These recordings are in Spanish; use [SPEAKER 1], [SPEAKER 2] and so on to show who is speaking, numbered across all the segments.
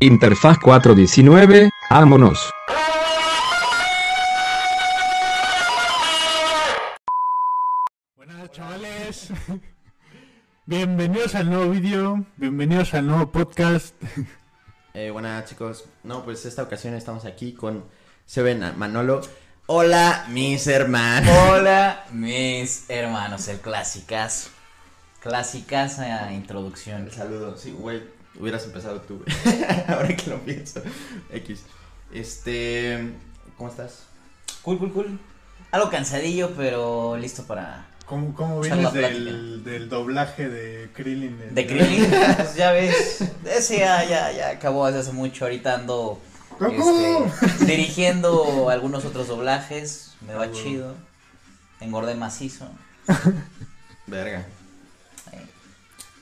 [SPEAKER 1] Interfaz 419, vámonos.
[SPEAKER 2] Buenas chavales, bienvenidos al nuevo vídeo, bienvenidos al nuevo podcast.
[SPEAKER 3] Eh, buenas chicos. No, pues esta ocasión estamos aquí con Seven Manolo. Hola, mis hermanos.
[SPEAKER 4] Hola, mis hermanos, el clásicas. Clásicas eh, introducción.
[SPEAKER 3] El saludo. Sí, güey, hubieras empezado tú, güey. Ahora que lo pienso. X. Este, ¿cómo estás?
[SPEAKER 4] Cool, cool, cool. Algo cansadillo, pero listo para.
[SPEAKER 2] ¿Cómo, cómo
[SPEAKER 4] Echar
[SPEAKER 2] vienes
[SPEAKER 4] la
[SPEAKER 2] del, del doblaje de Krillin? en-
[SPEAKER 4] De Krillin, pues ya ves. Ese ya, ya, ya acabó hace hace mucho. Ahorita ando
[SPEAKER 2] ¡Cucú!
[SPEAKER 4] este, dirigiendo algunos otros doblajes. Me va
[SPEAKER 2] Ah, bueno.
[SPEAKER 4] chido. Engordé macizo.
[SPEAKER 3] Verga.
[SPEAKER 4] Eh,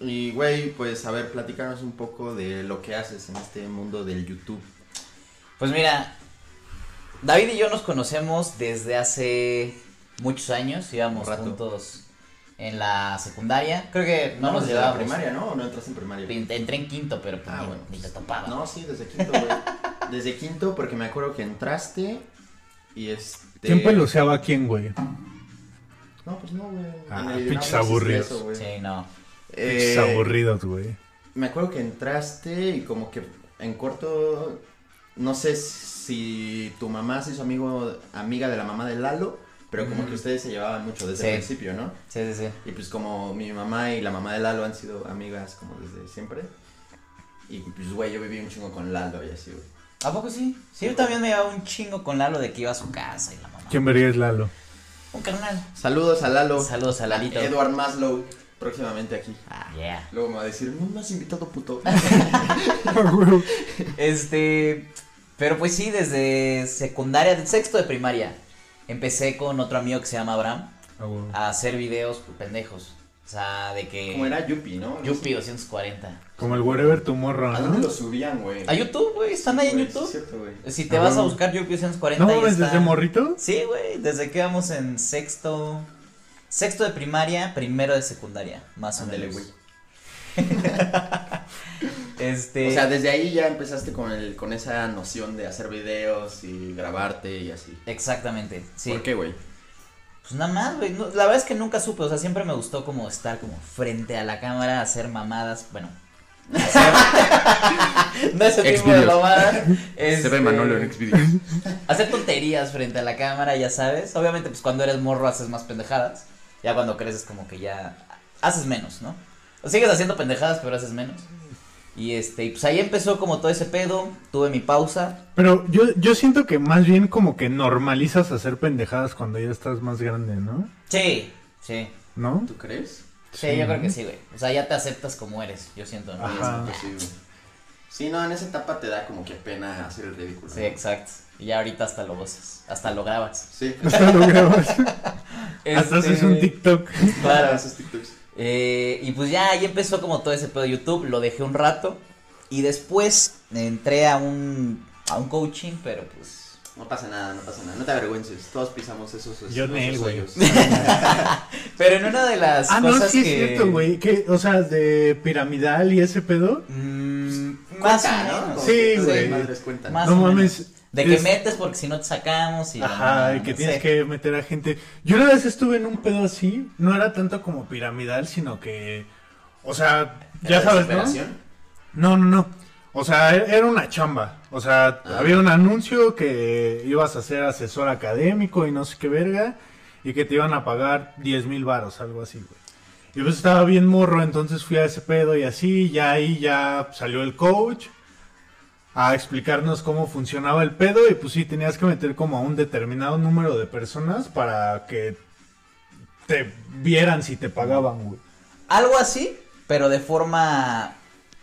[SPEAKER 3] Y, güey, pues a ver, platícanos un poco de lo que haces en este mundo del YouTube.
[SPEAKER 4] Pues mira, David y yo nos conocemos desde hace muchos años, íbamos
[SPEAKER 3] Un rato.
[SPEAKER 4] juntos en la secundaria, creo que no, nos
[SPEAKER 3] desde la
[SPEAKER 4] llevábamos.
[SPEAKER 3] primaria, ¿no? ¿O no entras en primaria?
[SPEAKER 4] Ent- Entré en quinto, pero pues
[SPEAKER 3] Ah,
[SPEAKER 4] ni,
[SPEAKER 3] bueno.
[SPEAKER 4] ni te topaba.
[SPEAKER 3] No, sí, desde quinto, güey. Desde quinto, porque me acuerdo que entraste y este...
[SPEAKER 2] ¿Quién peluceaba a quién, güey?
[SPEAKER 3] No, pues no, güey. En
[SPEAKER 2] Ah, pinches
[SPEAKER 3] el Irán no existe
[SPEAKER 2] aburridos.
[SPEAKER 3] eso, güey.
[SPEAKER 4] Sí, no.
[SPEAKER 2] Pinches
[SPEAKER 3] Eh,
[SPEAKER 2] aburridos, güey.
[SPEAKER 3] Me acuerdo que entraste y como que en corto, no sé si tu mamá se hizo amigo, amiga de la mamá de Lalo, pero como
[SPEAKER 4] Ujú.
[SPEAKER 3] que ustedes se llevaban mucho desde el
[SPEAKER 4] Sí.
[SPEAKER 3] principio, ¿no?
[SPEAKER 4] Sí, sí, sí.
[SPEAKER 3] Y pues como mi mamá y la mamá de Lalo han sido amigas como desde siempre. Y pues, güey, yo viví un chingo con Lalo y así, güey.
[SPEAKER 4] ¿A poco sí? Sí, yo también me llevaba un chingo con Lalo de que iba a su casa y la mamá.
[SPEAKER 2] ¿Quién vería es Lalo?
[SPEAKER 4] Un carnal.
[SPEAKER 3] Saludos a Lalo.
[SPEAKER 4] Saludos a Lalito.
[SPEAKER 3] Edward Maslow, próximamente aquí.
[SPEAKER 4] Ah, yeah.
[SPEAKER 3] Luego me va a decir, no me has invitado, puto.
[SPEAKER 4] Este, pero pues sí, desde secundaria, del sexto de primaria, empecé con otro amigo que se llama Abraham
[SPEAKER 2] Ah, güey.
[SPEAKER 4] a hacer videos pues, pendejos. O sea, de que...
[SPEAKER 3] como era Yupi, ¿no?
[SPEAKER 4] Yupi 240.
[SPEAKER 2] Como el Wherever Tomorrow,
[SPEAKER 3] ¿A dónde
[SPEAKER 2] ¿no?
[SPEAKER 3] lo subían, güey?
[SPEAKER 4] A YouTube, güey, están ahí en
[SPEAKER 3] Güey, sí Es
[SPEAKER 4] YouTube.
[SPEAKER 3] cierto, güey.
[SPEAKER 4] Si te
[SPEAKER 2] Ah,
[SPEAKER 4] vas a
[SPEAKER 2] bueno.
[SPEAKER 4] buscar Yupi 240,
[SPEAKER 2] ¿No
[SPEAKER 4] ahí
[SPEAKER 2] mames
[SPEAKER 4] está.
[SPEAKER 2] desde morrito?
[SPEAKER 4] Sí, güey, desde que íbamos en sexto... Sexto de primaria, primero de secundaria, más o
[SPEAKER 3] Ándale,
[SPEAKER 4] menos.
[SPEAKER 3] güey.
[SPEAKER 4] Este...
[SPEAKER 3] O sea, desde ahí ya empezaste con el, con esa noción de hacer videos y grabarte y así.
[SPEAKER 4] Exactamente, sí.
[SPEAKER 3] ¿Por qué, güey?
[SPEAKER 4] Pues nada más, güey. no- la verdad es que nunca supe, o sea, siempre me gustó como estar como frente a la cámara, hacer mamadas, bueno. hacer- no ese tipo de
[SPEAKER 3] Xvideos.
[SPEAKER 4] mamadas. este,
[SPEAKER 3] Xvideos.
[SPEAKER 4] Hacer tonterías frente a la cámara, ya sabes. Obviamente, pues cuando eres morro haces más pendejadas. Ya cuando creces como que ya haces menos, ¿no? O sigues haciendo pendejadas, pero haces menos. Y este, y pues ahí empezó como todo ese pedo, tuve mi pausa.
[SPEAKER 2] Pero yo, yo siento que más bien como que normalizas hacer pendejadas cuando ya estás más grande, ¿no?
[SPEAKER 4] Sí, sí.
[SPEAKER 2] ¿No?
[SPEAKER 3] ¿Tú crees?
[SPEAKER 4] Sí, yo creo que sí, güey. O sea, ya te aceptas como eres, yo siento, ¿no? Y es
[SPEAKER 2] Ajá.
[SPEAKER 4] como,
[SPEAKER 3] Pues sí, güey. Sí, no, en esa etapa te da como que pena hacer el ridículo.
[SPEAKER 4] Sí,
[SPEAKER 3] ¿no?
[SPEAKER 4] exacto. Y ya ahorita hasta lo gozas, hasta lo grabas.
[SPEAKER 3] Sí.
[SPEAKER 2] Hasta lo grabas. Hasta haces un TikTok.
[SPEAKER 4] Este, Claro.
[SPEAKER 3] Esos TikToks.
[SPEAKER 4] Eh, y pues ya ahí empezó como todo ese pedo de YouTube, lo dejé un rato y después entré a un, a un coaching, pero pues...
[SPEAKER 3] No pasa nada, no pasa nada. No te avergüences. Todos pisamos esos, esos,
[SPEAKER 2] Yo en él,
[SPEAKER 3] esos
[SPEAKER 2] güey.
[SPEAKER 3] hoyos.
[SPEAKER 4] Pero en una de las
[SPEAKER 2] Ah, no,
[SPEAKER 4] cosas
[SPEAKER 2] sí
[SPEAKER 4] que...
[SPEAKER 2] es cierto, güey. Que, o sea, de piramidal y ese pedo.
[SPEAKER 4] Mm, más
[SPEAKER 3] Cuenta,
[SPEAKER 4] o
[SPEAKER 3] ¿no?
[SPEAKER 4] menos.
[SPEAKER 3] Como
[SPEAKER 2] Sí,
[SPEAKER 3] que tus
[SPEAKER 2] güey.
[SPEAKER 3] madres cuentan.
[SPEAKER 4] Más
[SPEAKER 2] no
[SPEAKER 4] o menos.
[SPEAKER 2] mames.
[SPEAKER 4] De que
[SPEAKER 2] es-
[SPEAKER 4] metes porque si no te sacamos y... la
[SPEAKER 2] Ajá,
[SPEAKER 4] mamá,
[SPEAKER 2] y que
[SPEAKER 4] no
[SPEAKER 2] tienes
[SPEAKER 4] sé.
[SPEAKER 2] que meter a gente. Yo una vez estuve en un pedo así, no era tanto como piramidal, sino que. O sea, ya
[SPEAKER 3] ¿Era
[SPEAKER 2] sabes, ¿no?
[SPEAKER 3] desesperación?
[SPEAKER 2] No, no, no. O sea, e- era una chamba. O sea,
[SPEAKER 3] Ah.
[SPEAKER 2] había un anuncio que ibas a ser asesor académico y no sé qué verga, y que te iban a pagar 10 mil varos, algo así, güey. Y pues estaba bien morro, entonces fui a ese pedo y así, ya ahí ya salió el coach a explicarnos cómo funcionaba el pedo y pues sí, tenías que meter como a un determinado número de personas para que te vieran si te pagaban, güey.
[SPEAKER 4] Algo así, pero de forma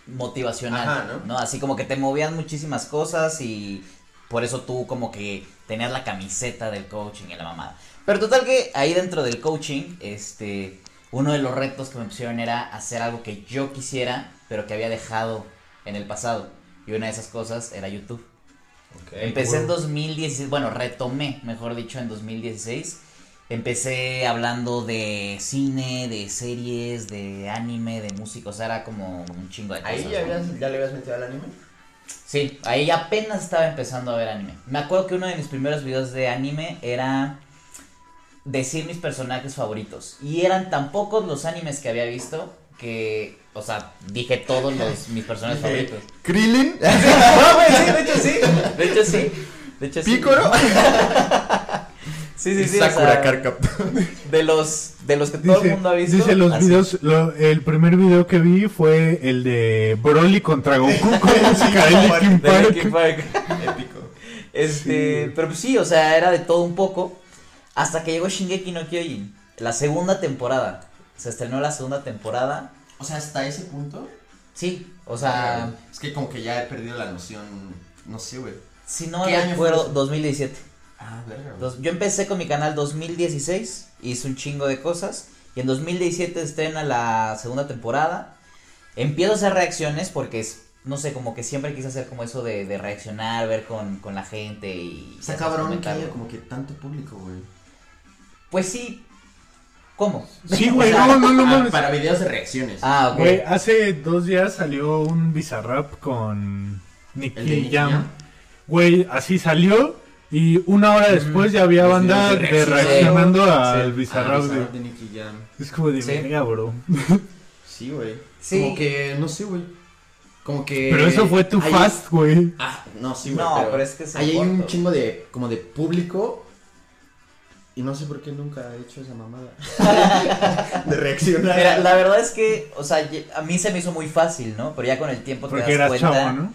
[SPEAKER 4] motivacional,
[SPEAKER 3] Ajá, ¿no?
[SPEAKER 4] ¿no? Así como que te movían muchísimas cosas y por eso tú como que tenías la camiseta del coaching y la mamada. Pero total que ahí dentro del coaching, este, uno de los retos que me pusieron era hacer algo que yo quisiera, pero que había dejado en el pasado. Y una de esas cosas era YouTube. Empecé en
[SPEAKER 2] huevo.
[SPEAKER 4] 2016, bueno, retomé, mejor dicho, en 2016. Empecé hablando de cine, de series, de anime, de música, o sea, era como un chingo de cosas.
[SPEAKER 3] Ahí ya,
[SPEAKER 4] ¿no?
[SPEAKER 3] habías- ya le habías metido al anime.
[SPEAKER 4] Sí, ahí apenas estaba empezando a ver anime. Me acuerdo que uno de mis primeros videos de anime era decir mis personajes favoritos. Y eran tan pocos los animes que había visto que, o sea, dije todos los, mis personajes favoritos.
[SPEAKER 5] Krillin,
[SPEAKER 4] No, güey, sí, de hecho sí. De hecho sí. De hecho sí.
[SPEAKER 5] Piccolo
[SPEAKER 4] Sí,
[SPEAKER 5] y
[SPEAKER 4] sí, sí. o sea,
[SPEAKER 5] Sakura Card Captor.
[SPEAKER 4] de los de los que todo el
[SPEAKER 2] Dice,
[SPEAKER 4] mundo ha visto.
[SPEAKER 2] dice los
[SPEAKER 4] así.
[SPEAKER 2] videos, lo- el primer video que vi fue el de Broly contra Goku con música de Linkin
[SPEAKER 4] de
[SPEAKER 2] Park.
[SPEAKER 4] Linkin Park.
[SPEAKER 3] Épico.
[SPEAKER 4] Este, pero pues sí, o sea, era de todo un poco hasta que llegó Shingeki no Kyojin, la segunda temporada. Se estrenó la segunda temporada.
[SPEAKER 3] O sea, hasta ese punto.
[SPEAKER 4] Sí, o sea,
[SPEAKER 3] es que como que ya he perdido la noción. No sé, güey.
[SPEAKER 4] si no
[SPEAKER 3] ¿Qué año fue
[SPEAKER 4] recuerdo,
[SPEAKER 3] eso?
[SPEAKER 4] 2017.
[SPEAKER 3] Ah, verga. güey.
[SPEAKER 4] Dos- yo empecé con mi canal 2016, hice un chingo de cosas. Y en 2017 estrena la segunda temporada. Empiezo a hacer reacciones porque es, no sé, como que siempre quise hacer como eso de, de reaccionar, ver con, con la gente y.
[SPEAKER 3] Está
[SPEAKER 4] hacer
[SPEAKER 3] cabrón que
[SPEAKER 4] comentario.
[SPEAKER 3] haya como que tanto público, güey.
[SPEAKER 4] Pues sí. ¿Cómo?
[SPEAKER 2] Sí, güey, no, no, no
[SPEAKER 3] Ah,
[SPEAKER 2] mames.
[SPEAKER 3] Para videos de reacciones.
[SPEAKER 4] Ah, ok.
[SPEAKER 2] Güey, Eh, hace dos días salió un bizarrap con
[SPEAKER 3] ¿El de
[SPEAKER 2] Nicky
[SPEAKER 3] Nicky
[SPEAKER 2] Jam.
[SPEAKER 3] Jam?
[SPEAKER 2] Güey, así salió y una
[SPEAKER 4] Mm,
[SPEAKER 2] hora después ya había
[SPEAKER 3] los
[SPEAKER 2] banda
[SPEAKER 3] videos de
[SPEAKER 2] de
[SPEAKER 3] reacción.
[SPEAKER 2] reaccionando al
[SPEAKER 3] Ah,
[SPEAKER 2] bizarrap. güey.
[SPEAKER 3] de Nicky Jam.
[SPEAKER 2] Es como de
[SPEAKER 4] Sí.
[SPEAKER 2] verga, bro.
[SPEAKER 3] Sí, güey.
[SPEAKER 4] Sí.
[SPEAKER 3] Como que, no sé, güey. Como que.
[SPEAKER 2] Pero eso fue too
[SPEAKER 3] ahí-
[SPEAKER 2] fast, güey.
[SPEAKER 3] Ah, no, sí, güey.
[SPEAKER 4] No, pero es que es
[SPEAKER 3] Ahí hay
[SPEAKER 4] corto.
[SPEAKER 3] un chingo de. Como de público. Y no sé por qué nunca he hecho esa mamada. de reaccionar.
[SPEAKER 4] Mira, la verdad es que, o sea, ye- a mí se me hizo muy fácil, ¿no? Pero ya con el tiempo te
[SPEAKER 2] Porque eras
[SPEAKER 4] das cuenta.
[SPEAKER 2] chavo, ¿no?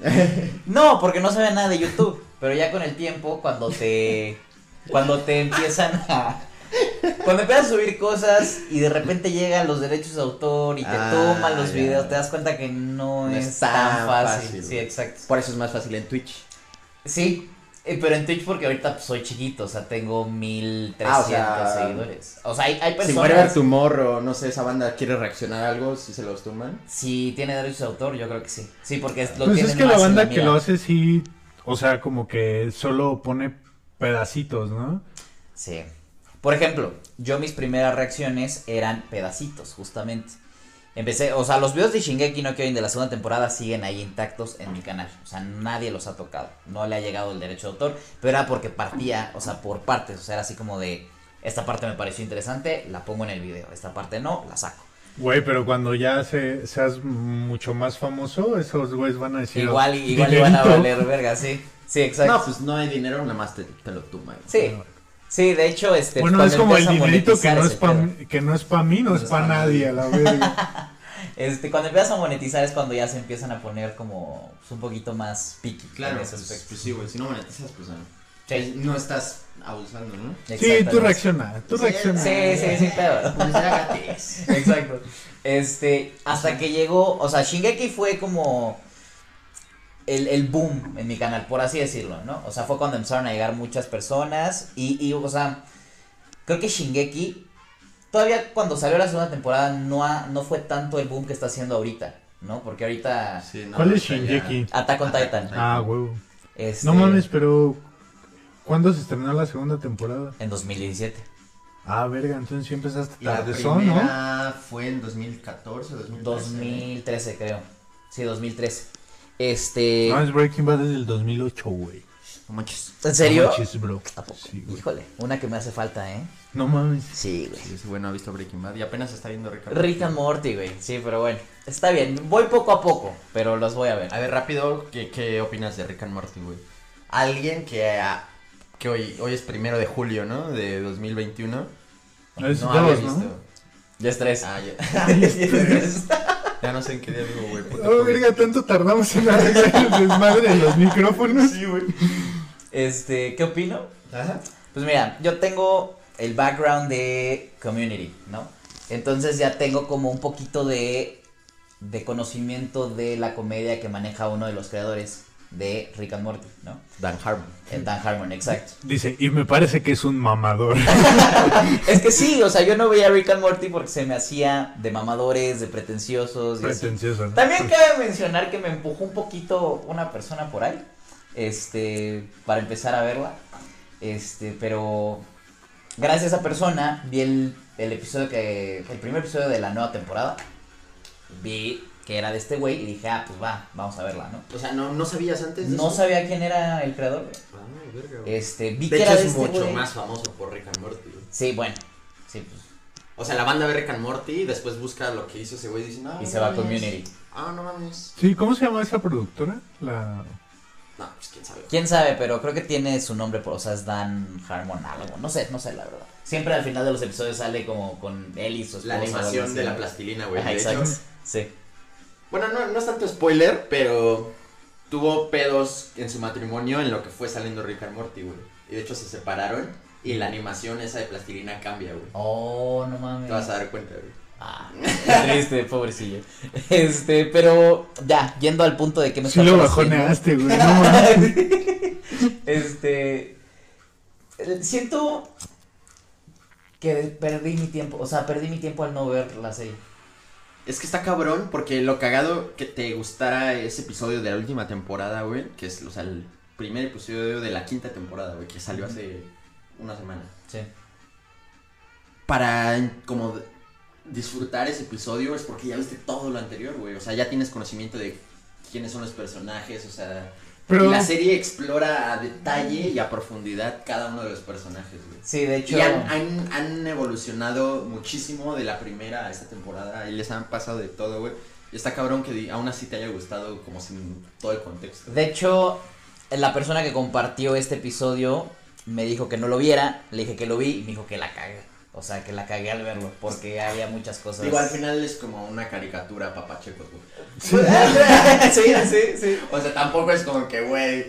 [SPEAKER 4] No, porque no sabía nada de YouTube. Pero ya con el tiempo, cuando te. Cuando te empiezan a. Cuando empiezas a subir cosas y de repente llegan los derechos de autor y te
[SPEAKER 3] Ah,
[SPEAKER 4] toman los
[SPEAKER 3] ya.
[SPEAKER 4] videos, te das cuenta que no,
[SPEAKER 3] No
[SPEAKER 4] es,
[SPEAKER 3] es
[SPEAKER 4] tan
[SPEAKER 3] tan
[SPEAKER 4] fácil.
[SPEAKER 3] fácil,
[SPEAKER 4] Sí,
[SPEAKER 3] güey.
[SPEAKER 4] exacto.
[SPEAKER 3] Por eso es más fácil en Twitch.
[SPEAKER 4] Sí, eh, pero en Twitch porque ahorita pues, soy chiquito, o sea, tengo 1300
[SPEAKER 3] Ah, o sea,
[SPEAKER 4] seguidores. O sea, hay, hay
[SPEAKER 3] Si muere
[SPEAKER 4] personas.
[SPEAKER 3] tu morro, no sé, esa banda quiere reaccionar a algo, si se los tuman.
[SPEAKER 4] Si tiene derechos de autor, yo creo que sí. Sí, porque es- lo
[SPEAKER 2] Pues
[SPEAKER 4] tienen
[SPEAKER 2] es que la
[SPEAKER 4] más en
[SPEAKER 2] banda que
[SPEAKER 4] mira.
[SPEAKER 2] lo hace sí, o sea, como que solo pone pedacitos, ¿no?
[SPEAKER 4] Sí. Por ejemplo, yo mis primeras reacciones eran pedacitos, justamente. Empecé, o sea, los videos de Shingeki no Kyojin de la segunda temporada siguen ahí intactos en mi canal. O sea, nadie los ha tocado. No le ha llegado el derecho de autor, pero era porque partía, o sea, por partes. O sea, era así como de, esta parte me pareció interesante, la pongo en el video. Esta parte no, la saco.
[SPEAKER 2] Güey, pero cuando ya se- seas mucho más famoso, esos güeyes van a decir. "Oh,
[SPEAKER 4] igual igual iban a
[SPEAKER 2] "Dinerito".
[SPEAKER 4] valer verga, sí. Sí, exacto.
[SPEAKER 3] No, pues no hay dinero, nada más te, te lo tuman.
[SPEAKER 4] sí. Sí, de hecho, este...
[SPEAKER 2] Bueno,
[SPEAKER 4] cuando
[SPEAKER 2] es como el
[SPEAKER 4] empieza a
[SPEAKER 2] dinerito que
[SPEAKER 4] monetizar
[SPEAKER 2] no
[SPEAKER 4] ese
[SPEAKER 2] es para
[SPEAKER 4] pedo.
[SPEAKER 2] que no es pa' mí, no es
[SPEAKER 3] es
[SPEAKER 2] para
[SPEAKER 3] pa'
[SPEAKER 2] nadie, a la verga.
[SPEAKER 4] Este, cuando empiezas a monetizar es cuando ya se empiezan a poner como pues, un poquito más picky
[SPEAKER 3] Claro,
[SPEAKER 4] en
[SPEAKER 3] pues,
[SPEAKER 4] ese aspecto.
[SPEAKER 3] pues sí, güey. Si no monetizas, pues no.
[SPEAKER 4] Sí.
[SPEAKER 3] No estás abusando, ¿no?
[SPEAKER 2] Sí, tú
[SPEAKER 4] Exactamente.
[SPEAKER 2] reacciona, tú
[SPEAKER 3] Sí,
[SPEAKER 2] reacciona.
[SPEAKER 4] Sí, sí, sí, claro.
[SPEAKER 3] Pues ya gates.
[SPEAKER 4] Exacto. Este, hasta que llegó, o sea, Shingeki fue como el, el boom en mi canal, por así decirlo, ¿no? O sea, fue cuando empezaron a llegar muchas personas y, y, o sea, creo que Shingeki, todavía cuando salió la segunda temporada no, ha- no fue tanto el boom que está haciendo ahorita, ¿no? Porque ahorita...
[SPEAKER 3] Sí, no, pues,
[SPEAKER 2] ¿Cuál es
[SPEAKER 3] o sea, ya-
[SPEAKER 2] Shingeki?
[SPEAKER 4] Attack on Titan.
[SPEAKER 2] Ah, huevo.
[SPEAKER 4] este,
[SPEAKER 2] No mames, pero ¿cuándo se estrenó la segunda temporada?
[SPEAKER 4] En 2017.
[SPEAKER 2] Ah, verga, entonces sí empezaste
[SPEAKER 3] La
[SPEAKER 2] tardezón, ¿no?
[SPEAKER 3] primera fue en 2014, 2013.
[SPEAKER 4] 2013, creo. Sí, 2013. Este.
[SPEAKER 2] No, es Breaking Bad desde el 2008, güey.
[SPEAKER 3] No manches.
[SPEAKER 4] ¿En serio?
[SPEAKER 2] No manches, bro.
[SPEAKER 4] ¿A poco?
[SPEAKER 2] Sí, güey.
[SPEAKER 4] Híjole, una que me hace falta, ¿eh?
[SPEAKER 2] No mames.
[SPEAKER 4] Sí, güey.
[SPEAKER 3] Sí, ese güey no ha visto Breaking Bad y apenas está viendo Rick and
[SPEAKER 4] Rick and Morty, güey. Sí, pero bueno. Está bien, voy poco a poco, pero los voy a ver.
[SPEAKER 3] A ver, rápido, ¿qué, qué opinas de Rick and Morty, güey? Alguien que, ah, que hoy, hoy es primero de julio, ¿no? De 2021.
[SPEAKER 2] Es
[SPEAKER 3] no
[SPEAKER 2] Ah, dos,
[SPEAKER 3] había
[SPEAKER 2] ¿no?
[SPEAKER 3] visto.
[SPEAKER 4] Ya es tres.
[SPEAKER 3] Ah, ya,
[SPEAKER 4] Pero
[SPEAKER 3] ya no sé en qué día vivo, güey. puta
[SPEAKER 2] Oh,
[SPEAKER 3] COVID.
[SPEAKER 2] verga, tanto tardamos en arreglar el desmadre de los micrófonos.
[SPEAKER 4] Este, ¿qué opino?
[SPEAKER 3] Ajá.
[SPEAKER 4] Pues mira, yo tengo el background de community, ¿no? Entonces ya tengo como un poquito de, de conocimiento de la comedia que maneja uno de los creadores de Rick and Morty, ¿no?
[SPEAKER 3] Dan Harmon.
[SPEAKER 4] El Dan Harmon, exacto.
[SPEAKER 2] Dice, y me parece que es un mamador.
[SPEAKER 4] Es que sí, o sea, yo no veía Rick and Morty porque se me hacía de mamadores, de pretenciosos. Y así.
[SPEAKER 2] Pretencioso. ¿no?
[SPEAKER 4] También cabe mencionar que me empujó un poquito una persona por ahí, este, para empezar a verla, este, pero gracias a esa persona vi el, el episodio que, el primer episodio de la nueva temporada, vi que era de este güey, y dije, ah, pues va, vamos a verla, ¿no?
[SPEAKER 3] O sea, no, no sabías antes. de
[SPEAKER 4] No
[SPEAKER 3] eso?
[SPEAKER 4] sabía quién era el creador, güey.
[SPEAKER 3] Ah, verga, güey.
[SPEAKER 4] Este, vi
[SPEAKER 3] De
[SPEAKER 4] que
[SPEAKER 3] hecho,
[SPEAKER 4] era de
[SPEAKER 3] es
[SPEAKER 4] este
[SPEAKER 3] mucho
[SPEAKER 4] güey.
[SPEAKER 3] más famoso por Rick and Morty. güey.
[SPEAKER 4] Sí, bueno. Sí, pues.
[SPEAKER 3] O sea, la banda ve Rick and Morty y después busca lo que hizo ese güey y dice, no.
[SPEAKER 4] Y
[SPEAKER 3] no
[SPEAKER 4] se va a
[SPEAKER 3] mames.
[SPEAKER 4] Community.
[SPEAKER 3] Ah, no mames.
[SPEAKER 2] Sí, ¿cómo se llama esa productora? La...
[SPEAKER 3] No, pues quién sabe.
[SPEAKER 4] Quién sabe, pero creo que tiene su nombre, por, o sea, es Dan Harmon algo. No sé, no sé, la verdad. Siempre al final de los episodios sale como con él y su esposa.
[SPEAKER 3] La
[SPEAKER 4] o algo
[SPEAKER 3] animación
[SPEAKER 4] así.
[SPEAKER 3] de la plastilina, güey.
[SPEAKER 4] Ajá,
[SPEAKER 3] De
[SPEAKER 4] exacto.
[SPEAKER 3] hecho,
[SPEAKER 4] Sí.
[SPEAKER 3] Bueno, no, no es tanto spoiler, pero tuvo pedos en su matrimonio en lo que fue saliendo Rick and Morty, güey. Y de hecho se separaron y la animación esa de plastilina cambia, güey.
[SPEAKER 4] Oh, no mames.
[SPEAKER 3] Te vas a dar cuenta, güey.
[SPEAKER 4] Ah, qué triste, pobrecillo. Este, pero ya, yendo al punto de que me
[SPEAKER 2] Sí
[SPEAKER 4] estaba
[SPEAKER 2] lo
[SPEAKER 4] haciendo.
[SPEAKER 2] bajoneaste, güey. No mames.
[SPEAKER 4] Este. eh, Siento que perdí mi tiempo. O sea, perdí mi tiempo al no ver la serie.
[SPEAKER 3] Es que está cabrón porque lo cagado que te gustara ese episodio de la última temporada, güey, que es, o sea, el primer episodio de la quinta temporada, güey, que salió hace una semana.
[SPEAKER 4] Sí.
[SPEAKER 3] Para como d- disfrutar ese episodio es porque ya viste todo lo anterior, güey. O sea, ya tienes conocimiento de quiénes son los personajes, o sea,
[SPEAKER 2] Pero
[SPEAKER 3] la serie explora a detalle y a profundidad cada uno de los personajes, güey.
[SPEAKER 4] Sí, de hecho.
[SPEAKER 3] Y han, han- han evolucionado muchísimo de la primera a esta temporada. Y les han pasado de todo, güey. Y está cabrón que di- aún así te haya gustado como sin todo el contexto.
[SPEAKER 4] De hecho, la persona que compartió este episodio me dijo que no lo viera, le dije que lo vi y me dijo que la cagué. O sea, que la cagué al verlo, porque había muchas cosas.
[SPEAKER 3] Digo, al final es como una caricatura papachecos, güey.
[SPEAKER 4] sí, sí, sí, sí.
[SPEAKER 3] O sea, tampoco es como que, güey.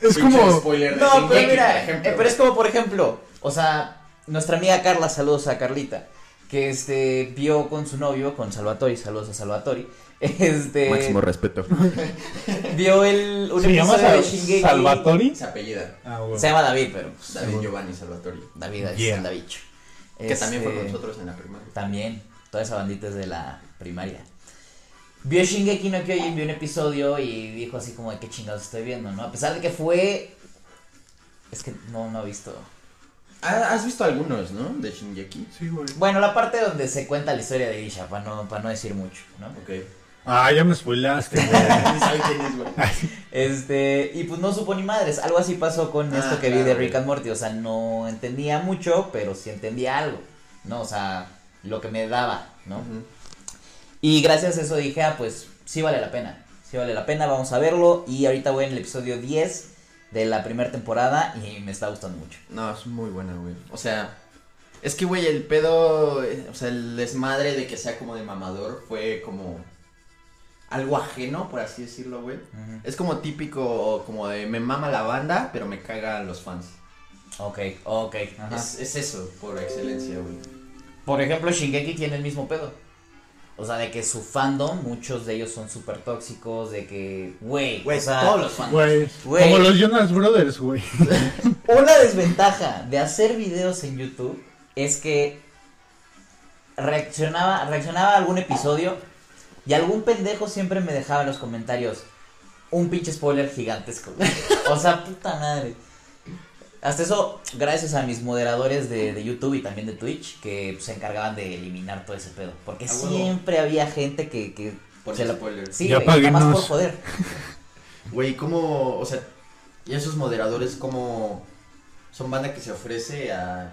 [SPEAKER 2] es
[SPEAKER 3] pinche
[SPEAKER 2] como...
[SPEAKER 3] spoiler de
[SPEAKER 4] No, pero
[SPEAKER 3] Shingeki, por
[SPEAKER 4] mira,
[SPEAKER 3] ejemplo,
[SPEAKER 4] eh, pero es como por ejemplo, o sea, nuestra amiga Carla, saludos a Carlita, que este vio con su novio, con Salvatori, saludos a Salvatori, este
[SPEAKER 3] güey. respeto.
[SPEAKER 4] vio el un
[SPEAKER 2] ¿Se llama
[SPEAKER 4] episodio de
[SPEAKER 2] Sal-
[SPEAKER 4] Shingeki.
[SPEAKER 2] Salvatori?
[SPEAKER 3] Se apellida.
[SPEAKER 2] Ah, güey.
[SPEAKER 4] Se llama David, pero pues,
[SPEAKER 3] David Giovanni Salvatori.
[SPEAKER 4] David es
[SPEAKER 2] Yeah.
[SPEAKER 4] Davicho.
[SPEAKER 3] Que también fue con
[SPEAKER 4] Este,
[SPEAKER 3] nosotros en la primaria.
[SPEAKER 4] También, toda esa bandita es de la primaria. Vio Shingeki no Kyojin, vio un episodio y dijo así como de qué chingados estoy viendo, ¿no? A pesar de que fue es que no no he visto
[SPEAKER 3] Ah, Has visto algunos, ¿no? De Shingeki.
[SPEAKER 2] Sí, güey.
[SPEAKER 4] Bueno, la parte donde se cuenta la historia de Isha, para no, pa' no decir mucho, ¿no?
[SPEAKER 3] Ok.
[SPEAKER 2] Ah, ya me spoilaste, güey.
[SPEAKER 3] Ni sabe quién es, güey.
[SPEAKER 4] Este, y pues no supo ni madres. Algo así pasó con
[SPEAKER 3] Ah,
[SPEAKER 4] esto que vi
[SPEAKER 3] claro,
[SPEAKER 4] de
[SPEAKER 3] güey.
[SPEAKER 4] Rick and Morty. O sea, no entendía mucho, pero sí entendía algo, ¿no? O sea, lo que me daba, ¿no?
[SPEAKER 3] Ujú.
[SPEAKER 4] Y gracias a eso dije, ah, pues sí vale la pena. Sí vale la pena, vamos a verlo. Y ahorita voy en el episodio 10 de la primera temporada y me está gustando mucho.
[SPEAKER 3] No, es muy buena, güey. O sea, es que, güey, el pedo, eh, o sea, el desmadre de que sea como de mamador fue como algo ajeno, por así decirlo, güey.
[SPEAKER 4] Ujú.
[SPEAKER 3] Es como típico, como de me mama la banda, pero me cagan los fans.
[SPEAKER 4] Ok, ok. ajá.
[SPEAKER 3] Es, es eso, por excelencia, güey.
[SPEAKER 4] Por ejemplo, Shingeki tiene el mismo pedo. O sea, de que su fandom, muchos de ellos son súper tóxicos, de que, güey, o
[SPEAKER 3] Güey,
[SPEAKER 4] sea,
[SPEAKER 3] todos los fans.
[SPEAKER 2] Güey,
[SPEAKER 4] Güey.
[SPEAKER 2] como los Jonas Brothers, güey.
[SPEAKER 4] una desventaja de hacer videos en YouTube es que reaccionaba, reaccionaba a algún episodio y algún pendejo siempre me dejaba en los comentarios un pinche spoiler gigantesco. güey. O sea, puta madre. Hasta eso, gracias a mis moderadores de, de YouTube y también de Twitch, que se encargaban de eliminar todo ese pedo. Porque
[SPEAKER 3] A huevo.
[SPEAKER 4] siempre había gente que... que
[SPEAKER 3] Por
[SPEAKER 4] se la-
[SPEAKER 3] spoiler.
[SPEAKER 4] Sí,
[SPEAKER 2] Ya
[SPEAKER 4] güey, nada más por
[SPEAKER 2] páguenos.
[SPEAKER 4] joder.
[SPEAKER 3] Güey, ¿cómo, o sea, y esos moderadores, cómo son banda que se ofrece a...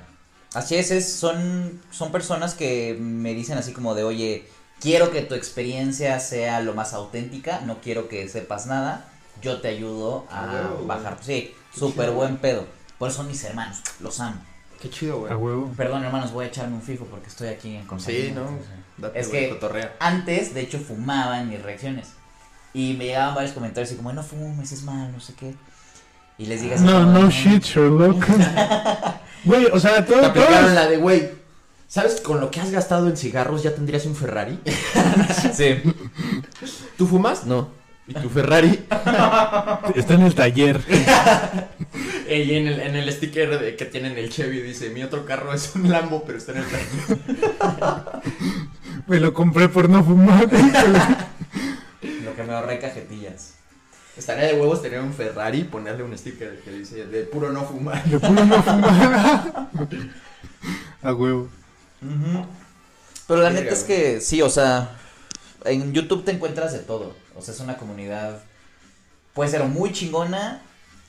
[SPEAKER 4] Así es, es- son, son personas que me dicen así como de, oye, quiero que tu experiencia sea lo más auténtica, no quiero que sepas nada, yo te ayudo a
[SPEAKER 3] Wow.
[SPEAKER 4] bajar. Sí, súper
[SPEAKER 3] chido.
[SPEAKER 4] buen pedo. Por eso son mis hermanos, los amo.
[SPEAKER 3] Qué chido,
[SPEAKER 2] A huevo.
[SPEAKER 4] Perdón, hermanos, voy a echarme un fijo porque estoy aquí en compañía,
[SPEAKER 3] Sí, ¿no?
[SPEAKER 4] entonces.
[SPEAKER 3] Date,
[SPEAKER 4] Es
[SPEAKER 3] güey,
[SPEAKER 4] que-
[SPEAKER 3] cotorrea.
[SPEAKER 4] Antes, de hecho, fumaba en mis reacciones. Y me llegaban varios comentarios así como, no fumes, es mal, no sé qué. Y les digas...
[SPEAKER 2] No, no shit, Sherlock. Güey, o sea,
[SPEAKER 3] Te
[SPEAKER 2] todo,
[SPEAKER 3] aplicaron
[SPEAKER 2] todos,
[SPEAKER 3] la de, güey, ¿sabes con lo que has gastado en cigarros ya tendrías un Ferrari?
[SPEAKER 4] Sí.
[SPEAKER 3] ¿Tú fumas? No. ¿Y tu Ferrari?
[SPEAKER 2] está en el taller.
[SPEAKER 3] y en el, en el sticker de- que tiene en el Chevy dice, mi otro carro es un Lambo, pero está en el taller.
[SPEAKER 2] Me lo compré por no fumar.
[SPEAKER 4] Lo que me ahorré cajetillas.
[SPEAKER 3] Estaría de huevos tener un Ferrari y ponerle un sticker que dice, de puro no fumar.
[SPEAKER 2] De puro no fumar. A huevo.
[SPEAKER 4] Pero la
[SPEAKER 3] Verga,
[SPEAKER 4] neta es
[SPEAKER 3] güey.
[SPEAKER 4] que sí, o sea, en YouTube te encuentras de todo. O sea, es una comunidad, puede ser o muy chingona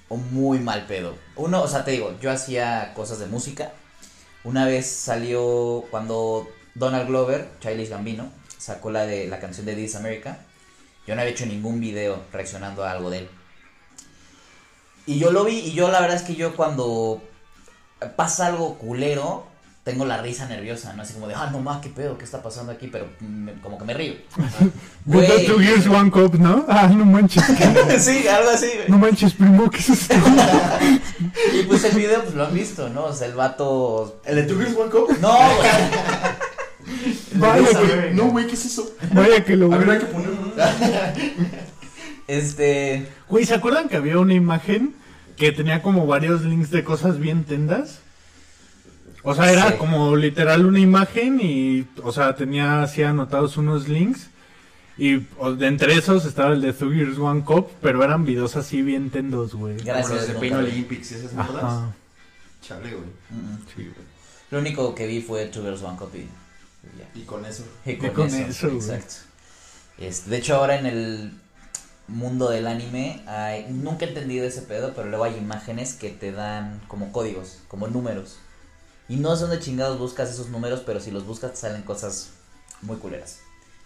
[SPEAKER 4] o muy mal pedo. Uno, o sea, te digo, yo hacía cosas de música. Una vez salió cuando Donald Glover, Childish Gambino, sacó la de la canción de This America. Yo no había hecho ningún video reaccionando a algo de él. Y yo lo vi y yo la verdad es que yo cuando pasa algo culero, tengo la risa nerviosa, ¿no? Así como de, ah, no más, qué pedo, qué está pasando aquí, pero me- como que me río.
[SPEAKER 2] Good
[SPEAKER 4] Güey.
[SPEAKER 2] two years, Pues one cup, ¿no? Ah, no manches.
[SPEAKER 4] sí, algo así, güey.
[SPEAKER 2] No manches, primo, ¿qué es esto?
[SPEAKER 4] Y pues el video, pues lo han visto, ¿no? O sea, el vato.
[SPEAKER 3] ¿El de Two Girls One Cup?
[SPEAKER 4] No, güey.
[SPEAKER 2] Vaya que,
[SPEAKER 3] No, güey, ¿qué es eso?
[SPEAKER 2] vaya que lo
[SPEAKER 3] A ver, hay que
[SPEAKER 2] veo.
[SPEAKER 3] ponerlo.
[SPEAKER 4] Este.
[SPEAKER 2] Güey, ¿se acuerdan que había una imagen que tenía como varios links de cosas bien tendas? O sea, era
[SPEAKER 4] Sí.
[SPEAKER 2] como literal una imagen y, o sea, tenía así anotados unos links. Y o- de entre esos estaba el de Two Years One Cup, pero eran videos así bien tendos, güey.
[SPEAKER 4] Gracias,
[SPEAKER 3] Como los de
[SPEAKER 4] no,
[SPEAKER 3] Pain
[SPEAKER 4] tal vez.
[SPEAKER 3] Olympics y esas mierdas.
[SPEAKER 2] Ajá.
[SPEAKER 3] Chale, güey.
[SPEAKER 4] mm, mm.
[SPEAKER 2] Sí, güey.
[SPEAKER 4] Lo único que vi fue Two Girls One Copy. Y ya.
[SPEAKER 3] Y con eso.
[SPEAKER 4] Y con,
[SPEAKER 2] con
[SPEAKER 4] eso,
[SPEAKER 2] eso, güey.
[SPEAKER 4] exacto. Este, de hecho, ahora en el mundo del anime, hay- nunca he entendido ese pedo, pero luego hay imágenes que te dan como códigos, como números. Y no sé dónde chingados buscas esos números, pero si los buscas te salen cosas muy culeras.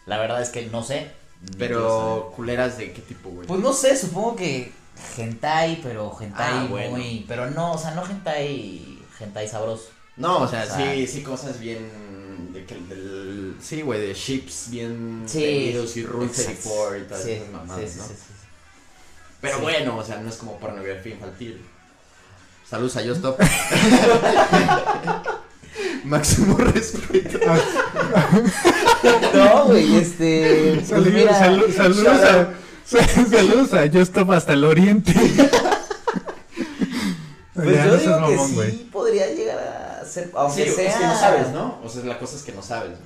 [SPEAKER 4] La verdad es que no sé. ni quiero saber.
[SPEAKER 3] Pero, culeras de qué tipo, güey.
[SPEAKER 4] Pues no sé, supongo que hentai, pero hentai
[SPEAKER 3] Ah, bueno.
[SPEAKER 4] muy... Pero no, o sea, no hentai, hentai sabroso.
[SPEAKER 3] No, o sea,
[SPEAKER 4] O sea,
[SPEAKER 3] sí, sí, cosas bien. De que, del, sí, güey, de chips bien.
[SPEAKER 4] Sí.
[SPEAKER 3] teñidos y Rule
[SPEAKER 4] exacto.
[SPEAKER 3] 34 y todas
[SPEAKER 4] Sí,
[SPEAKER 3] esas mamadas,
[SPEAKER 4] sí, sí,
[SPEAKER 3] ¿no?
[SPEAKER 4] sí, sí.
[SPEAKER 3] Pero
[SPEAKER 4] Sí.
[SPEAKER 3] bueno, o sea, no es como pornografía infantil. Saludos a Yostop. Máximo respeto.
[SPEAKER 4] No, güey, este. pues
[SPEAKER 2] Saludos,
[SPEAKER 4] mira,
[SPEAKER 2] salu- saludos, a, sal- saludos a Just Stop hasta el oriente.
[SPEAKER 4] Pues
[SPEAKER 2] Ya,
[SPEAKER 4] yo
[SPEAKER 2] no seas
[SPEAKER 4] digo que
[SPEAKER 2] mamón,
[SPEAKER 4] sí
[SPEAKER 2] güey.
[SPEAKER 4] podría llegar a ser.
[SPEAKER 3] Sí,
[SPEAKER 4] Aunque sea.
[SPEAKER 3] es que no sabes, ¿no? O sea, la cosa es que no sabes. güey.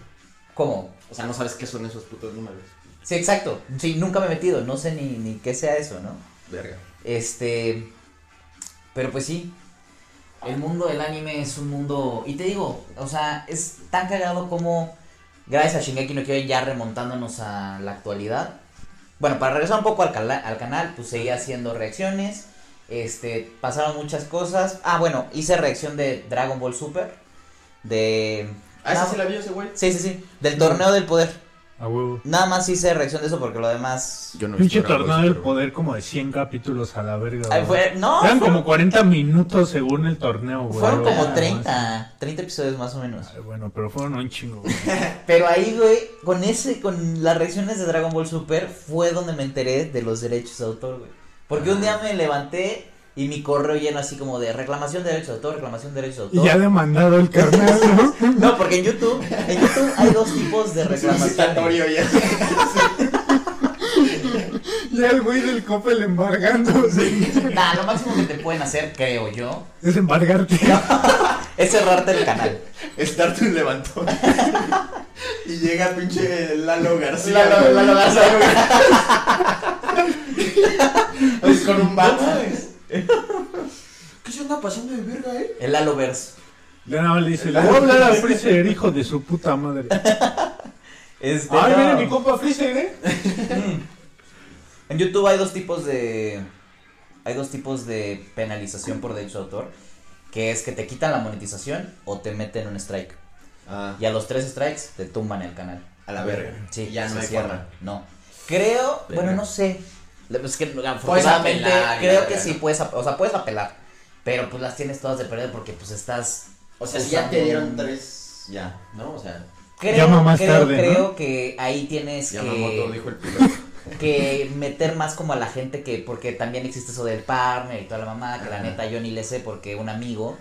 [SPEAKER 4] ¿Cómo?
[SPEAKER 3] O sea, no sabes qué son esos putos números.
[SPEAKER 4] Sí, exacto. Sí, nunca me he metido. No sé ni, ni qué sea eso, ¿no?
[SPEAKER 3] Verga.
[SPEAKER 4] Este. Pero pues sí. El mundo del anime es un mundo. Y te digo, o sea, es tan cagado como. Gracias a Shingeki no Kyojin ya remontándonos a la actualidad. Bueno, para regresar un poco al, cala- al canal, pues seguía haciendo reacciones. Este, pasaron muchas cosas. Ah, bueno, hice reacción de Dragon Ball Super. De.
[SPEAKER 3] Ah, esa
[SPEAKER 4] nada-
[SPEAKER 3] sí la vio ese güey.
[SPEAKER 4] Sí, sí, sí.
[SPEAKER 2] Mm.
[SPEAKER 4] Del torneo del poder.
[SPEAKER 2] A huevo.
[SPEAKER 4] Nada más hice reacción de eso porque lo demás.
[SPEAKER 3] Yo no
[SPEAKER 2] Pinche tornado del poder como de 100 capítulos a la verga.
[SPEAKER 4] Ay,
[SPEAKER 2] güey.
[SPEAKER 4] fue- no,
[SPEAKER 2] Eran
[SPEAKER 4] fue-
[SPEAKER 2] como 40 minutos según el torneo, güey.
[SPEAKER 4] Fueron
[SPEAKER 2] Algo
[SPEAKER 4] como
[SPEAKER 2] así.
[SPEAKER 4] 30, 30 episodios más o menos.
[SPEAKER 2] Ay, bueno, pero fueron un chingo, güey.
[SPEAKER 4] Pero ahí, güey, con ese, con las reacciones de Dragon Ball Super fue donde me enteré de los derechos de autor, güey. Porque un día me levanté y mi correo lleno así como de reclamación de derechos de autor, reclamación de derechos de
[SPEAKER 2] Y
[SPEAKER 4] autor.
[SPEAKER 2] ya demandado el carnal, ¿no?
[SPEAKER 4] No, porque en YouTube, en YouTube hay dos tipos de reclamaciones.
[SPEAKER 3] ya.
[SPEAKER 2] Ya el güey del copel embargando,
[SPEAKER 4] Nah, lo máximo que te pueden hacer, creo yo,
[SPEAKER 2] Es embargarte.
[SPEAKER 4] es cerrarte el canal.
[SPEAKER 3] Estar un levantón. y llega pinche Lalo García.
[SPEAKER 4] Lalo-
[SPEAKER 3] güey.
[SPEAKER 4] Lalo
[SPEAKER 3] Es con un bat. ¿Qué se anda pasando de verga, eh?
[SPEAKER 4] El Aloverse.
[SPEAKER 2] Ya no le dice, le voy a hablar a Freezer, hijo de su puta madre.
[SPEAKER 4] Este,
[SPEAKER 2] Ay,
[SPEAKER 4] no.
[SPEAKER 2] mire mi compa Freezer, ¿eh?
[SPEAKER 4] Mm. En YouTube hay dos tipos de. Hay dos tipos de penalización por derecho de autor. Que es que te quitan la monetización o te meten un strike.
[SPEAKER 3] Ah,
[SPEAKER 4] Y a los tres strikes te tumban el canal.
[SPEAKER 3] a la verga.
[SPEAKER 4] Sí,
[SPEAKER 3] Y ya
[SPEAKER 4] se
[SPEAKER 3] no hay
[SPEAKER 4] cierra.
[SPEAKER 3] forma.
[SPEAKER 4] No. Creo,
[SPEAKER 3] Verga. pues,
[SPEAKER 4] bueno, no sé. Pues, La- Es que afortunadamente
[SPEAKER 3] apelar,
[SPEAKER 4] creo
[SPEAKER 3] la
[SPEAKER 4] que
[SPEAKER 3] verga,
[SPEAKER 4] sí
[SPEAKER 3] ¿no?
[SPEAKER 4] puedes, ap- o sea, puedes apelar. Pero pues las tienes todas de perder porque pues estás.
[SPEAKER 3] O sea, si ya te dieron
[SPEAKER 4] usando-
[SPEAKER 3] tres, ya, ¿no? O sea,
[SPEAKER 4] Creo,
[SPEAKER 2] Llama más
[SPEAKER 4] creo,
[SPEAKER 2] tarde, ¿no?
[SPEAKER 4] creo que ahí tienes
[SPEAKER 3] ya
[SPEAKER 4] que.
[SPEAKER 3] Yamamoto dijo el piloto.
[SPEAKER 4] que meter más como a la gente que porque también existe eso del partner y toda la mamada que la
[SPEAKER 3] Ajá.
[SPEAKER 4] neta yo ni le sé porque un amigo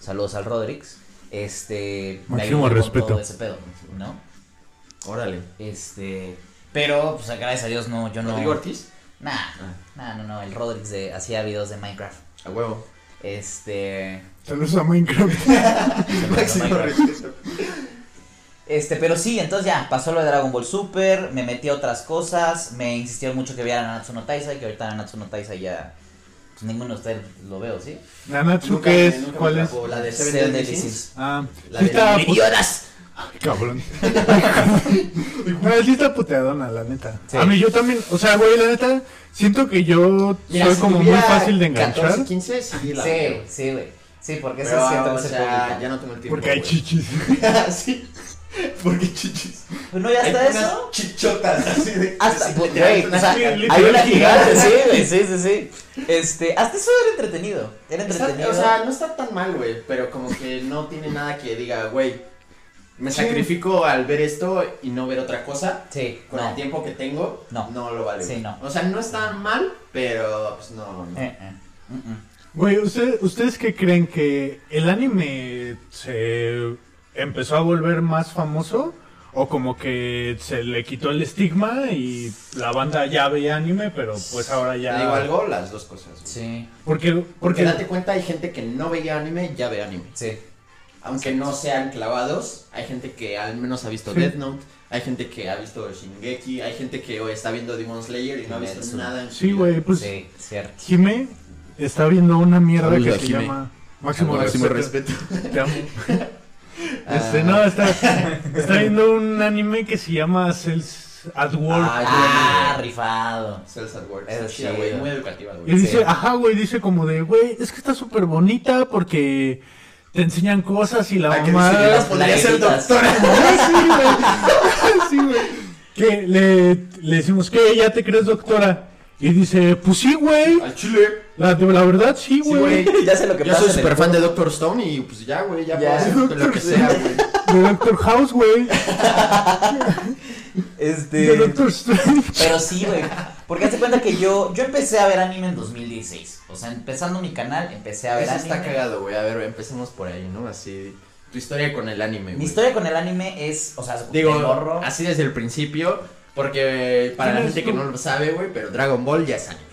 [SPEAKER 4] saludos al Rodrix este me
[SPEAKER 2] Máximo
[SPEAKER 4] ayudó con
[SPEAKER 2] respeto.
[SPEAKER 4] todo ese pedo no
[SPEAKER 3] Órale.
[SPEAKER 4] este pero pues gracias a Dios no yo no
[SPEAKER 3] ¿Rodrigo Ortiz?
[SPEAKER 4] nah
[SPEAKER 3] Ah.
[SPEAKER 4] nah no no el Rodrix de- hacía videos de Minecraft
[SPEAKER 3] A huevo.
[SPEAKER 4] este
[SPEAKER 2] Saludos a Minecraft.
[SPEAKER 3] Máximo
[SPEAKER 4] Minecraft.
[SPEAKER 3] respeto.
[SPEAKER 4] Este, pero sí, entonces ya, pasó lo de Dragon Ball Super, me metí a otras cosas, me insistieron mucho que viera Nanatsu no Taizai, que ahorita Nanatsu no Taizai ya, pues ninguno de ustedes lo veo, ¿sí?
[SPEAKER 2] Nanatsu, ¿qué
[SPEAKER 3] Nunca me-
[SPEAKER 2] es?
[SPEAKER 3] nunca me
[SPEAKER 2] ¿Cuál es?
[SPEAKER 3] atrapó. La de
[SPEAKER 4] Seven
[SPEAKER 3] Seven
[SPEAKER 4] Deadly
[SPEAKER 3] Deadly Sins.
[SPEAKER 4] Sins.
[SPEAKER 2] Ah,
[SPEAKER 3] La
[SPEAKER 2] sí
[SPEAKER 3] de
[SPEAKER 2] estaba a
[SPEAKER 4] ¡Idiotas!
[SPEAKER 2] pu- Cabrón. no, sí está puteadona, la neta.
[SPEAKER 4] Sí.
[SPEAKER 2] A mí yo también, o sea, güey, la neta, siento que yo
[SPEAKER 3] Mira,
[SPEAKER 2] soy
[SPEAKER 3] si
[SPEAKER 2] como muy
[SPEAKER 3] tuviera
[SPEAKER 2] fácil de enganchar.
[SPEAKER 3] 14, 15, sí, la veo,
[SPEAKER 4] Sí,
[SPEAKER 3] güey.
[SPEAKER 4] sí, güey. Sí, porque
[SPEAKER 3] Pero,
[SPEAKER 4] eso es cierto
[SPEAKER 3] o
[SPEAKER 4] que se
[SPEAKER 3] sea,
[SPEAKER 4] publica.
[SPEAKER 3] ya no tengo el tiempo.
[SPEAKER 2] porque hay
[SPEAKER 3] güey.
[SPEAKER 2] chichis.
[SPEAKER 3] sí. Porque chichis.
[SPEAKER 4] Pues no, ya
[SPEAKER 3] Hay
[SPEAKER 4] hasta
[SPEAKER 3] unas
[SPEAKER 4] eso.
[SPEAKER 3] Chichotas así de.
[SPEAKER 4] Hasta,
[SPEAKER 3] así,
[SPEAKER 4] pues,
[SPEAKER 3] literal,
[SPEAKER 4] güey, o
[SPEAKER 3] unas
[SPEAKER 4] sea,
[SPEAKER 3] chichis.
[SPEAKER 4] hay una
[SPEAKER 2] literal,
[SPEAKER 4] gigante, sí, güey, sí, sí, sí. Este, hasta eso era entretenido, era
[SPEAKER 3] Está-
[SPEAKER 4] entretenido.
[SPEAKER 3] o sea, no está tan mal, güey, pero como que no tiene nada que diga, güey, me
[SPEAKER 2] Sí.
[SPEAKER 3] sacrifico al ver esto y no ver otra cosa.
[SPEAKER 4] sí,
[SPEAKER 3] Con
[SPEAKER 4] no.
[SPEAKER 3] el tiempo que tengo,
[SPEAKER 4] No.
[SPEAKER 3] no, lo vale.
[SPEAKER 4] Sí,
[SPEAKER 3] güey.
[SPEAKER 4] no.
[SPEAKER 3] O sea, no está mal, pero pues no. no.
[SPEAKER 4] Eh, eh, mm, mm.
[SPEAKER 2] Güey, ¿usted- ¿ustedes qué creen que el anime se empezó a volver más famoso? ¿O como que se le quitó el estigma y la banda ya veía anime, pero pues ahora ya...
[SPEAKER 3] Te digo algo, las dos cosas. güey.
[SPEAKER 4] Sí,
[SPEAKER 2] Porque,
[SPEAKER 3] Porque
[SPEAKER 2] porque,
[SPEAKER 3] date cuenta, hay gente que no veía anime, ya ve anime.
[SPEAKER 4] sí.
[SPEAKER 3] Aunque no sean clavados, hay gente que al menos ha visto
[SPEAKER 2] Sí.
[SPEAKER 3] Death Note, hay gente que ha visto Shingeki, hay gente que hoy está viendo Demon Slayer y no ha visto
[SPEAKER 4] Kimetsu.
[SPEAKER 3] nada en su
[SPEAKER 2] sí,
[SPEAKER 3] vida.
[SPEAKER 2] güey, pues
[SPEAKER 4] sí, cierto.
[SPEAKER 2] Jime está viendo una mierda
[SPEAKER 5] Saludos
[SPEAKER 2] que
[SPEAKER 5] a
[SPEAKER 2] se
[SPEAKER 5] Jime.
[SPEAKER 2] llama...
[SPEAKER 5] Con
[SPEAKER 2] Máximo,
[SPEAKER 5] máximo
[SPEAKER 2] respeto.
[SPEAKER 5] respeto.
[SPEAKER 2] Te amo. Este, no, está, está viendo un anime que se llama Cells at Work.
[SPEAKER 3] Ah,
[SPEAKER 4] Ah, rifado.
[SPEAKER 3] Cells at Work.
[SPEAKER 4] Eso
[SPEAKER 3] Está chida,
[SPEAKER 4] sí,
[SPEAKER 3] güey,
[SPEAKER 4] güey.
[SPEAKER 3] muy educativa,
[SPEAKER 2] Y
[SPEAKER 3] güey.
[SPEAKER 2] dice, "Ah,
[SPEAKER 4] Sí.
[SPEAKER 2] ajá, güey, dice como de, güey, es que está súper bonita porque te enseñan cosas y la
[SPEAKER 3] Ah, que
[SPEAKER 2] mamá...
[SPEAKER 3] dice que las podría ser
[SPEAKER 4] Larguitas.
[SPEAKER 3] doctora.
[SPEAKER 2] Sí, güey. Que le, le decimos, ¿qué? ¿Ya te crees doctora? Y dice, pues sí, güey.
[SPEAKER 3] Al chile.
[SPEAKER 2] La, la verdad, sí,
[SPEAKER 3] Sí,
[SPEAKER 2] güey.
[SPEAKER 3] güey.
[SPEAKER 4] Ya sé lo que
[SPEAKER 3] Yo
[SPEAKER 4] pasa
[SPEAKER 3] soy
[SPEAKER 4] en el
[SPEAKER 3] súper fan de
[SPEAKER 4] foro.
[SPEAKER 3] Doctor Stone y pues ya, güey, ya,
[SPEAKER 4] Ya.
[SPEAKER 3] puedo hacer lo que sea, güey.
[SPEAKER 2] De Doctor House, güey. De
[SPEAKER 4] Este.
[SPEAKER 2] Doctor Strange.
[SPEAKER 4] Pero sí, güey. Porque hazte cuenta que yo, yo empecé a ver anime en 2016. O sea, empezando mi canal, empecé a ver
[SPEAKER 3] Eso
[SPEAKER 4] anime.
[SPEAKER 3] está cagado, güey. A ver, empecemos por ahí, ¿no? Así, tu historia con el anime, güey.
[SPEAKER 4] Mi historia con el anime es, o sea,
[SPEAKER 3] Digo,
[SPEAKER 4] de gorro.
[SPEAKER 3] así desde el principio, porque para la
[SPEAKER 2] ¿Quién eres
[SPEAKER 3] gente que
[SPEAKER 2] tú?
[SPEAKER 3] no lo sabe, güey, pero Dragon Ball ya es anime.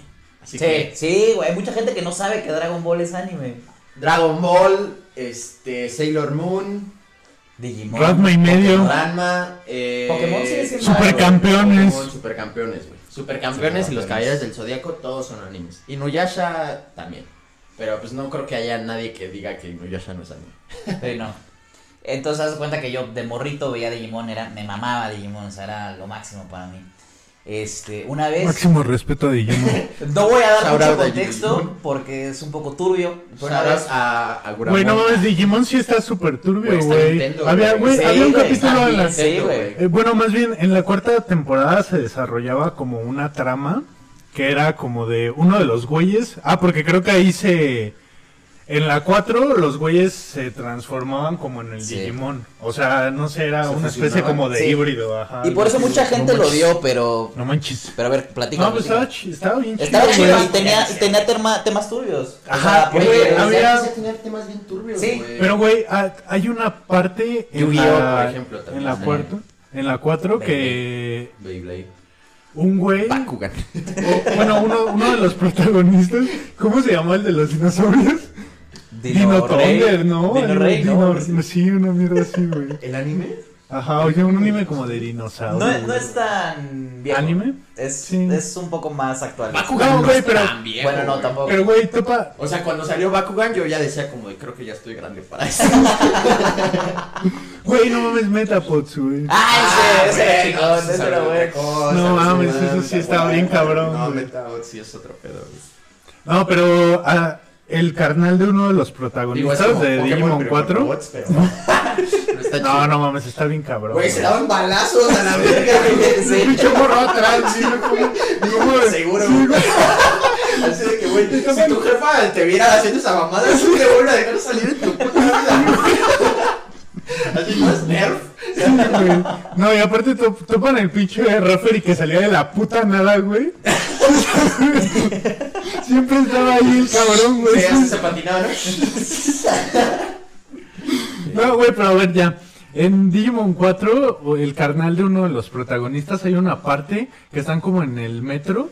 [SPEAKER 3] Así
[SPEAKER 4] Sí,
[SPEAKER 3] que
[SPEAKER 4] sí, güey. Hay mucha gente que no sabe que Dragon Ball es anime.
[SPEAKER 3] Dragon Ball, este, Sailor Moon,
[SPEAKER 4] Digimon.
[SPEAKER 2] Ranma y medio.
[SPEAKER 3] Ranma, eh,
[SPEAKER 4] Pokémon sigue siendo
[SPEAKER 2] Supercampeones.
[SPEAKER 3] Pokémon, supercampeones, güey. Supercampeones y los Caballeros del Zodíaco, todos son animes. Y Nuyasha también. Pero pues no creo que haya nadie que diga que Nuyasha no es anime.
[SPEAKER 4] Sí, no. Entonces, haz de cuenta que yo de morrito veía Digimon, era, me mamaba Digimon, o sea, era lo máximo para mí. Este, una vez.
[SPEAKER 2] Máximo respeto a Digimon.
[SPEAKER 4] No voy a dar
[SPEAKER 3] Shout
[SPEAKER 4] mucho
[SPEAKER 3] out a
[SPEAKER 4] contexto
[SPEAKER 3] Digimon.
[SPEAKER 4] porque es un poco turbio. Pero una
[SPEAKER 3] Shoutouts
[SPEAKER 4] vez-
[SPEAKER 3] a, a Guramon.
[SPEAKER 2] Güey, no mames, Digimon sí está súper
[SPEAKER 3] Güey,
[SPEAKER 2] turbio,
[SPEAKER 3] está
[SPEAKER 2] güey.
[SPEAKER 3] Nintendo,
[SPEAKER 2] Había,
[SPEAKER 3] güey.
[SPEAKER 2] güey,
[SPEAKER 4] Sí,
[SPEAKER 2] había un
[SPEAKER 4] güey,
[SPEAKER 2] capítulo en la...
[SPEAKER 4] también. Sí, güey.
[SPEAKER 2] Eh, bueno, más bien, en la cuarta temporada se desarrollaba como una trama que era como de uno de los güeyes. Ah, porque creo que ahí se. En la 4 los güeyes se transformaban como en el
[SPEAKER 3] Sí.
[SPEAKER 2] Digimon. O sea, no sé, era
[SPEAKER 3] Se
[SPEAKER 2] una especie
[SPEAKER 3] fusionaban.
[SPEAKER 2] como de
[SPEAKER 4] Sí.
[SPEAKER 2] híbrido. Ajá,
[SPEAKER 4] y
[SPEAKER 2] algo
[SPEAKER 4] por eso
[SPEAKER 2] así.
[SPEAKER 4] mucha gente
[SPEAKER 2] no
[SPEAKER 4] lo
[SPEAKER 2] manches.
[SPEAKER 4] vio, pero.
[SPEAKER 2] No manches.
[SPEAKER 4] Pero a ver, platica.
[SPEAKER 2] No, pues
[SPEAKER 4] platica.
[SPEAKER 2] estaba, chi- estaba bien chido.
[SPEAKER 4] Estaba
[SPEAKER 2] güey.
[SPEAKER 4] chido y tenía, y tenía terma- temas turbios. O
[SPEAKER 2] Ajá,
[SPEAKER 4] sea, porque-
[SPEAKER 2] güey,
[SPEAKER 3] Güey,
[SPEAKER 2] había-
[SPEAKER 3] empecé a tener temas bien turbios,
[SPEAKER 4] Sí,
[SPEAKER 3] güey.
[SPEAKER 2] Pero, güey, ha- hay una parte en
[SPEAKER 3] Yu-Gi-Oh,
[SPEAKER 2] la,
[SPEAKER 3] por ejemplo, también.
[SPEAKER 2] en la
[SPEAKER 3] Sí.
[SPEAKER 2] cuarta. En la 4 que
[SPEAKER 3] Beyblade.
[SPEAKER 2] un güey.
[SPEAKER 3] Bakugan.
[SPEAKER 2] O, bueno, uno, uno de los protagonistas, ¿cómo se llama el de los dinosaurios? Dino,
[SPEAKER 4] Rey.
[SPEAKER 2] Thunder, ¿no?
[SPEAKER 4] Dino
[SPEAKER 2] El-
[SPEAKER 4] Rey, ¿no?
[SPEAKER 2] Dino- sí, una mierda así, güey.
[SPEAKER 3] ¿El anime?
[SPEAKER 2] Ajá, oye, un anime como de dinosaurio.
[SPEAKER 4] No, no
[SPEAKER 2] güey.
[SPEAKER 4] es tan viejo.
[SPEAKER 2] ¿Anime?
[SPEAKER 4] Es,
[SPEAKER 2] Sí.
[SPEAKER 4] es un poco más actual.
[SPEAKER 2] No, güey, pero-
[SPEAKER 3] viejo,
[SPEAKER 4] Bueno, no,
[SPEAKER 3] güey.
[SPEAKER 4] tampoco.
[SPEAKER 2] Pero, güey, topa.
[SPEAKER 3] O sea, cuando salió Bakugan yo ya decía como de creo que ya estoy grande para eso.
[SPEAKER 2] Güey, no mames, Metapods, güey.
[SPEAKER 4] Ah, ese, ese
[SPEAKER 3] güey, no,
[SPEAKER 4] era
[SPEAKER 3] eso
[SPEAKER 4] chingón, ese
[SPEAKER 3] es
[SPEAKER 4] era
[SPEAKER 3] otra
[SPEAKER 4] bueno.
[SPEAKER 3] cosa,
[SPEAKER 2] No
[SPEAKER 3] eso es
[SPEAKER 2] mames,
[SPEAKER 3] otra
[SPEAKER 2] eso sí
[SPEAKER 3] cosa,
[SPEAKER 2] está
[SPEAKER 3] güey.
[SPEAKER 2] bien cabrón,
[SPEAKER 3] No,
[SPEAKER 2] güey.
[SPEAKER 3] Metabots sí es otro pedo. güey.
[SPEAKER 2] No, pero ah, el carnal de uno de los protagonistas
[SPEAKER 3] como
[SPEAKER 2] de
[SPEAKER 3] Pokémon,
[SPEAKER 2] Digimon
[SPEAKER 3] pero
[SPEAKER 2] 4.
[SPEAKER 3] Metabots, pero no. está
[SPEAKER 2] No,
[SPEAKER 3] chido.
[SPEAKER 2] no mames, está bien cabrón.
[SPEAKER 3] Güey, se daban balazos a la verga, güey.
[SPEAKER 4] Sí.
[SPEAKER 3] Pinche morro atrás, sí, güey, como- como de seguro, güey. Así de que, güey, si tu jefa te viera haciendo esa mamada, sí te vuelve a dejar salir en tu puta vida, güey. Así no es nerf.
[SPEAKER 2] Sí, güey. No, y aparte to- topan el pinche referee que salía de la puta nada, güey. Siempre estaba ahí el cabrón, güey.
[SPEAKER 3] Se hace se patinaba, ¿no?
[SPEAKER 2] No, güey, pero a ver ya. En Digimon 4, o el carnal de uno de los protagonistas, hay una parte que están como en el metro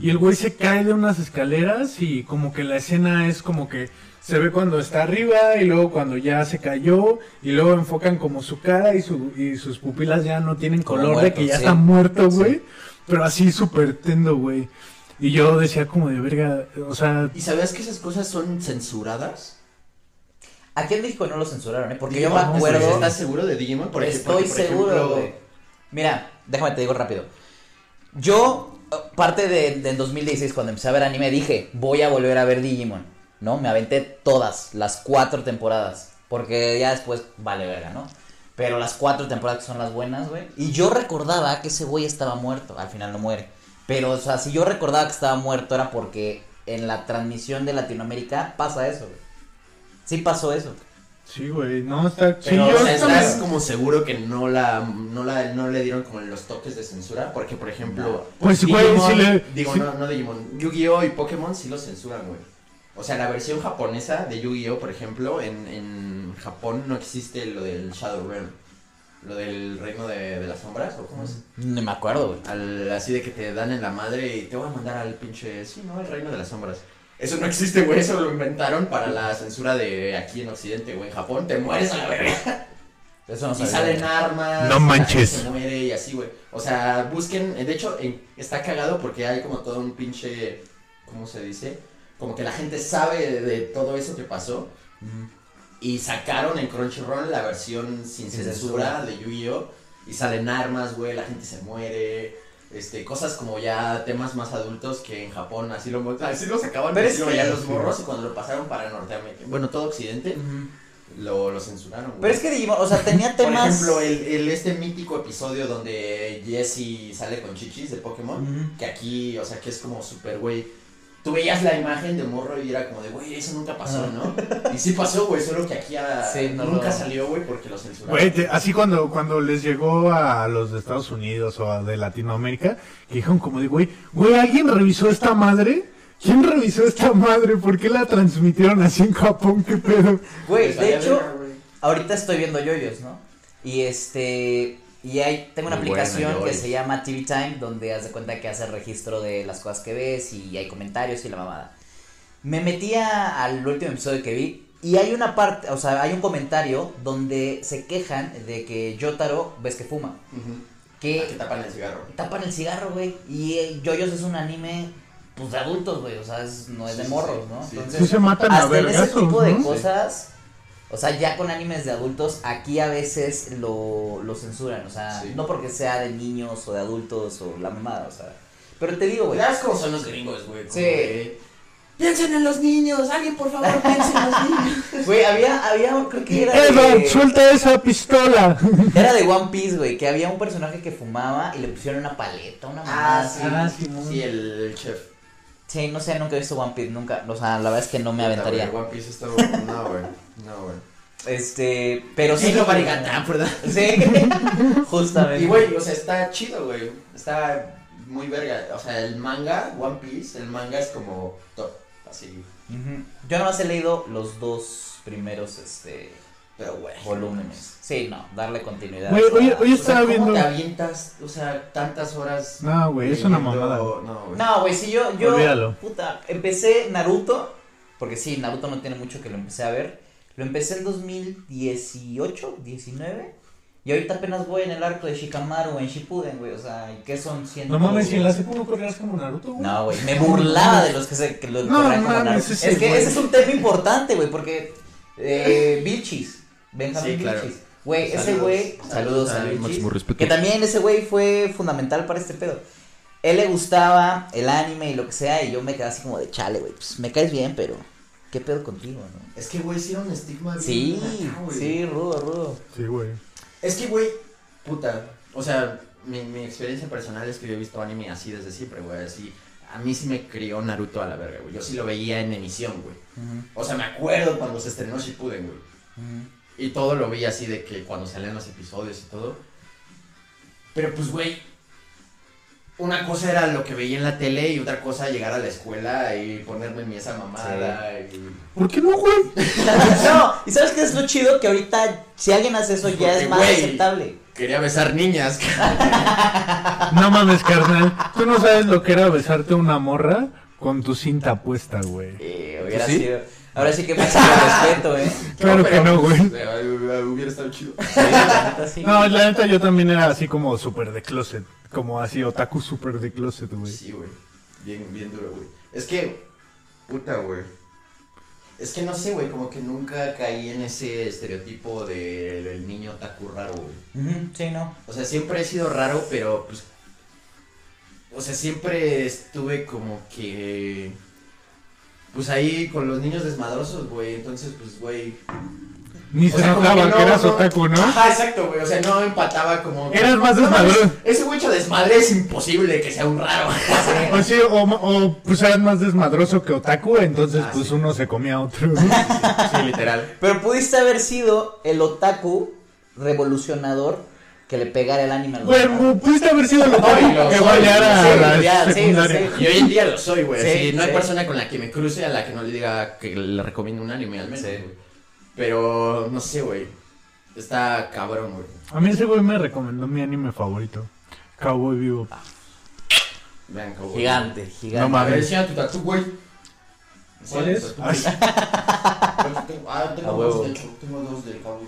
[SPEAKER 2] y el güey se cae de unas escaleras y como que la escena es como que se ve cuando está arriba y luego cuando ya se cayó y luego enfocan como su cara y, su, y sus pupilas ya no tienen
[SPEAKER 4] Como
[SPEAKER 2] color de
[SPEAKER 4] muerto,
[SPEAKER 2] que ya
[SPEAKER 4] sí.
[SPEAKER 2] está muerto, güey. Pero así súper tendo, güey. Y yo decía como de verga, o sea,
[SPEAKER 3] ¿Y sabías que esas cosas son censuradas?
[SPEAKER 4] Aquí en México no lo censuraron, ¿eh? Porque yo me
[SPEAKER 3] Digimon, güey,
[SPEAKER 4] acuerdo.
[SPEAKER 3] ¿Estás seguro de Digimon? Por ej-
[SPEAKER 4] estoy
[SPEAKER 3] porque, por
[SPEAKER 4] seguro,
[SPEAKER 3] ejemplo,
[SPEAKER 4] güey. Mira, déjame te digo rápido. Yo, eh, parte de- del 2016, cuando empecé a ver anime, dije, voy a volver a ver Digimon. ¿No? Me aventé todas, las cuatro temporadas. Porque ya después vale verga, ¿no? Pero las cuatro temporadas que son las buenas, güey. Y yo recordaba que ese güey estaba muerto. Al final no muere. Pero, o sea, si yo recordaba que estaba muerto era porque en la transmisión de Latinoamérica pasa eso, güey. Sí pasó eso.
[SPEAKER 2] Sí, güey, no, está... Sí,
[SPEAKER 3] Pero,
[SPEAKER 2] yo
[SPEAKER 3] o sea,
[SPEAKER 2] también-
[SPEAKER 3] ¿estás como seguro que no la, no la, no le dieron como los toques de censura? Porque, por ejemplo,
[SPEAKER 2] Pues, güey, sí le-
[SPEAKER 3] digo,
[SPEAKER 2] sí.
[SPEAKER 3] no, no Digimon, Yu-Gi-Oh! y Pokémon sí lo censuran, güey. O sea, la versión japonesa de Yu-Gi-Oh! por ejemplo, en, en Japón no existe lo del Shadow Realm, lo del reino de, de las sombras, o cómo es.
[SPEAKER 4] No me acuerdo, güey.
[SPEAKER 3] Al- así de que te dan en la madre y te voy a mandar al pinche, sí, ¿no? El reino de las sombras. Eso no existe, güey, eso lo inventaron para la censura de aquí en Occidente, güey, en Japón, te mueres a la verga.
[SPEAKER 4] Eso no
[SPEAKER 3] Y
[SPEAKER 4] sabía.
[SPEAKER 3] salen armas.
[SPEAKER 2] No
[SPEAKER 3] y la
[SPEAKER 2] manches.
[SPEAKER 3] gente Se muere y así, güey. O sea, busquen. eh, De hecho, en- está cagado porque hay como todo un pinche. ¿Cómo se dice? Como que la gente sabe de, de todo eso que pasó.
[SPEAKER 4] Ujú.
[SPEAKER 3] Y sacaron en Crunchyroll la versión sin
[SPEAKER 4] Sin
[SPEAKER 3] censura de Yu-Gi-Oh! Y salen armas, güey. La gente se muere. Este, cosas como ya temas más adultos que en Japón así lo así los acaban
[SPEAKER 4] Pero
[SPEAKER 3] de
[SPEAKER 4] es
[SPEAKER 3] decir
[SPEAKER 4] que-
[SPEAKER 3] ya los morros y cuando lo pasaron para Norteamérica bueno todo Occidente lo, lo censuraron güey.
[SPEAKER 4] Pero es que Digimon, o sea, tenía
[SPEAKER 3] Por
[SPEAKER 4] temas.
[SPEAKER 3] ejemplo, el, el- este mítico episodio donde Jesse sale con chichis de Pokémon,
[SPEAKER 4] Ujú.
[SPEAKER 3] que aquí, o sea, que es como super, güey. Tú veías la imagen de morro y era como de, güey, eso nunca pasó, ¿no? Y sí pasó, güey, solo que aquí a-
[SPEAKER 4] Sí, no
[SPEAKER 3] nunca
[SPEAKER 4] lo-
[SPEAKER 3] salió, güey, porque lo censuraron.
[SPEAKER 2] Güey, te- así cuando, cuando les llegó a los de Estados Unidos o a de Latinoamérica, que dijeron como de, güey, güey, ¿alguien revisó esta madre? ¿Quién revisó esta madre? ¿Por qué la transmitieron así en Japón? ¿Qué pedo?
[SPEAKER 4] Güey,
[SPEAKER 3] Les valía
[SPEAKER 4] de hecho,
[SPEAKER 3] verga, güey.
[SPEAKER 4] ahorita estoy viendo yoyos, ¿no? Y este. Y hay, tengo una
[SPEAKER 3] Muy buena,
[SPEAKER 4] aplicación que
[SPEAKER 3] Yoyos.
[SPEAKER 4] se llama TV Time, donde haz de cuenta que hace registro de las cosas que ves y hay comentarios y la mamada. Me metí a- al último episodio que vi y hay una parte, o sea, hay un comentario donde se quejan de que Yotaro ves que fuma.
[SPEAKER 3] Ujú.
[SPEAKER 4] Que
[SPEAKER 3] Ah, que tapan el cigarro.
[SPEAKER 4] tapan el cigarro, güey. Y eh, Yoyos es un anime, pues de adultos, güey. O sea, es- no es
[SPEAKER 3] Sí,
[SPEAKER 4] de
[SPEAKER 3] sí,
[SPEAKER 4] morros,
[SPEAKER 3] sí,
[SPEAKER 4] ¿no?
[SPEAKER 3] sí.
[SPEAKER 2] Sí se matan a
[SPEAKER 4] hasta en ese
[SPEAKER 2] vergazos,
[SPEAKER 4] tipo de
[SPEAKER 2] ¿no?
[SPEAKER 4] cosas, o sea, ya con animes de adultos, aquí a veces lo, lo censuran, o sea,
[SPEAKER 3] Sí.
[SPEAKER 4] no porque sea de niños o de adultos o la mamada, o sea. Pero te digo, güey.
[SPEAKER 3] ¿Sabes cómo son los gringos, güey? Como
[SPEAKER 4] Sí.
[SPEAKER 3] de, Piensen en los niños, alguien por favor piensen en los niños.
[SPEAKER 4] Güey, había, había, creo que era
[SPEAKER 2] Edward,
[SPEAKER 4] de,
[SPEAKER 2] suelta esa pistola.
[SPEAKER 4] era de One Piece, güey, que había un personaje que fumaba y le pusieron una paleta, una mamada.
[SPEAKER 3] Ah, sí.
[SPEAKER 2] Ah, Simón.
[SPEAKER 3] sí, el chef.
[SPEAKER 4] Sí, no sé, nunca he visto One Piece, nunca, o sea, la verdad es que no me
[SPEAKER 3] Puta, güey,
[SPEAKER 4] aventaría.
[SPEAKER 3] One Piece está- No, güey. No, güey.
[SPEAKER 4] Este, pero sí.
[SPEAKER 3] lo
[SPEAKER 4] Sí, justamente.
[SPEAKER 3] Y, güey, o sea, está chido, güey. Está muy verga. O sea, el manga, One Piece, el manga es como top. Así.
[SPEAKER 4] Ujú. Yo nomás he leído los dos primeros este
[SPEAKER 3] Pero, güey.
[SPEAKER 4] volúmenes. Sí, no, darle continuidad.
[SPEAKER 2] Güey, oye, oye,
[SPEAKER 3] O sea,
[SPEAKER 2] estaba
[SPEAKER 3] ¿cómo
[SPEAKER 2] viendo...
[SPEAKER 3] te avientas, o sea, tantas horas?
[SPEAKER 2] No, güey, es una
[SPEAKER 3] leyendo?
[SPEAKER 2] mamada.
[SPEAKER 3] No, güey.
[SPEAKER 4] No, güey, si yo, yo
[SPEAKER 2] Olvídalo.
[SPEAKER 4] puta, empecé Naruto, porque sí, Naruto no tiene mucho que lo empecé a ver. Lo empecé en 2018, 19. Y ahorita apenas voy en el arco de Shikamaru en Shippuden, güey. O sea, ¿y ¿qué son 100?
[SPEAKER 2] No mames, si en la secu no corrías como Naruto, güey.
[SPEAKER 4] No, güey, me burlaba de los que se que lo
[SPEAKER 2] No
[SPEAKER 4] corrían como
[SPEAKER 2] mames,
[SPEAKER 4] Naruto.
[SPEAKER 2] ese
[SPEAKER 4] es que
[SPEAKER 2] güey.
[SPEAKER 4] ese es un tema importante, güey, porque eh, Vilchis, Benjamin
[SPEAKER 3] Sí, claro.
[SPEAKER 4] Vilchis. Güey, ese
[SPEAKER 3] Saludos.
[SPEAKER 4] güey, saludos a
[SPEAKER 3] Saludos,
[SPEAKER 4] Vilchis,
[SPEAKER 5] máximo respeto.
[SPEAKER 4] que también ese güey fue fundamental para este pedo. Él le gustaba el anime y lo que sea, y yo me quedé así como de chale, güey, pues me caes bien, pero ¿qué pedo contigo, no?
[SPEAKER 3] Es que, güey, sí era un estigma. bien
[SPEAKER 4] Sí,
[SPEAKER 3] acá, güey.
[SPEAKER 4] sí, rudo, rudo.
[SPEAKER 2] Sí, güey.
[SPEAKER 3] Es que, güey, puta. O sea, mi, mi experiencia personal es que yo he visto anime así desde siempre, güey. Así. A mí sí me crió Naruto a la verga, güey. Yo sí lo veía en emisión, güey.
[SPEAKER 4] Ujú,
[SPEAKER 3] O sea, me acuerdo cuando se estrenó Shippuden, güey.
[SPEAKER 4] ujú.
[SPEAKER 3] Y todo lo vi así de que cuando salían los episodios y todo. Pero pues, güey. Una cosa era lo que veía en la tele y otra cosa llegar a la escuela y ponerme en mi esa mamada. y-
[SPEAKER 2] ¿Por qué no, güey?
[SPEAKER 4] no, y sabes qué es lo chido que ahorita si alguien hace eso ya
[SPEAKER 3] Porque,
[SPEAKER 4] es más
[SPEAKER 3] güey,
[SPEAKER 4] aceptable.
[SPEAKER 3] Quería besar niñas.
[SPEAKER 2] No mames, carnal. Tú no sabes lo que era besarte a una morra con tu cinta puesta, güey.
[SPEAKER 4] Eh, hubiera
[SPEAKER 5] ¿Sí?
[SPEAKER 4] sido. Ahora sí que me hace respeto, ¿eh?
[SPEAKER 2] Claro que
[SPEAKER 3] pero,
[SPEAKER 2] no, güey.
[SPEAKER 3] pues, eh, Hubiera estado chido.
[SPEAKER 4] La neta sí.
[SPEAKER 2] No, la neta yo también era así como super de closet. Como así, otaku super de closet, güey.
[SPEAKER 3] Sí, güey. Bien, bien duro, güey. Es que, puta, güey. Es que no sé, güey, como que nunca caí en ese estereotipo de- del niño tacu raro, güey.
[SPEAKER 4] Ujú, Sí, no.
[SPEAKER 3] O sea, siempre he sido raro, pero pues. O sea, siempre estuve como que. Pues ahí con los niños desmadrosos, güey. Entonces, pues, güey.
[SPEAKER 2] Ni
[SPEAKER 3] o
[SPEAKER 2] se
[SPEAKER 3] sea, como
[SPEAKER 2] notaba
[SPEAKER 3] no,
[SPEAKER 2] que eras
[SPEAKER 3] no-
[SPEAKER 2] otaku, ¿no?
[SPEAKER 3] Ajá, exacto, güey. O sea, no empataba como.
[SPEAKER 2] Eras más
[SPEAKER 3] No mames,
[SPEAKER 2] desmadroso.
[SPEAKER 3] Ese güey hecho desmadre es imposible que sea un raro.
[SPEAKER 2] O sí, o, o, pues eras más desmadroso que otaku, entonces
[SPEAKER 3] Ah,
[SPEAKER 2] pues
[SPEAKER 3] sí.
[SPEAKER 2] uno se comía a otro.
[SPEAKER 3] sí, literal.
[SPEAKER 4] Pero pudiste haber sido el otaku revolucionador que le pegara el anime a los demás.
[SPEAKER 2] Bueno, pudiste haber sido el
[SPEAKER 3] Ay,
[SPEAKER 2] otaku
[SPEAKER 3] lo
[SPEAKER 2] que
[SPEAKER 3] soy,
[SPEAKER 2] vayara
[SPEAKER 3] lo
[SPEAKER 2] a
[SPEAKER 3] soy,
[SPEAKER 2] la
[SPEAKER 4] ya, sí,
[SPEAKER 2] secundaria.
[SPEAKER 4] sí,
[SPEAKER 3] Y hoy en día lo soy, güey.
[SPEAKER 4] Sí,
[SPEAKER 3] así, no
[SPEAKER 4] sí.
[SPEAKER 3] hay persona con la que me cruce a la que no le diga que le recomiendo un anime, al menos.
[SPEAKER 4] Sí.
[SPEAKER 3] güey. Pero, no sé, güey. Está cabrón, güey.
[SPEAKER 2] A mí ese güey me recomendó mi anime favorito, Cowboy Vivo.
[SPEAKER 3] Ah. Vean, cabrón.
[SPEAKER 4] Gigante, gigante.
[SPEAKER 2] No
[SPEAKER 3] A ver,
[SPEAKER 2] mames.
[SPEAKER 3] enseña tu tatu, güey.
[SPEAKER 2] ¿Cuál es?
[SPEAKER 3] Ah, sí. Ah,
[SPEAKER 4] A
[SPEAKER 3] tengo
[SPEAKER 4] huevo.
[SPEAKER 3] dos, de hecho. Tengo dos del cabrón.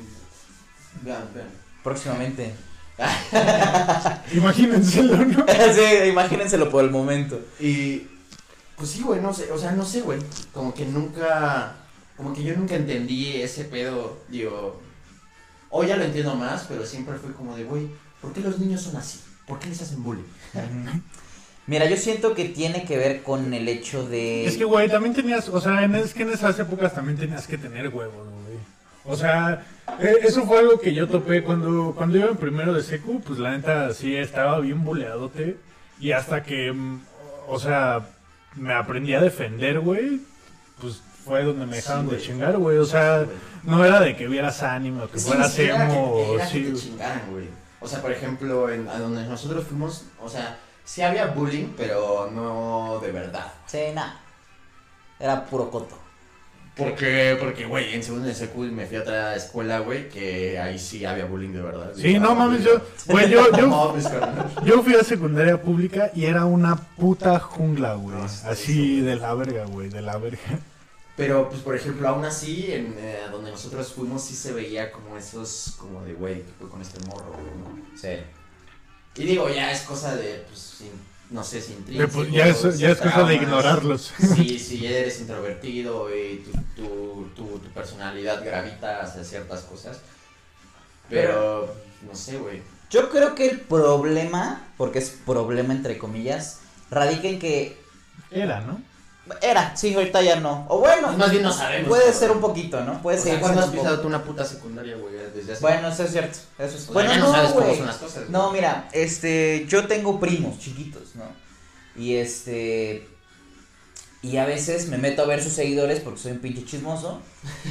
[SPEAKER 3] Vean, vean.
[SPEAKER 4] Próximamente.
[SPEAKER 2] Imagínenselo, ¿no?
[SPEAKER 4] sí, imagínenselo por el momento.
[SPEAKER 3] Y pues sí, güey, no sé, o sea, no sé, güey, como que nunca, como que yo nunca entendí ese pedo, digo, hoy ya lo entiendo más, pero siempre fue como de, güey, ¿por qué los niños son así? ¿Por qué les hacen bullying?
[SPEAKER 4] Ujú. Mira, yo siento que tiene que ver con el hecho de.
[SPEAKER 2] Es que, güey, también tenías, o sea, en, es que en esas épocas también tenías que tener huevos, güey. O sea, e- eso fue algo que yo topé cuando, cuando iba en primero de secu, pues la neta sí estaba bien buleadote. Y hasta que, mm, o sea, me aprendí a defender, güey, pues fue donde me
[SPEAKER 3] Sí,
[SPEAKER 2] dejaron de
[SPEAKER 3] güey.
[SPEAKER 2] chingar, güey. O sea, no era de que vieras anime o que
[SPEAKER 3] Sí,
[SPEAKER 2] fueras
[SPEAKER 3] ni siquiera
[SPEAKER 2] emo,
[SPEAKER 3] que- era
[SPEAKER 2] o
[SPEAKER 3] que
[SPEAKER 2] sí.
[SPEAKER 3] te chingaran, güey. O sea, por ejemplo, en, a donde nosotros fuimos, o sea, sí había bullying, pero no de verdad.
[SPEAKER 4] Sí, nada. Era puro coto.
[SPEAKER 3] Porque, porque, güey, en segundo de secu me fui a otra escuela, güey, que ahí sí había bullying de verdad.
[SPEAKER 2] Sí, no mames, yo, güey, yo,
[SPEAKER 3] No
[SPEAKER 2] yo,
[SPEAKER 3] mames, carnal.
[SPEAKER 2] Yo fui a secundaria pública y era una puta jungla, güey.
[SPEAKER 3] No, Ah, sí,
[SPEAKER 2] Así
[SPEAKER 3] sí.
[SPEAKER 2] de la verga, güey, de la verga.
[SPEAKER 3] Pero, pues, por ejemplo, aún así, en eh, donde nosotros fuimos, sí se veía como esos, como de, güey, ¿qué fue con este morro, güey, ¿no?
[SPEAKER 4] Sí.
[SPEAKER 3] Y digo, ya es cosa de, pues, sin- no sé, sin
[SPEAKER 2] De, pues, ya es, ya es cosa de ignorarlos.
[SPEAKER 3] Ah, Sí, sí, eres introvertido y tu, tu, tu, tu personalidad gravita hacia ciertas cosas. Pero, no sé, güey.
[SPEAKER 4] Yo creo que el problema, porque es problema entre comillas, radica en que.
[SPEAKER 2] Era, ¿no?
[SPEAKER 4] Era, sí, ahorita ya no. O bueno,
[SPEAKER 3] Pues más bien no sabemos,
[SPEAKER 4] Puede
[SPEAKER 3] cabrón.
[SPEAKER 4] ser un poquito, ¿no? Puede
[SPEAKER 3] O sea,
[SPEAKER 4] ser.
[SPEAKER 3] ¿cuándo has pisado tú una puta secundaria, güey? Desde hace...
[SPEAKER 4] Bueno, eso es cierto. Eso
[SPEAKER 3] O
[SPEAKER 4] es...
[SPEAKER 3] sea,
[SPEAKER 4] Bueno,
[SPEAKER 3] ya no, sabes cómo
[SPEAKER 4] güey.
[SPEAKER 3] son las cosas.
[SPEAKER 4] No,
[SPEAKER 3] güey.
[SPEAKER 4] mira, este, yo tengo primos chiquitos, ¿no? Y este, y a veces me meto a ver sus seguidores porque soy un pinche chismoso.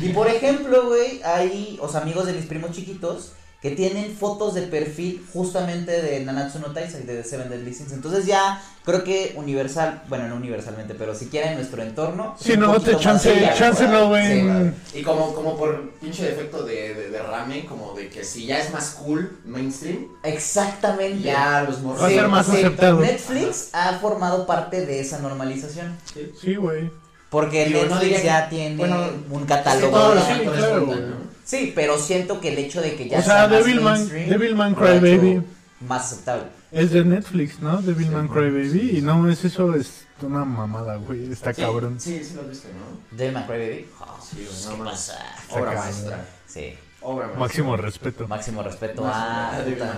[SPEAKER 4] Y por ejemplo, güey, hay, os amigos de mis primos chiquitos que tienen fotos de perfil justamente de Nanatsu no Taizai, de The Seven Deadly Sins. Entonces ya creo que universal, bueno, no universalmente, pero siquiera en nuestro entorno.
[SPEAKER 2] Sí,
[SPEAKER 4] un
[SPEAKER 2] no,
[SPEAKER 4] poquito
[SPEAKER 2] te
[SPEAKER 4] más
[SPEAKER 2] chance-
[SPEAKER 4] de-
[SPEAKER 2] chance no ven-
[SPEAKER 4] Sí,
[SPEAKER 2] Mm.
[SPEAKER 3] Y como, como por pinche defecto de, de, de ramen, como de que si ya es más cool, mainstream,
[SPEAKER 4] exactamente.
[SPEAKER 3] ya los morros.
[SPEAKER 2] Va a ser más aceptado.
[SPEAKER 4] Netflix ha formado parte de esa normalización.
[SPEAKER 3] Sí.
[SPEAKER 2] Sí, güey.
[SPEAKER 4] Porque
[SPEAKER 3] Digo, no
[SPEAKER 4] Netflix
[SPEAKER 3] diría-
[SPEAKER 4] ya tiene
[SPEAKER 3] bueno,
[SPEAKER 4] un
[SPEAKER 3] Es que
[SPEAKER 4] catálogo.
[SPEAKER 3] todos los
[SPEAKER 2] Sí,
[SPEAKER 3] actores
[SPEAKER 2] claro,
[SPEAKER 3] cuentan,
[SPEAKER 2] güey.
[SPEAKER 3] ¿no?
[SPEAKER 4] Sí, pero siento que el hecho de que ya
[SPEAKER 2] O
[SPEAKER 4] sea
[SPEAKER 2] sea,
[SPEAKER 4] más
[SPEAKER 2] Devilman
[SPEAKER 4] mainstream,
[SPEAKER 2] Devilman
[SPEAKER 4] lo ha hecho
[SPEAKER 2] Crybaby
[SPEAKER 4] más aceptable.
[SPEAKER 2] es de Netflix, ¿no? Devilman
[SPEAKER 3] Sí.
[SPEAKER 2] Crybaby. Y no, es eso, es una mamada, güey. Está
[SPEAKER 3] Sí,
[SPEAKER 2] cabrón.
[SPEAKER 3] Sí, sí lo has visto, ¿no?
[SPEAKER 4] Devilman Crybaby. Oh,
[SPEAKER 3] Sí, güey, no
[SPEAKER 4] ¿Qué
[SPEAKER 3] mames.
[SPEAKER 4] pasa?
[SPEAKER 3] Obra
[SPEAKER 2] cabrón.
[SPEAKER 3] maestra.
[SPEAKER 4] Sí,
[SPEAKER 3] Obra maestra.
[SPEAKER 2] Máximo respeto.
[SPEAKER 4] máximo respeto.
[SPEAKER 3] Máximo
[SPEAKER 4] Ah,
[SPEAKER 3] respeto.
[SPEAKER 4] puta.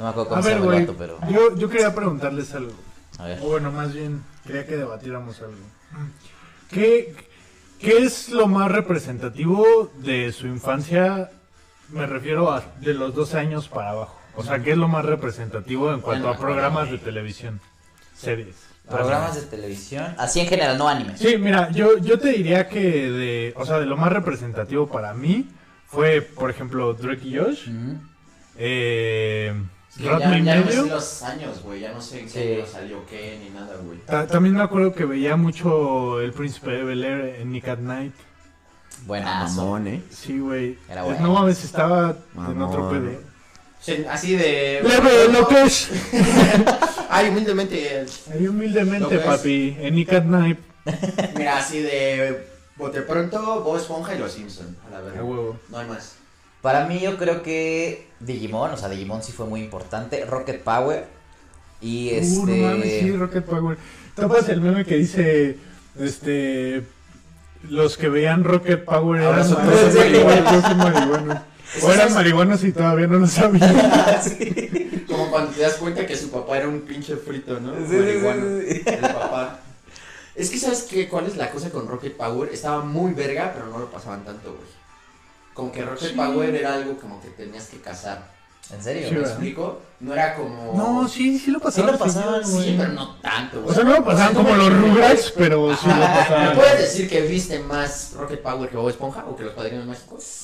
[SPEAKER 4] no me acuerdo
[SPEAKER 2] A
[SPEAKER 4] cómo se
[SPEAKER 2] ver,
[SPEAKER 4] llama el
[SPEAKER 2] güey.
[SPEAKER 4] vato, pero.
[SPEAKER 2] Yo, yo quería preguntarles algo.
[SPEAKER 4] A ver.
[SPEAKER 3] Ah,
[SPEAKER 2] O bueno, más bien, quería que debatiéramos algo. ¿Qué, qué es lo más representativo de su infancia? Me refiero a de los dos años para abajo. O sea, ¿qué es lo más representativo en cuanto a programas de televisión? Series.
[SPEAKER 4] Programas de televisión. Así en general, no anime.
[SPEAKER 2] Sí, mira, yo, yo te diría que de, o sea, de lo más representativo para mí fue, por ejemplo, Drake y Josh,
[SPEAKER 4] Ujú.
[SPEAKER 2] eh,
[SPEAKER 3] Sí,
[SPEAKER 2] Ratme
[SPEAKER 3] ya,
[SPEAKER 2] y
[SPEAKER 3] ya no sé
[SPEAKER 2] Medio.
[SPEAKER 3] los años, güey. Ya no sé en qué
[SPEAKER 4] Sí.
[SPEAKER 3] año salió qué ni nada, güey.
[SPEAKER 2] Ta- También me acuerdo que veía mucho El Príncipe de Bel Air en Nick at Night.
[SPEAKER 4] Buenazo.
[SPEAKER 3] ¿eh?
[SPEAKER 2] Sí, güey.
[SPEAKER 4] Era bueno.
[SPEAKER 2] No mames, estaba en
[SPEAKER 3] Mamón.
[SPEAKER 2] otro pedo.
[SPEAKER 3] así de.
[SPEAKER 2] Leve, lo que es.
[SPEAKER 3] Ay, humildemente.
[SPEAKER 2] Ahí humildemente,
[SPEAKER 3] Lo que es.
[SPEAKER 2] papi, en Nick at Night.
[SPEAKER 3] Mira, así de. Bote pronto, Bob Esponja y los Simpson. A la
[SPEAKER 2] A
[SPEAKER 3] verga.
[SPEAKER 2] huevo.
[SPEAKER 3] No hay más.
[SPEAKER 4] Para mí yo creo que Digimon, o sea, Digimon sí fue muy importante. Rocket Power. Y este...
[SPEAKER 2] Uh, no mames, sí, Rocket Power. Topas el meme que dice, este, Los que veían Rocket Power
[SPEAKER 3] Ahora
[SPEAKER 2] eran
[SPEAKER 3] son
[SPEAKER 2] todos
[SPEAKER 3] todos
[SPEAKER 2] marihuanos,
[SPEAKER 3] marihuanos.
[SPEAKER 2] todos marihuanos.
[SPEAKER 3] Eso
[SPEAKER 2] O eran
[SPEAKER 3] es-
[SPEAKER 2] marihuanos y todavía no lo sabían.
[SPEAKER 3] Como cuando te das cuenta que su papá era un pinche frito, ¿no?
[SPEAKER 4] Sí, sí, sí,
[SPEAKER 3] Marihuano.
[SPEAKER 4] sí.
[SPEAKER 3] El papá. Es que, ¿sabes qué? ¿Cuál es la cosa con Rocket Power? Estaba muy verga, pero no lo pasaban tanto, güey. Como que Rocket Power era algo como que tenías que cazar.
[SPEAKER 4] ¿En
[SPEAKER 3] ¿Me
[SPEAKER 4] serio?
[SPEAKER 2] Sí, ¿verdad?
[SPEAKER 3] explico? No era como.
[SPEAKER 2] No, sí, sí lo pasaban.
[SPEAKER 4] lo pasaban,
[SPEAKER 2] güey.
[SPEAKER 3] Sí, pero no tanto, güey.
[SPEAKER 2] O sea, no lo pasaban
[SPEAKER 3] O sea,
[SPEAKER 2] como
[SPEAKER 3] no-
[SPEAKER 2] los Rugrats, pero sí lo
[SPEAKER 3] Ajá. ¿Me
[SPEAKER 2] pasaban.
[SPEAKER 3] puedes decir que viste más Rocket Power que Bob Esponja o que los Padrinos Mágicos?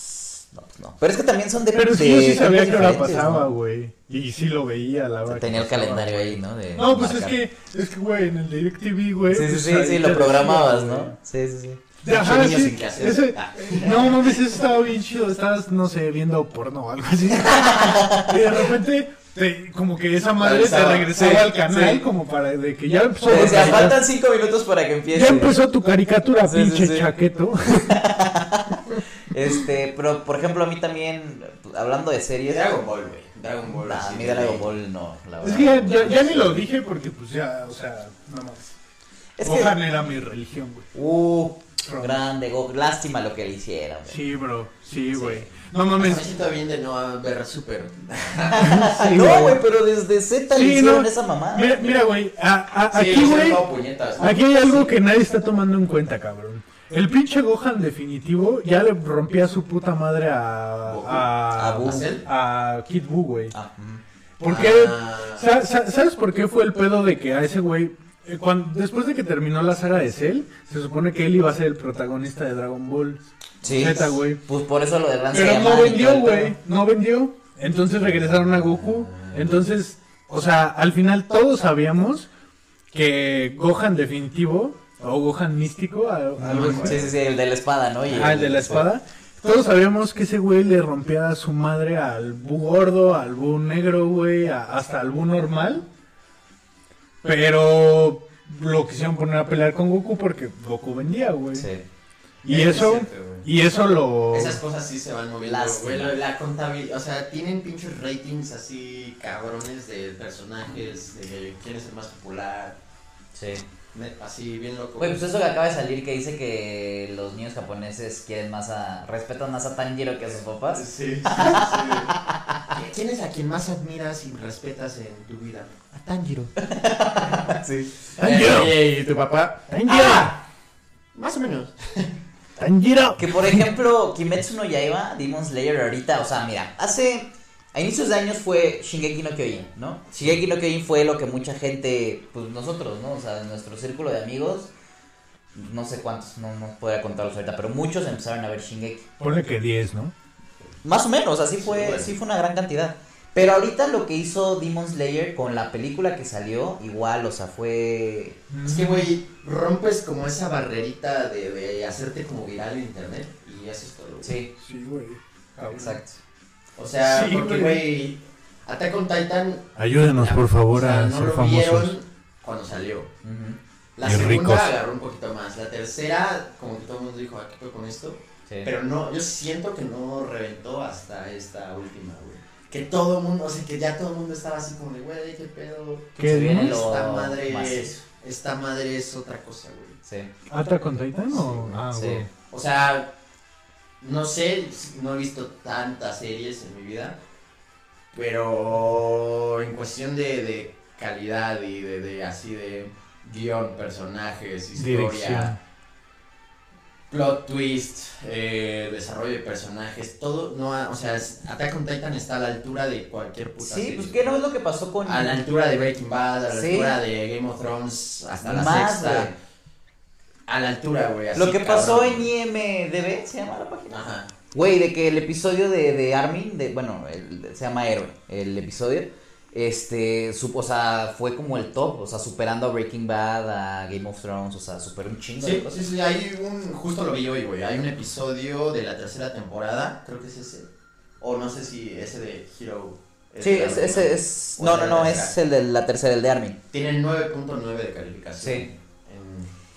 [SPEAKER 4] No, no. Pero es que también son de.
[SPEAKER 2] Pero sí,
[SPEAKER 4] de
[SPEAKER 2] yo sí sabía que
[SPEAKER 4] tiempos
[SPEAKER 2] la
[SPEAKER 4] diferentes,
[SPEAKER 2] pasaba,
[SPEAKER 4] ¿no?
[SPEAKER 2] güey. Y sí lo veía, la
[SPEAKER 4] O sea,
[SPEAKER 2] verdad.
[SPEAKER 4] tenía el
[SPEAKER 2] que pasaba.
[SPEAKER 4] calendario ahí, ¿no? De
[SPEAKER 2] No, pues es
[SPEAKER 4] marcar.
[SPEAKER 2] que, es que, güey, en el DirecTV, güey.
[SPEAKER 4] Sí, sí,
[SPEAKER 2] pues,
[SPEAKER 4] sí,
[SPEAKER 2] ahí
[SPEAKER 4] sí,
[SPEAKER 2] te
[SPEAKER 4] lo
[SPEAKER 2] decía,
[SPEAKER 4] programabas,
[SPEAKER 2] güey.
[SPEAKER 4] ¿no? Sí, sí, sí.
[SPEAKER 2] De-
[SPEAKER 3] Pinche
[SPEAKER 2] Ajá,
[SPEAKER 3] niño
[SPEAKER 2] sí.
[SPEAKER 3] sin que hacer.
[SPEAKER 2] ese-
[SPEAKER 3] Ah.
[SPEAKER 2] No, mames, eso estaba bien chido. Estabas, no sé, viendo porno o algo así. Y de repente, te- como que esa madre te
[SPEAKER 3] Regresaba.
[SPEAKER 2] regresaba
[SPEAKER 4] Sí,
[SPEAKER 2] al canal,
[SPEAKER 4] sí.
[SPEAKER 2] como para de que Pues, ya empezó.
[SPEAKER 4] Te decía,
[SPEAKER 2] tu
[SPEAKER 4] faltan cinco minutos para que
[SPEAKER 2] carica-
[SPEAKER 4] empiece.
[SPEAKER 2] Ya empezó tu caricatura,
[SPEAKER 4] Sí, sí,
[SPEAKER 2] pinche
[SPEAKER 4] sí.
[SPEAKER 2] chaqueto.
[SPEAKER 4] Este, pero por ejemplo, a mí también, hablando de series.
[SPEAKER 3] Dragon Ball, güey. Dragon Ball.
[SPEAKER 4] Nah, a
[SPEAKER 3] así
[SPEAKER 4] mí
[SPEAKER 3] de-
[SPEAKER 4] Dragon Ball no, la
[SPEAKER 2] Es
[SPEAKER 4] verdad.
[SPEAKER 2] que ya, ya- ya ni lo dije porque, pues ya, o sea, nada más.
[SPEAKER 4] Es que-
[SPEAKER 2] Gohan era mi religión, güey.
[SPEAKER 4] Uh, grande, Go- lástima lo que le hicieron. güey.
[SPEAKER 2] Sí, bro. Sí, güey. No
[SPEAKER 3] Me
[SPEAKER 2] mames.
[SPEAKER 3] siento bien de no ver Super.
[SPEAKER 2] sí,
[SPEAKER 4] Ah, no, güey, pero desde Z
[SPEAKER 2] Sí,
[SPEAKER 4] le hicieron
[SPEAKER 2] no.
[SPEAKER 4] esa mamada.
[SPEAKER 2] Mira, mira, güey. a- a-
[SPEAKER 3] Sí,
[SPEAKER 2] aquí,
[SPEAKER 3] yo
[SPEAKER 2] güey.
[SPEAKER 3] soy todo puñetas, ¿no?
[SPEAKER 2] Aquí hay algo que nadie está tomando en cuenta, cabrón. El pinche Gohan definitivo ya le rompía su puta madre a. A.
[SPEAKER 4] A Buu.
[SPEAKER 2] a Kid Buu, güey.
[SPEAKER 4] Ah, mm.
[SPEAKER 2] ¿Por qué?
[SPEAKER 3] Ah.
[SPEAKER 2] sa- sa- ¿Sabes por qué fue el pedo de que a ese güey. eh, cuan- después de que terminó la saga de Cell, se supone que él iba a ser el protagonista de Dragon Ball.
[SPEAKER 4] Sí.
[SPEAKER 2] Neta, güey.
[SPEAKER 4] Pues por eso lo de Gran
[SPEAKER 2] Pero no
[SPEAKER 4] Saiyaman y todo
[SPEAKER 2] vendió,
[SPEAKER 4] el
[SPEAKER 2] güey.
[SPEAKER 4] pedo.
[SPEAKER 2] No vendió. Entonces regresaron a Goku. Entonces, o sea, al final todos sabíamos que Gohan definitivo o Gohan místico, al- algo así.
[SPEAKER 4] Sí, sí, sí, el de la espada, ¿no? Y
[SPEAKER 2] pues. Ah, el de la espada. Todos sabíamos que ese güey le rompía a su madre al bu gordo, al bu negro, güey, a- hasta al bu normal. Pero lo quisieron poner a pelear con Goku porque Goku vendía, güey.
[SPEAKER 4] Sí.
[SPEAKER 2] Y
[SPEAKER 3] Es
[SPEAKER 2] eso,
[SPEAKER 3] cierto, güey.
[SPEAKER 2] y eso lo...
[SPEAKER 3] Esas cosas sí se van moviendo,
[SPEAKER 4] Lástima.
[SPEAKER 3] güey. La, contabilidad, o sea, tienen pinches ratings así cabrones de personajes, de quién es el más popular,
[SPEAKER 4] Sí.
[SPEAKER 3] ne- así bien loco.
[SPEAKER 4] Güey, pues eso que acaba de salir que dice que los niños japoneses quieren más a. respetan más a Tanjiro que a sus papás.
[SPEAKER 3] Sí, sí, sí. ¿Quién es a quien más admiras y respetas en tu vida? A Tanjiro.
[SPEAKER 4] Sí.
[SPEAKER 2] Tanjiro.
[SPEAKER 3] Eh, ¿Y tu papá?
[SPEAKER 2] Tanjiro.
[SPEAKER 4] Ah.
[SPEAKER 3] Más o menos.
[SPEAKER 2] Tanjiro.
[SPEAKER 4] Que por ejemplo, Kimetsu no Yaiba, Demon Slayer ahorita, o sea, mira, hace a inicios de años fue Shingeki no Kyojin, ¿no? Shingeki no Kyojin fue lo que mucha gente, pues nosotros, ¿no? O sea, en nuestro círculo de amigos, no sé cuántos, no, no podría contarlos ahorita, pero muchos empezaron a ver Shingeki.
[SPEAKER 2] Ponle que 10, ¿no?
[SPEAKER 4] Más o menos, así
[SPEAKER 3] Ah, Sí,
[SPEAKER 4] fue,
[SPEAKER 3] bueno.
[SPEAKER 4] sí fue una gran cantidad. Pero ahorita lo que hizo Demon Slayer con la película que salió, igual, o sea, fue
[SPEAKER 3] Es que, güey, rompes como esa barrerita de, de hacerte como viral en internet y haces todo. güey.
[SPEAKER 4] sí,
[SPEAKER 2] Sí, güey.
[SPEAKER 4] exacto.
[SPEAKER 3] O sea,
[SPEAKER 2] Sí,
[SPEAKER 3] porque, güey, Attack on Titan
[SPEAKER 2] Ayúdenos, por
[SPEAKER 3] O
[SPEAKER 2] favor,
[SPEAKER 3] sea,
[SPEAKER 2] a
[SPEAKER 3] no
[SPEAKER 2] ser
[SPEAKER 3] lo
[SPEAKER 2] famosos.
[SPEAKER 3] vieron cuando salió.
[SPEAKER 4] Ujú,
[SPEAKER 3] La
[SPEAKER 2] Y
[SPEAKER 3] segunda
[SPEAKER 2] ricos.
[SPEAKER 3] agarró un poquito más. La tercera, como que todo el mundo dijo, ¿a qué fue con esto?
[SPEAKER 4] sí.
[SPEAKER 3] Pero no, yo siento que no reventó hasta esta última, güey. Que todo el mundo, o sea, que ya todo el mundo estaba así como de, güey, qué pedo.
[SPEAKER 2] ¿Qué
[SPEAKER 4] Se viene
[SPEAKER 2] demonios?
[SPEAKER 4] lo
[SPEAKER 3] Esta madre,
[SPEAKER 4] macizo,
[SPEAKER 3] esta madre es otra cosa, güey.
[SPEAKER 4] Sí.
[SPEAKER 2] ¿Ata con Titan o...? Ah,
[SPEAKER 4] Sí.
[SPEAKER 2] güey.
[SPEAKER 3] O sea, no sé, no he visto tantas series en mi vida, pero en cuestión de, de calidad y de, de así de guión, personajes, historia,
[SPEAKER 2] Dirección.
[SPEAKER 3] plot twist, eh, desarrollo de personajes, todo, no, ha- o sea, es- Attack on Titan está a la altura de cualquier puta
[SPEAKER 4] Sí,
[SPEAKER 3] serie.
[SPEAKER 4] pues que no es lo que pasó con.
[SPEAKER 3] A la altura de Breaking Bad, a la
[SPEAKER 4] Sí.
[SPEAKER 3] altura de Game of Thrones, hasta la
[SPEAKER 4] Más,
[SPEAKER 3] sexta.
[SPEAKER 4] güey.
[SPEAKER 3] A la altura, güey. así,
[SPEAKER 4] Lo que pasó
[SPEAKER 3] cabrón.
[SPEAKER 4] en IMDB, ¿se llama la página?
[SPEAKER 3] Ajá.
[SPEAKER 4] Güey, de que el episodio de, de Armin, de, bueno, el- se llama Héroe, el episodio, este, su, o sea, fue como el top, o sea, superando a Breaking Bad, a Game of Thrones, o sea, superó un chingo de
[SPEAKER 3] Sí,
[SPEAKER 4] cosas.
[SPEAKER 3] sí, sí, hay un, justo lo vi hoy, güey, hay un episodio de la tercera temporada, creo que es ese, o no sé si ese de Hero.
[SPEAKER 4] Sí, es, ese es, no, no, no, es el de la tercera, el de Armin.
[SPEAKER 3] Tienen 9.9 de calificación
[SPEAKER 4] Sí.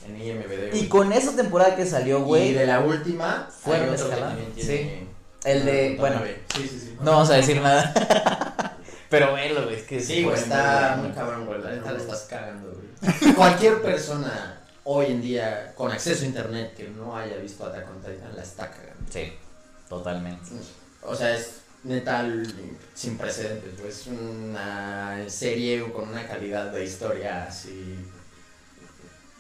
[SPEAKER 3] en, en IMBD,
[SPEAKER 4] Y
[SPEAKER 3] güey.
[SPEAKER 4] con esa temporada que salió,
[SPEAKER 3] Y
[SPEAKER 4] güey,
[SPEAKER 3] de la última,
[SPEAKER 4] Fueron
[SPEAKER 3] hay otro que
[SPEAKER 4] escalando,
[SPEAKER 3] también tiene
[SPEAKER 4] el de, bueno,
[SPEAKER 3] 9.9. Sí, sí, sí.
[SPEAKER 4] no vamos a decir nada. Pero velo, güey, es que
[SPEAKER 3] Sí,
[SPEAKER 4] fue
[SPEAKER 3] güey,
[SPEAKER 4] muy
[SPEAKER 3] está
[SPEAKER 4] bueno.
[SPEAKER 3] muy cabrón, güey, la neta la estás cagando, güey. Cualquier persona hoy en día con acceso a internet que no haya visto Attack on Titan la está cagando.
[SPEAKER 4] Sí, totalmente.
[SPEAKER 3] O sea, es neta l- sin precedentes, pues es una serie con una calidad de historia así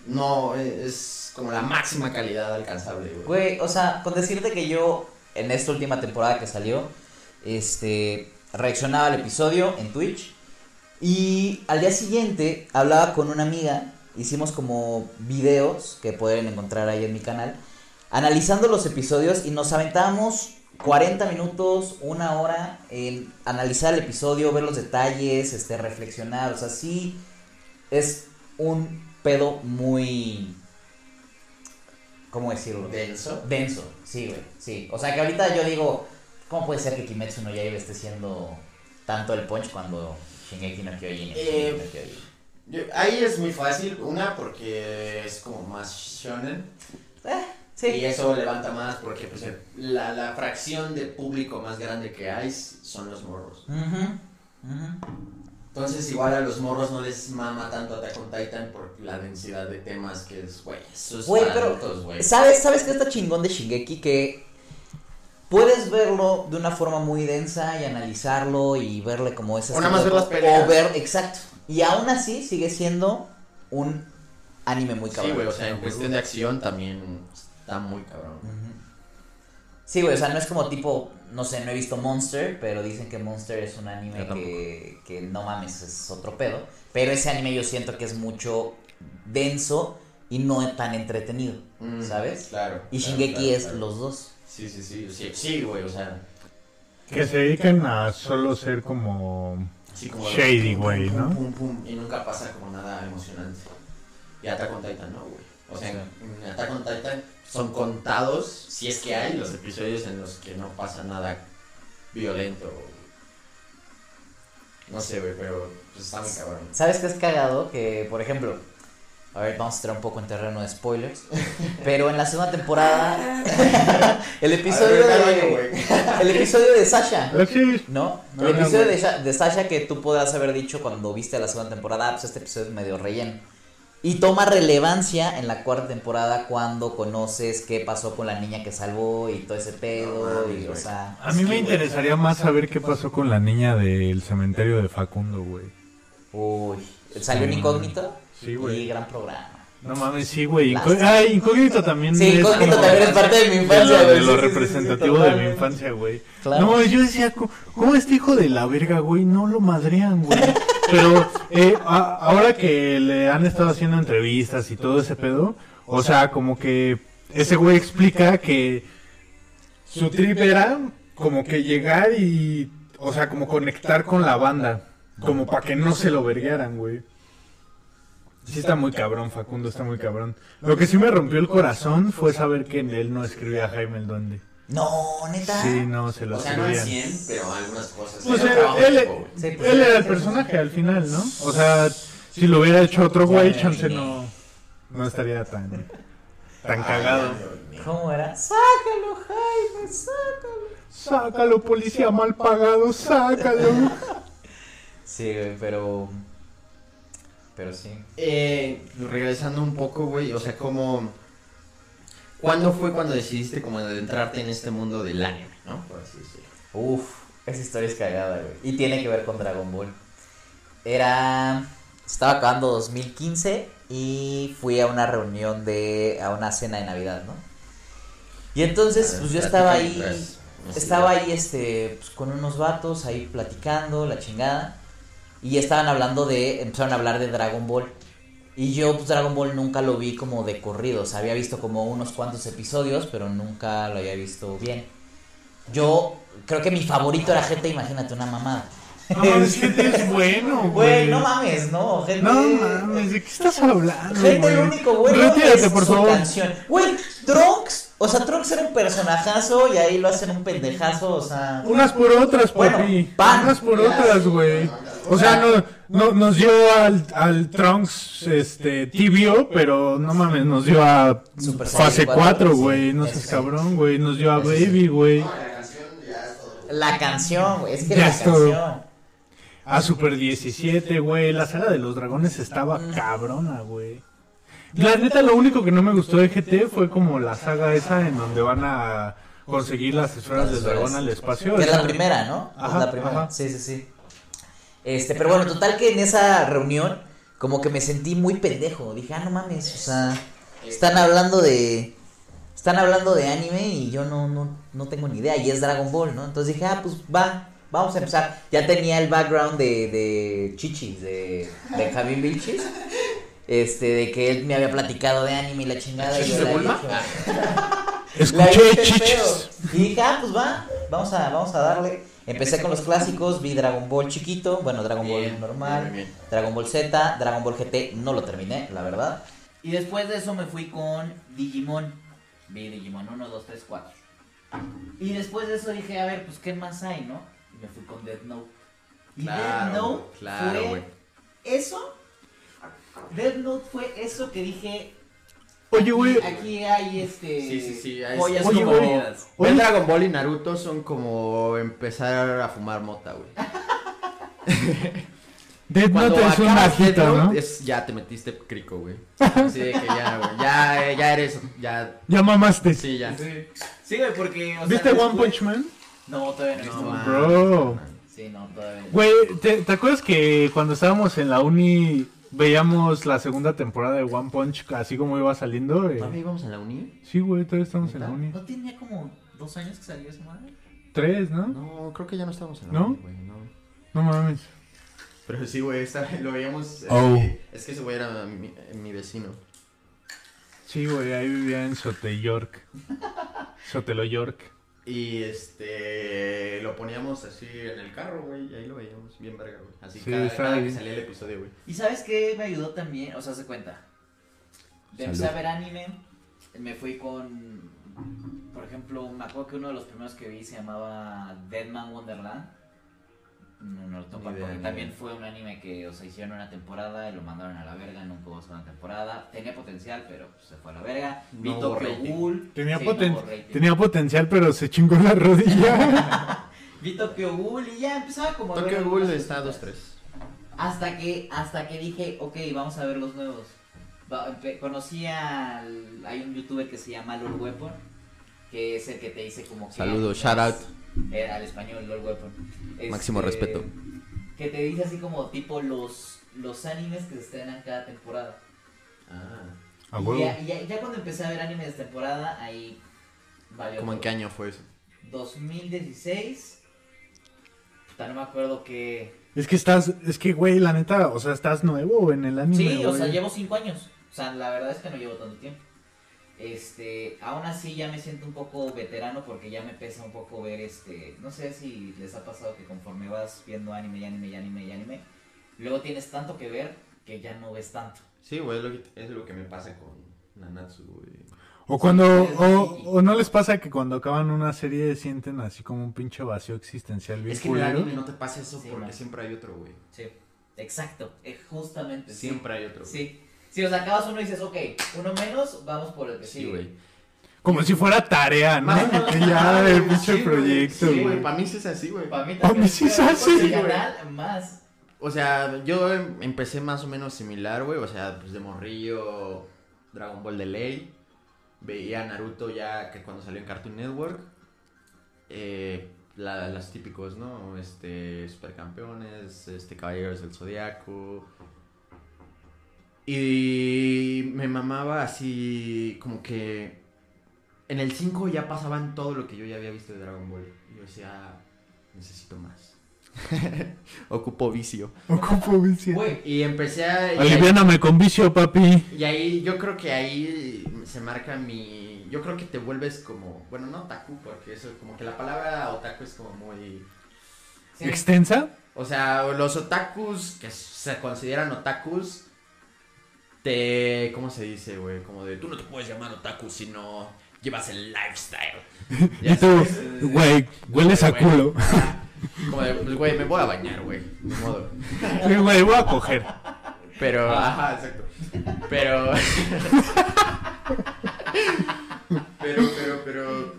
[SPEAKER 3] no es como la máxima calidad alcanzable, güey.
[SPEAKER 4] Güey, o sea, con decirte que yo en esta última temporada que salió, este, reaccionaba al episodio en Twitch y al día siguiente hablaba con una amiga, hicimos como videos que pueden encontrar ahí en mi canal, analizando los episodios y nos aventábamos 40 minutos, una hora en analizar el episodio, ver los detalles, este, reflexionar, o sea, sí es un pedo muy... ¿Cómo decirlo?
[SPEAKER 3] denso.
[SPEAKER 4] Denso, sí, güey, sí. O sea que ahorita yo digo, ¿cómo puede ser que Kimetsu no Yaiba esté siendo tanto el punch cuando Shingeki no Kyojin es
[SPEAKER 3] Eh,
[SPEAKER 4] Shingeki no Kyojin?
[SPEAKER 3] Yo- ahí es muy fácil, una porque es como más shonen
[SPEAKER 4] Eh,
[SPEAKER 3] y
[SPEAKER 4] sí.
[SPEAKER 3] eso levanta más porque pues, la, la fracción de público más grande que hay son los morros.
[SPEAKER 4] Ujú, ujú.
[SPEAKER 3] Entonces igual a los morros no les mama tanto Attack on Titan por la densidad de temas que es, güey, eso es
[SPEAKER 4] Güey,
[SPEAKER 3] para
[SPEAKER 4] pero-
[SPEAKER 3] adultos, güey.
[SPEAKER 4] ¿Sabes, ¿Sabes qué está chingón de Shingeki? Que puedes verlo de una forma muy densa y analizarlo y verle como esas...
[SPEAKER 3] O nada más ver las
[SPEAKER 4] o
[SPEAKER 3] peleas.
[SPEAKER 4] ver- exacto. Y aún así sigue siendo un anime muy cabrón.
[SPEAKER 3] Sí, güey, o sea, en cuestión de acción también está muy cabrón.
[SPEAKER 4] Ujú. Sí, güey, o sea, no es como tipo, no sé, no he visto Monster, pero dicen que Monster es un anime
[SPEAKER 3] Yo tampoco.
[SPEAKER 4] que, que no mames, es otro pedo. Pero ese anime yo siento que es mucho denso y no tan entretenido,
[SPEAKER 3] Mm,
[SPEAKER 4] ¿sabes?
[SPEAKER 3] Claro.
[SPEAKER 4] Y
[SPEAKER 3] claro,
[SPEAKER 4] Shingeki
[SPEAKER 3] claro,
[SPEAKER 4] es
[SPEAKER 3] claro.
[SPEAKER 4] los dos.
[SPEAKER 3] Sí, sí, sí, sí, sí, güey, o sea,
[SPEAKER 2] Que se dedican a solo ser como...
[SPEAKER 3] Sí, como
[SPEAKER 2] Shady,
[SPEAKER 3] pum,
[SPEAKER 2] güey,
[SPEAKER 3] pum,
[SPEAKER 2] ¿no?
[SPEAKER 3] pum, pum, pum, y nunca pasa como nada emocionante. Y Attack on Titan no, güey. O sea, en en Attack on Titan son contados, si es que hay, los episodios en los que no pasa nada violento. No sé, güey, pero pues, está muy cabrón.
[SPEAKER 4] ¿Sabes qué es cagado? Que, por ejemplo, a ver, vamos a entrar un poco en terreno de spoilers. pero en la segunda temporada, el episodio
[SPEAKER 3] A ver, ve al
[SPEAKER 4] de,
[SPEAKER 3] baño, güey.
[SPEAKER 4] el episodio de Sasha.
[SPEAKER 2] Alexis,
[SPEAKER 4] ¿No?
[SPEAKER 2] No,
[SPEAKER 4] el
[SPEAKER 2] no,
[SPEAKER 4] episodio
[SPEAKER 2] güey.
[SPEAKER 4] de, Sha- de Sasha que tú podrás haber dicho cuando viste la segunda temporada, ah, pues este episodio es medio relleno. Y toma relevancia en la cuarta temporada cuando conoces qué pasó con la niña que salvó y todo ese pedo.
[SPEAKER 3] No mames,
[SPEAKER 4] y, o
[SPEAKER 3] güey.
[SPEAKER 4] sea,
[SPEAKER 2] a mí me interesaría más saber qué pasó con la niña del cementerio de Facundo, güey.
[SPEAKER 4] uy, salió un
[SPEAKER 2] Sí.
[SPEAKER 4] incógnito
[SPEAKER 2] Sí,
[SPEAKER 4] y
[SPEAKER 2] güey.
[SPEAKER 4] gran programa.
[SPEAKER 2] No mames, sí, güey. Incó-
[SPEAKER 4] Lástima.
[SPEAKER 2] Ay, incógnito también.
[SPEAKER 4] Sí, incógnito
[SPEAKER 2] como-
[SPEAKER 4] también es parte de mi
[SPEAKER 2] de
[SPEAKER 4] infancia.
[SPEAKER 2] lo, de lo
[SPEAKER 4] güey, sí, sí, sí, sí,
[SPEAKER 2] representativo de mi
[SPEAKER 4] totalmente.
[SPEAKER 2] infancia, güey.
[SPEAKER 4] Claro.
[SPEAKER 2] No, yo decía, "Co- ¿cómo este hijo de la verga, güey? No lo madrean, güey. Pero eh, a- ahora que le han estado haciendo entrevistas y todo ese pedo, o sea, como que ese güey explica que su trip era como que llegar y, o sea, como conectar con la banda, como para que no se lo verguearan, güey. Sí está muy cabrón, Facundo, está muy cabrón. Lo que sí me rompió el corazón fue saber que en él no escribía Jaime el Duende.
[SPEAKER 4] No, neta.
[SPEAKER 2] Sí, no, se lo
[SPEAKER 3] O sea, no al
[SPEAKER 2] escribía.
[SPEAKER 3] 100, pero algunas cosas.
[SPEAKER 2] Pues
[SPEAKER 3] Era un
[SPEAKER 2] él-
[SPEAKER 3] trabajo
[SPEAKER 2] él-
[SPEAKER 3] tipo, güey.
[SPEAKER 4] Sí, pues,
[SPEAKER 2] Él era el personaje al final, ¿no? O sea, si lo hubiera hecho otro güey, chance no, no estaría tan, tan cagado.
[SPEAKER 4] ¿Cómo era? Sácalo, Jaime, sácalo.
[SPEAKER 2] Sácalo, policía mal pagado, sácalo.
[SPEAKER 4] Sí, güey, pero. Pero sí.
[SPEAKER 3] Eh, regresando un poco, güey, o sea, como... ¿Cuándo fue cuando decidiste como adentrarte en este mundo del anime, no? Por así decirlo.
[SPEAKER 4] Uf, esa historia es cagada, güey. Y tiene que ver con Dragon Ball. Era. Estaba acabando 2015 y fui a una reunión de. a una cena de Navidad, ¿no? Y entonces, pues yo estaba ahí. Estaba ahí, este, pues, con unos vatos ahí platicando, la chingada. Y estaban hablando de, empezaron a hablar de Dragon Ball. Y yo, pues Dragon Ball nunca lo vi como de corrido. O sea, había visto como unos cuantos episodios, pero nunca lo había visto bien. Yo creo que mi favorito era gente, imagínate una mamada.
[SPEAKER 2] No mames, gente es bueno,
[SPEAKER 4] Güey,
[SPEAKER 2] güey.
[SPEAKER 4] no mames, no, gente.
[SPEAKER 2] No mames, ¿de qué estás hablando,
[SPEAKER 4] Gente, el
[SPEAKER 2] güey?
[SPEAKER 4] único bueno
[SPEAKER 2] Retírate,
[SPEAKER 4] es
[SPEAKER 2] por
[SPEAKER 4] su
[SPEAKER 2] favor.
[SPEAKER 4] canción. Güey, Trunks, o sea, Trunks era un personajazo y ahí lo hacen un pendejazo, o sea.
[SPEAKER 2] Unas por otras,
[SPEAKER 4] Bueno,
[SPEAKER 2] papi.
[SPEAKER 4] pan.
[SPEAKER 2] Unas por otras, güey. O sea, no, no, nos dio al, al Trunks este, tibio, pero no mames, nos dio a
[SPEAKER 4] Super
[SPEAKER 2] fase
[SPEAKER 4] Saiyan
[SPEAKER 2] 4,
[SPEAKER 4] cuatro,
[SPEAKER 2] güey.
[SPEAKER 4] sí.
[SPEAKER 2] No
[SPEAKER 4] Sí,
[SPEAKER 2] seas
[SPEAKER 4] sí.
[SPEAKER 2] cabrón, güey. Nos dio a
[SPEAKER 4] Sí, sí.
[SPEAKER 2] Baby, güey.
[SPEAKER 4] La canción, güey, es que
[SPEAKER 2] Ya
[SPEAKER 4] la
[SPEAKER 2] es todo.
[SPEAKER 4] canción.
[SPEAKER 2] A Super 17, güey. La saga de los dragones estaba cabrona, güey. La neta, lo único que no me gustó de GT fue como la saga esa en donde van a conseguir las esferas del dragón al espacio.
[SPEAKER 4] Que es
[SPEAKER 2] Esa-
[SPEAKER 4] la primera, ¿no?
[SPEAKER 2] Ajá,
[SPEAKER 4] es la primera.
[SPEAKER 2] ajá.
[SPEAKER 4] Sí, sí, sí. Este, pero bueno, total que en esa reunión, como que me sentí muy pendejo. Dije, ah, no mames, o sea, están hablando de. Están hablando de anime y yo no, no, no tengo ni idea. Y es Dragon Ball, ¿no? Entonces dije, ah, pues va, vamos a empezar. Ya tenía el background de, de Chichis, de, de Javier Vilchis. Este, de que él me había platicado de anime y la chingada. y yo
[SPEAKER 3] ¿Chichis de
[SPEAKER 4] le había
[SPEAKER 3] Bulma?
[SPEAKER 4] dicho- la
[SPEAKER 2] Escuché
[SPEAKER 4] vi,
[SPEAKER 2] chichis.
[SPEAKER 4] pero- Y dije, ah, pues va, vamos a, vamos a darle. Empecé con los clásicos, vi Dragon Ball chiquito, bueno, Dragon Ball
[SPEAKER 3] Bien,
[SPEAKER 4] normal,
[SPEAKER 3] bien, bien.
[SPEAKER 4] Dragon Ball Z, Dragon Ball GT, no lo terminé, la verdad. Y después de eso me fui con Digimon. Vi Digimon 1, 2, 3, 4. Y después de eso dije, a ver, pues qué más hay, ¿no? Y me fui con Death Note. Y
[SPEAKER 3] Claro,
[SPEAKER 4] Death Note
[SPEAKER 3] claro,
[SPEAKER 4] fue
[SPEAKER 3] güey.
[SPEAKER 4] eso. Death Note fue eso que dije,
[SPEAKER 2] Oye, güey.
[SPEAKER 4] Aquí hay este.
[SPEAKER 3] Sí, sí, sí, es-
[SPEAKER 4] joyas
[SPEAKER 2] oye,
[SPEAKER 4] como-
[SPEAKER 2] güey.
[SPEAKER 3] Ver
[SPEAKER 2] Oye.
[SPEAKER 3] Dragon Ball y Naruto son como empezar a fumar mota, güey.
[SPEAKER 2] Death Note es un
[SPEAKER 3] acabas Death
[SPEAKER 2] ajito, ¿no?
[SPEAKER 3] Note, es- ya te metiste crico, güey. Así de que ya, güey. Ya, eh, ya eres. Ya.
[SPEAKER 2] Ya mamaste.
[SPEAKER 3] Sí, ya.
[SPEAKER 4] Sí. Sí, güey, porque. o
[SPEAKER 2] ¿Viste
[SPEAKER 4] sea,
[SPEAKER 2] One
[SPEAKER 4] después-
[SPEAKER 2] Punch Man?
[SPEAKER 4] No, todavía no. he visto
[SPEAKER 3] No,
[SPEAKER 4] One
[SPEAKER 3] man.
[SPEAKER 2] Bro.
[SPEAKER 4] Punch. Sí, no, todavía no.
[SPEAKER 2] Güey, ¿te, te acuerdas que cuando estábamos en la uni veíamos la segunda temporada de One Punch así como iba saliendo? güey?
[SPEAKER 3] ¿Todavía íbamos a la uni?
[SPEAKER 2] Sí, güey, todavía estamos en la uni.
[SPEAKER 4] ¿No tenía como dos años que salió esa madre?
[SPEAKER 2] Tres, ¿no?
[SPEAKER 3] No, creo que ya no estábamos en la
[SPEAKER 2] ¿No?
[SPEAKER 3] uni, güey. No.
[SPEAKER 2] No mames.
[SPEAKER 3] Pero sí, güey, esta- lo veíamos. eh,
[SPEAKER 2] Oh.
[SPEAKER 3] Es que ese güey era mi, mi vecino.
[SPEAKER 2] Sí, güey, ahí vivía en Soteyork. Sotelo York.
[SPEAKER 3] Y este. Lo poníamos así en el carro, güey. Y ahí lo veíamos. Bien verga, güey. Así
[SPEAKER 2] Sí,
[SPEAKER 3] cada,
[SPEAKER 2] está
[SPEAKER 3] cada que
[SPEAKER 2] bien.
[SPEAKER 3] salía el episodio, güey.
[SPEAKER 4] ¿Y sabes qué me ayudó también? O sea, se cuenta. De empecé a ver anime. Me fui con. Por ejemplo, me acuerdo que uno de los primeros que vi se llamaba Deadman Wonderland. No, no lo topo
[SPEAKER 3] Ni idea,
[SPEAKER 4] porque
[SPEAKER 3] ni
[SPEAKER 4] también
[SPEAKER 3] idea.
[SPEAKER 4] fue un anime que, o sea, hicieron una temporada y lo mandaron a la verga, nunca hubo segunda temporada. Tenía potencial, pero pues, se fue a la verga. Vi
[SPEAKER 3] No hubo
[SPEAKER 4] Tokyo
[SPEAKER 3] rating.
[SPEAKER 4] Ghoul.
[SPEAKER 2] Tenía,
[SPEAKER 4] Sí, no
[SPEAKER 2] poten-
[SPEAKER 4] hubo rating.
[SPEAKER 2] tenía potencial, pero se chingó la rodilla.
[SPEAKER 4] Vi Tokyo Ghoul y ya empezaba como a ver
[SPEAKER 3] Tokyo
[SPEAKER 4] algunas
[SPEAKER 3] Ghoul está
[SPEAKER 4] cositas.
[SPEAKER 3] 2-3.
[SPEAKER 4] Hasta que, hasta que dije, ok, vamos a ver los nuevos. Va- empe- Conocí al. Hay un youtuber que se llama Lord Weapon, que es el que te dice como que.
[SPEAKER 3] Saludos,
[SPEAKER 4] animes-
[SPEAKER 3] shout out.
[SPEAKER 4] eh, al español, Lord Weapon. Este,
[SPEAKER 3] Máximo respeto.
[SPEAKER 4] Que te dice así como tipo los, los animes que se estrenan cada temporada.
[SPEAKER 3] Ah.
[SPEAKER 2] A
[SPEAKER 4] y
[SPEAKER 2] huevo.
[SPEAKER 4] ya, y ya, ya cuando empecé a ver animes de temporada, ahí. Valió
[SPEAKER 3] ¿Cómo en
[SPEAKER 4] todo.
[SPEAKER 3] qué año fue eso?
[SPEAKER 4] 2016. Puta, no me acuerdo que.
[SPEAKER 2] Es que estás, es que, güey, la neta, o sea, estás nuevo en el anime.
[SPEAKER 4] Sí, o
[SPEAKER 2] güey.
[SPEAKER 4] sea, llevo cinco años. O sea, la verdad es que no llevo tanto tiempo. Este, aún así ya me siento un poco veterano porque ya me pesa un poco ver este, no sé si les ha pasado que conforme vas viendo anime y anime y anime y anime, luego tienes tanto que ver que ya no ves tanto.
[SPEAKER 3] Sí, güey, es lo que, es lo que me pasa con Nanatsu, güey.
[SPEAKER 2] O cuando,
[SPEAKER 4] Sí,
[SPEAKER 2] o,
[SPEAKER 4] sí.
[SPEAKER 2] o no les pasa que cuando acaban una serie sienten así como un pinche vacío existencial bien
[SPEAKER 3] Es que en el
[SPEAKER 2] culero.
[SPEAKER 3] anime no te pasa eso
[SPEAKER 4] Sí,
[SPEAKER 3] porque
[SPEAKER 4] man.
[SPEAKER 3] siempre hay otro, güey.
[SPEAKER 4] Sí, exacto, eh, justamente. sí.
[SPEAKER 3] Siempre hay otro. güey.
[SPEAKER 4] Sí. Si los acabas uno y dices, ok, uno menos, vamos por el que
[SPEAKER 3] Sí,
[SPEAKER 4] sigue.
[SPEAKER 3] güey.
[SPEAKER 2] Como si fuera tarea, ¿no?
[SPEAKER 3] Más-
[SPEAKER 2] Que ya el pinche
[SPEAKER 3] Sí, güey.
[SPEAKER 2] proyecto,
[SPEAKER 3] Sí,
[SPEAKER 2] güey.
[SPEAKER 3] güey, para mí sí es así, güey.
[SPEAKER 4] Para mí
[SPEAKER 2] A mí sí se hace,
[SPEAKER 4] Por el
[SPEAKER 3] güey.
[SPEAKER 4] canal, más.
[SPEAKER 3] O sea, yo em- empecé más o menos similar, güey. O sea, pues de morrillo, Dragon Ball de ley. Veía Naruto ya que cuando salió en Cartoon Network. Eh, la- las típicos, ¿no? Este, Supercampeones, este, Caballeros del Zodiaco. Y me mamaba así, como que en el 5 ya pasaban todo lo que yo ya había visto de Dragon Ball. Y yo decía, "Ah, necesito más. Ocupo vicio.
[SPEAKER 2] Ocupo vicio.
[SPEAKER 4] Güey,
[SPEAKER 3] Y empecé a... Y ahí,
[SPEAKER 2] Aliviáname con vicio, papi.
[SPEAKER 3] y ahí yo creo que ahí se marca mi... Yo creo que te vuelves como... Bueno, no otaku, porque eso como que la palabra otaku es como muy...
[SPEAKER 4] sí.
[SPEAKER 2] ¿Extensa?
[SPEAKER 3] O sea, los otakus que se consideran otakus, te... ¿Cómo se dice, güey? Como de... Tú no te puedes llamar otaku si no llevas el lifestyle. Ya
[SPEAKER 2] Y tú,
[SPEAKER 3] sabes, eh,
[SPEAKER 2] güey, hueles a
[SPEAKER 3] güey.
[SPEAKER 2] culo.
[SPEAKER 3] Como de, pues, güey, me voy a bañar, güey. De modo.
[SPEAKER 2] Sí, güey, voy a coger.
[SPEAKER 3] Pero. Ajá, exacto. Pero. pero, pero, pero.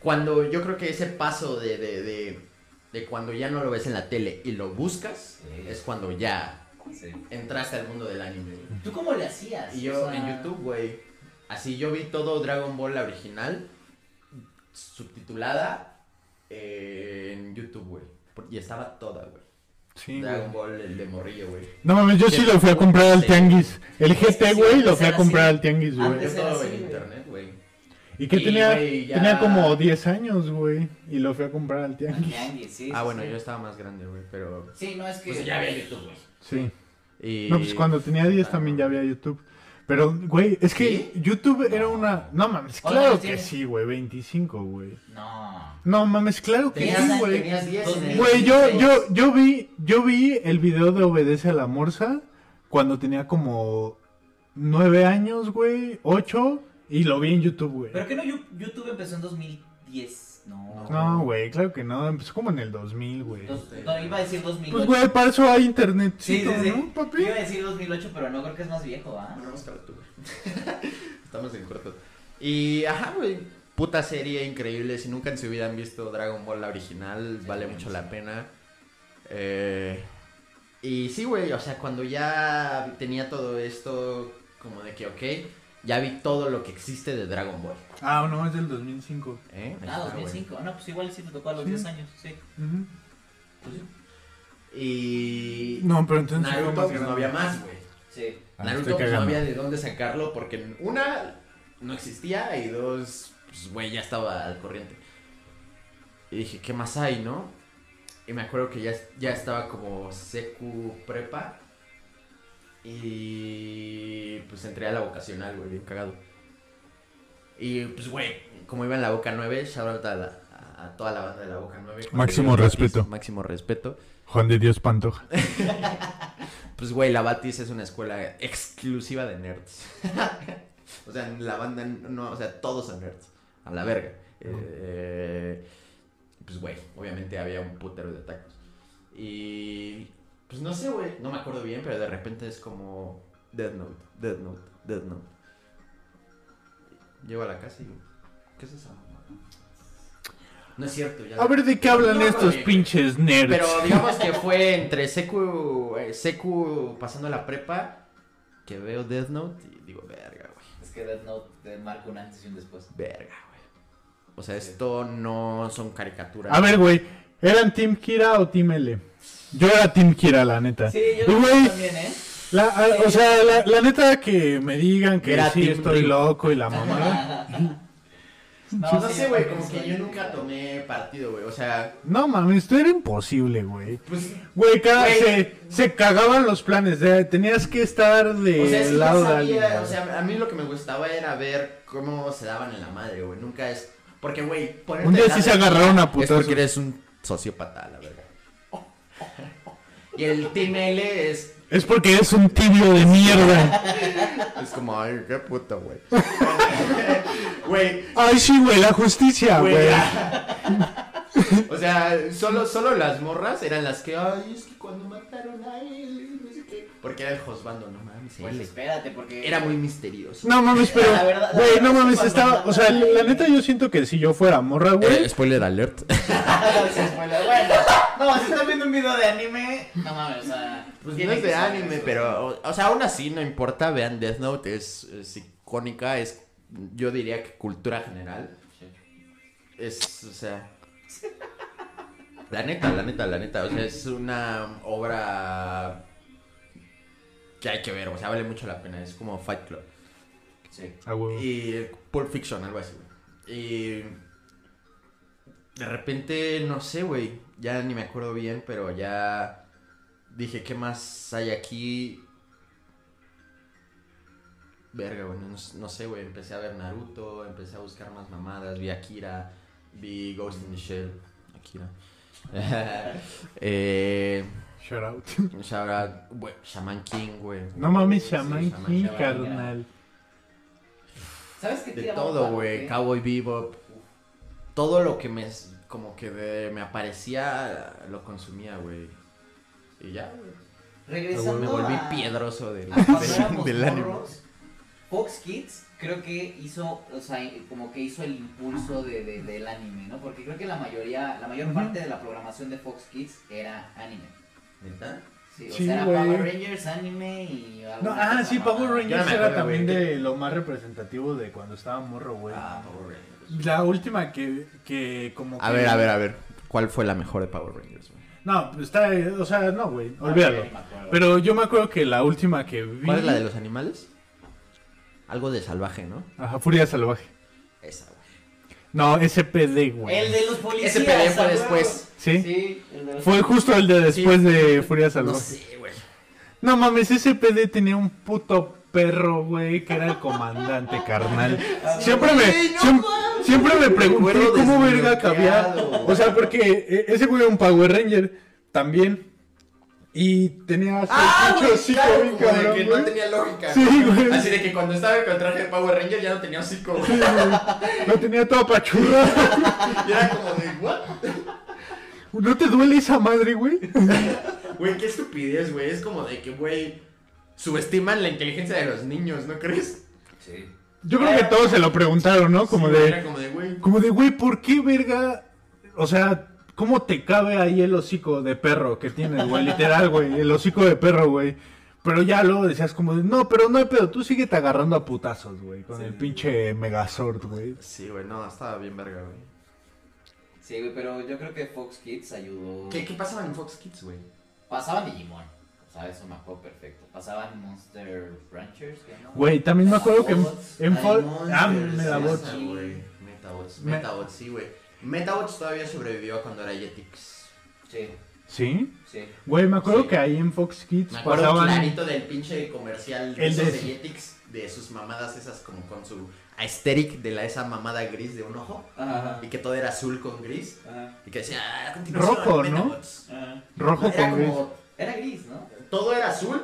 [SPEAKER 3] Cuando yo creo que ese paso de, de, de, de cuando ya no lo ves en la tele y lo buscas,
[SPEAKER 4] Sí.
[SPEAKER 3] es cuando ya
[SPEAKER 4] Sí.
[SPEAKER 3] entraste al mundo del anime. güey.
[SPEAKER 4] ¿Tú cómo le hacías?
[SPEAKER 3] Y yo
[SPEAKER 4] O sea,
[SPEAKER 3] en YouTube, güey, así yo vi todo Dragon Ball la original, subtitulada eh, en YouTube, güey. Por- Y estaba toda, güey.
[SPEAKER 2] Sí,
[SPEAKER 3] Dragon
[SPEAKER 2] güey.
[SPEAKER 3] Ball, el de morrillo, güey.
[SPEAKER 2] No mames, yo sí lo fui a comprar
[SPEAKER 3] Este,
[SPEAKER 2] al tianguis. El GT, güey, lo fui a comprar al tianguis,
[SPEAKER 3] Yo
[SPEAKER 2] güey.
[SPEAKER 4] Antes era
[SPEAKER 3] todo
[SPEAKER 4] así,
[SPEAKER 3] en
[SPEAKER 4] güey.
[SPEAKER 3] internet, güey.
[SPEAKER 2] Y que
[SPEAKER 3] Y,
[SPEAKER 2] tenía,
[SPEAKER 3] güey, ya-
[SPEAKER 2] tenía como 10 años, güey. Y lo fui a comprar al tianguis.
[SPEAKER 4] Tianguis, sí,
[SPEAKER 3] Ah,
[SPEAKER 4] sí,
[SPEAKER 3] bueno,
[SPEAKER 4] sí.
[SPEAKER 3] yo estaba más grande, güey, pero...
[SPEAKER 4] Sí, no, es que.
[SPEAKER 3] Pues ya había YouTube, güey.
[SPEAKER 2] Sí.
[SPEAKER 3] Y...
[SPEAKER 2] No, pues cuando tenía 10 también ya había YouTube. Pero, güey, es que YouTube era una. No mames,
[SPEAKER 4] ¿Cuántos
[SPEAKER 2] claro
[SPEAKER 4] años
[SPEAKER 2] que
[SPEAKER 4] tienes?
[SPEAKER 2] sí, güey. 25, güey.
[SPEAKER 4] No.
[SPEAKER 2] No mames, claro que
[SPEAKER 4] Tenías,
[SPEAKER 2] sí,
[SPEAKER 4] años,
[SPEAKER 2] güey.
[SPEAKER 4] tenías 10 en el
[SPEAKER 2] Güey, yo,
[SPEAKER 4] 16.
[SPEAKER 2] yo, yo vi, yo vi el video de Obedece a la Morsa cuando tenía como nueve años, güey, ocho, y lo vi en YouTube, güey.
[SPEAKER 4] Pero que no, Yu- YouTube empezó en 2010. No.
[SPEAKER 2] No, güey, claro que no, empezó como en el 2000, güey.
[SPEAKER 4] Dos-
[SPEAKER 3] este,
[SPEAKER 4] no, iba a decir 2008.
[SPEAKER 2] Pues, güey, para eso hay internet,
[SPEAKER 4] sí, sí, sí.
[SPEAKER 2] ¿no, papi?
[SPEAKER 4] Iba a decir 2008, pero no creo que es más viejo, ¿ah?
[SPEAKER 3] Bueno, búscalo tú, güey. Estamos en corto. Y, ajá, güey. Puta serie increíble. Si nunca en su vida han visto Dragon Ball la original, vale mucho la pena. Eh, y sí, güey. O sea, cuando ya tenía todo esto, como de que, ok, ya vi todo lo que existe de Dragon Ball.
[SPEAKER 2] Ah, no, es del 2005.
[SPEAKER 3] ¿eh? Ahí
[SPEAKER 4] Ah,
[SPEAKER 3] está, güey.
[SPEAKER 4] 2005. No, pues igual sí te tocó a los
[SPEAKER 2] Sí.
[SPEAKER 4] 10 años, sí.
[SPEAKER 2] Ujú.
[SPEAKER 4] Pues sí.
[SPEAKER 3] Y.
[SPEAKER 2] No, pero entonces fue
[SPEAKER 3] Naruto,
[SPEAKER 2] más
[SPEAKER 3] pues, no
[SPEAKER 2] grande.
[SPEAKER 3] había más, güey.
[SPEAKER 4] Sí.
[SPEAKER 2] Ah,
[SPEAKER 3] Naruto
[SPEAKER 2] estoy
[SPEAKER 3] pues, no
[SPEAKER 2] cagando.
[SPEAKER 3] había de dónde sacarlo porque una no existía y dos, pues güey, ya estaba al corriente. Y dije, ¿qué más hay, no? Y me acuerdo que ya, ya estaba como secu prepa y pues entré a la vocacional, güey, bien cagado. Y pues güey, como iba en la Boca 9, shout out a, la- a- a toda la banda de la Boca 9.
[SPEAKER 2] Máximo
[SPEAKER 3] Cuando iba
[SPEAKER 2] respeto.
[SPEAKER 3] gratis, Máximo respeto.
[SPEAKER 2] Juan de Dios Pantoja.
[SPEAKER 3] Pues, güey, la Batis es una escuela exclusiva de nerds. o sea, la banda, no, o sea, todos son nerds. A la verga. Eh, pues, güey, obviamente había un putero de tacos. Y. Pues no sé, güey, no me acuerdo bien, pero de repente es como. Dead Note, Dead Note, Dead Note. Llego a la casa y. ¿Qué es esa mamada? No es cierto, ya.
[SPEAKER 2] A ver, ¿de qué hablan
[SPEAKER 3] No,
[SPEAKER 2] estos
[SPEAKER 3] güey.
[SPEAKER 2] pinches nerds?
[SPEAKER 3] Pero digamos que fue entre secu, eh, secu pasando la prepa que veo Death Note y digo, verga, güey,
[SPEAKER 4] Es que Death Note te marca un antes y un después.
[SPEAKER 3] verga, güey. O sea, esto no son caricaturas.
[SPEAKER 2] A ver, güey, ¿eran Team Kira o Team L? Yo era Team Kira, la neta.
[SPEAKER 4] Sí, yo
[SPEAKER 2] Y,
[SPEAKER 4] creo que
[SPEAKER 2] Pues, güey,
[SPEAKER 4] también, ¿eh?
[SPEAKER 2] La, a- o sea, la, la neta que me digan que
[SPEAKER 3] Era
[SPEAKER 2] sí
[SPEAKER 3] Team
[SPEAKER 2] estoy
[SPEAKER 3] Río.
[SPEAKER 2] loco y la mamá.
[SPEAKER 3] No, no
[SPEAKER 4] sí,
[SPEAKER 3] sé, güey,
[SPEAKER 4] yo
[SPEAKER 3] como
[SPEAKER 4] también
[SPEAKER 3] que
[SPEAKER 4] soy-
[SPEAKER 3] yo nunca tomé partido, güey. O sea,
[SPEAKER 2] No mames, esto era imposible, güey.
[SPEAKER 3] pues.
[SPEAKER 2] Güey, cada-
[SPEAKER 3] Güey.
[SPEAKER 2] Se, se cagaban los planes. de- tenías que estar de
[SPEAKER 3] O sea, es que
[SPEAKER 2] lado
[SPEAKER 3] yo
[SPEAKER 2] de alguien.
[SPEAKER 3] sabía, o
[SPEAKER 2] güey.
[SPEAKER 3] sea, a mí lo que me gustaba era ver cómo se daban en la madre, güey. Nunca es. Porque, güey, ponerte
[SPEAKER 2] Un día
[SPEAKER 3] del
[SPEAKER 2] sí
[SPEAKER 3] lado
[SPEAKER 2] se
[SPEAKER 3] de-
[SPEAKER 2] agarraron a
[SPEAKER 3] Es
[SPEAKER 2] putazos.
[SPEAKER 3] porque eres un sociópata, la verga. Y el Team L es
[SPEAKER 2] Es porque eres un tibio de mierda.
[SPEAKER 3] Es como, ay, qué puto, güey. Güey,
[SPEAKER 2] Ay, sí, güey, la justicia,
[SPEAKER 3] Ah, güey.
[SPEAKER 2] güey.
[SPEAKER 3] O sea, solo, solo las morras eran las que, ay, es que cuando mataron a él, no sé qué. Porque era el Josbando, no mames.
[SPEAKER 4] Pues
[SPEAKER 3] él.
[SPEAKER 4] espérate, porque.
[SPEAKER 3] Era muy misterioso.
[SPEAKER 2] No mames, pero.
[SPEAKER 4] La verdad- la
[SPEAKER 2] Güey,
[SPEAKER 4] verdad
[SPEAKER 2] no
[SPEAKER 4] es que
[SPEAKER 2] mames,
[SPEAKER 4] cuando
[SPEAKER 2] estaba. O sea,
[SPEAKER 4] mandan-
[SPEAKER 2] la neta yo siento que si yo fuera morra, güey.
[SPEAKER 3] Eh, spoiler alert.
[SPEAKER 4] Se spoiló. Ah, bueno, no, si estás viendo un video de anime, no mames, o sea.
[SPEAKER 3] Pues no
[SPEAKER 4] tiene
[SPEAKER 3] es
[SPEAKER 4] que
[SPEAKER 3] de
[SPEAKER 4] saber
[SPEAKER 3] anime,
[SPEAKER 4] eso.
[SPEAKER 3] pero, o, o sea, aún así no importa. Vean Death Note, es, es icónica, es, yo diría que cultura general. Es, o sea. La neta, la neta, la neta. O sea, es una obra que hay que ver, o sea, vale mucho la pena. Es como Fight Club.
[SPEAKER 4] Sí.
[SPEAKER 2] Ah, güey.
[SPEAKER 3] Y Pulp Fiction, algo así, güey. Y. De repente, no sé, güey. Ya ni me acuerdo bien, pero ya. Dije, ¿qué más hay aquí? Verga, güey. No, no sé, güey. Empecé a ver Naruto, empecé a buscar más mamadas. Vi Akira, vi Ghost in the Shell. Akira. eh.
[SPEAKER 2] Shout out.
[SPEAKER 3] Shout out, güey, Shaman King, güey.
[SPEAKER 2] No mames,
[SPEAKER 3] Sí,
[SPEAKER 2] Shaman King,
[SPEAKER 3] King.
[SPEAKER 2] carnal.
[SPEAKER 4] ¿Sabes qué
[SPEAKER 3] De
[SPEAKER 4] tira
[SPEAKER 3] todo,
[SPEAKER 4] bomba,
[SPEAKER 3] güey.
[SPEAKER 4] qué?
[SPEAKER 3] Cowboy Bebop. Todo lo que me como que de- me aparecía lo consumía, güey. Y ya, güey.
[SPEAKER 4] Regresando
[SPEAKER 3] Me volví
[SPEAKER 4] a-
[SPEAKER 3] piedroso del,
[SPEAKER 4] a cuando
[SPEAKER 3] del-
[SPEAKER 4] éramos
[SPEAKER 3] del ánimo.
[SPEAKER 4] morros, Fox Kids creo que hizo, o sea, como que hizo el impulso de, de- del anime, ¿no? Porque creo que la mayoría, la mayor parte de la programación de Fox Kids era anime.
[SPEAKER 3] ¿Neta?
[SPEAKER 4] Sí, o
[SPEAKER 2] Sí,
[SPEAKER 4] sea, era
[SPEAKER 2] güey.
[SPEAKER 4] Power Rangers, anime y.
[SPEAKER 2] No,
[SPEAKER 4] alguna
[SPEAKER 2] ah,
[SPEAKER 4] otra
[SPEAKER 2] sí, Power
[SPEAKER 4] mamada.
[SPEAKER 3] Yo no
[SPEAKER 2] Rangers
[SPEAKER 3] me
[SPEAKER 2] era
[SPEAKER 3] acuerdo,
[SPEAKER 2] también
[SPEAKER 3] güey.
[SPEAKER 2] de lo más representativo de cuando estaba morro, güey.
[SPEAKER 4] Ah, Power Rangers.
[SPEAKER 2] La última que, que como
[SPEAKER 3] pues A
[SPEAKER 2] que-
[SPEAKER 3] ver, a ver, a ver. ¿Cuál fue la mejor de Power Rangers, güey?
[SPEAKER 2] No, pues está, o sea, no, güey, olvídalo.
[SPEAKER 4] me acuerdo.
[SPEAKER 2] Pero yo me acuerdo que la última que vi...
[SPEAKER 3] ¿Cuál es la de los animales? Algo de salvaje, ¿no?
[SPEAKER 2] Ajá, Furia Salvaje.
[SPEAKER 3] Esa, güey.
[SPEAKER 2] No, SPD, güey.
[SPEAKER 4] El de los policías.
[SPEAKER 3] Ese pelea fue
[SPEAKER 4] ¿a huevo?
[SPEAKER 3] después.
[SPEAKER 2] ¿Sí?
[SPEAKER 4] Sí, el de los
[SPEAKER 2] Fue justo el de después de Furia Salvaje.
[SPEAKER 3] No
[SPEAKER 2] No,
[SPEAKER 3] sé, güey.
[SPEAKER 2] mames, SPD tenía un puto perro, güey, que era el comandante carnal. Siempre me,
[SPEAKER 3] Güey, no
[SPEAKER 2] siem-
[SPEAKER 3] mames.
[SPEAKER 2] siempre me pregunté
[SPEAKER 3] Recuerdo
[SPEAKER 2] cómo verga cabía.
[SPEAKER 3] desbloqueado, güey.
[SPEAKER 2] O sea, porque eh, ese güey era un Power Ranger también. Y tenía hasta
[SPEAKER 3] Ah,
[SPEAKER 2] el
[SPEAKER 3] güey,
[SPEAKER 2] pinche hocico
[SPEAKER 3] claro,
[SPEAKER 2] bien
[SPEAKER 3] como de
[SPEAKER 2] cabrón,
[SPEAKER 3] que
[SPEAKER 2] güey.
[SPEAKER 3] no tenía lógica.
[SPEAKER 2] Sí, güey.
[SPEAKER 3] Así de que cuando estaba con traje de Power Ranger ya no tenía hocico, güey.
[SPEAKER 2] Lo tenía todo apachurrado.
[SPEAKER 3] Y era como de, ¿what?
[SPEAKER 2] ¿No te duele esa madre, güey?
[SPEAKER 3] Güey, qué estupidez, güey. Es como de que, güey, subestiman la inteligencia de los niños, ¿no crees?
[SPEAKER 4] Sí.
[SPEAKER 2] Yo
[SPEAKER 3] Eh.
[SPEAKER 2] creo que todos se lo preguntaron, ¿no? Como
[SPEAKER 3] Sí, güey, Era
[SPEAKER 2] de,
[SPEAKER 3] como de, güey.
[SPEAKER 2] como de, güey, ¿por qué verga? O sea, ¿cómo te cabe ahí el hocico de perro que tienes, güey? Literal, güey, el hocico de perro, güey. Pero ya luego decías como de, no, pero no hay pedo, tú síguete agarrando a putazos, güey, con el pinche Megazord, güey.
[SPEAKER 3] Sí, güey, no, estaba bien verga, güey.
[SPEAKER 4] Sí, güey, pero yo creo que Fox Kids ayudó.
[SPEAKER 3] ¿Qué, qué pasaba en Fox Kids, güey?
[SPEAKER 4] Pasaban Digimon. O sea, eso me acuerdo perfecto. Pasaban Monster Ranchers. ¿qué no?
[SPEAKER 2] Güey, también me acuerdo que en,
[SPEAKER 4] Metabots,
[SPEAKER 2] en Fall-
[SPEAKER 4] Diamonds,
[SPEAKER 2] Ah, me la
[SPEAKER 4] sí,
[SPEAKER 2] bots.
[SPEAKER 4] sí.
[SPEAKER 3] güey. Metabots,
[SPEAKER 2] Me-
[SPEAKER 3] Metabots, sí, güey. Metabots todavía sobrevivió a cuando era Jetix.
[SPEAKER 4] Sí,
[SPEAKER 2] ¿Sí?
[SPEAKER 4] sí.
[SPEAKER 2] Güey, me acuerdo
[SPEAKER 3] Sí.
[SPEAKER 2] que ahí en Fox Kids
[SPEAKER 3] Me acuerdo
[SPEAKER 2] Pues pasaban...
[SPEAKER 3] clarito del pinche comercial de,
[SPEAKER 2] El
[SPEAKER 3] esos
[SPEAKER 2] de-
[SPEAKER 3] de Jetix, de sus mamadas esas como con su aesthetic de la, esa mamada gris de un ojo.
[SPEAKER 4] Ajá.
[SPEAKER 3] Y que todo era azul con gris.
[SPEAKER 4] Ajá.
[SPEAKER 3] Y que decía, "Ah, a continuación,
[SPEAKER 2] Rojo, ¿no?
[SPEAKER 3] Metabots".
[SPEAKER 4] Ajá.
[SPEAKER 2] Rojo
[SPEAKER 3] Era
[SPEAKER 2] con gris.
[SPEAKER 3] como,
[SPEAKER 4] Era gris, ¿no? Ah,
[SPEAKER 3] todo era azul,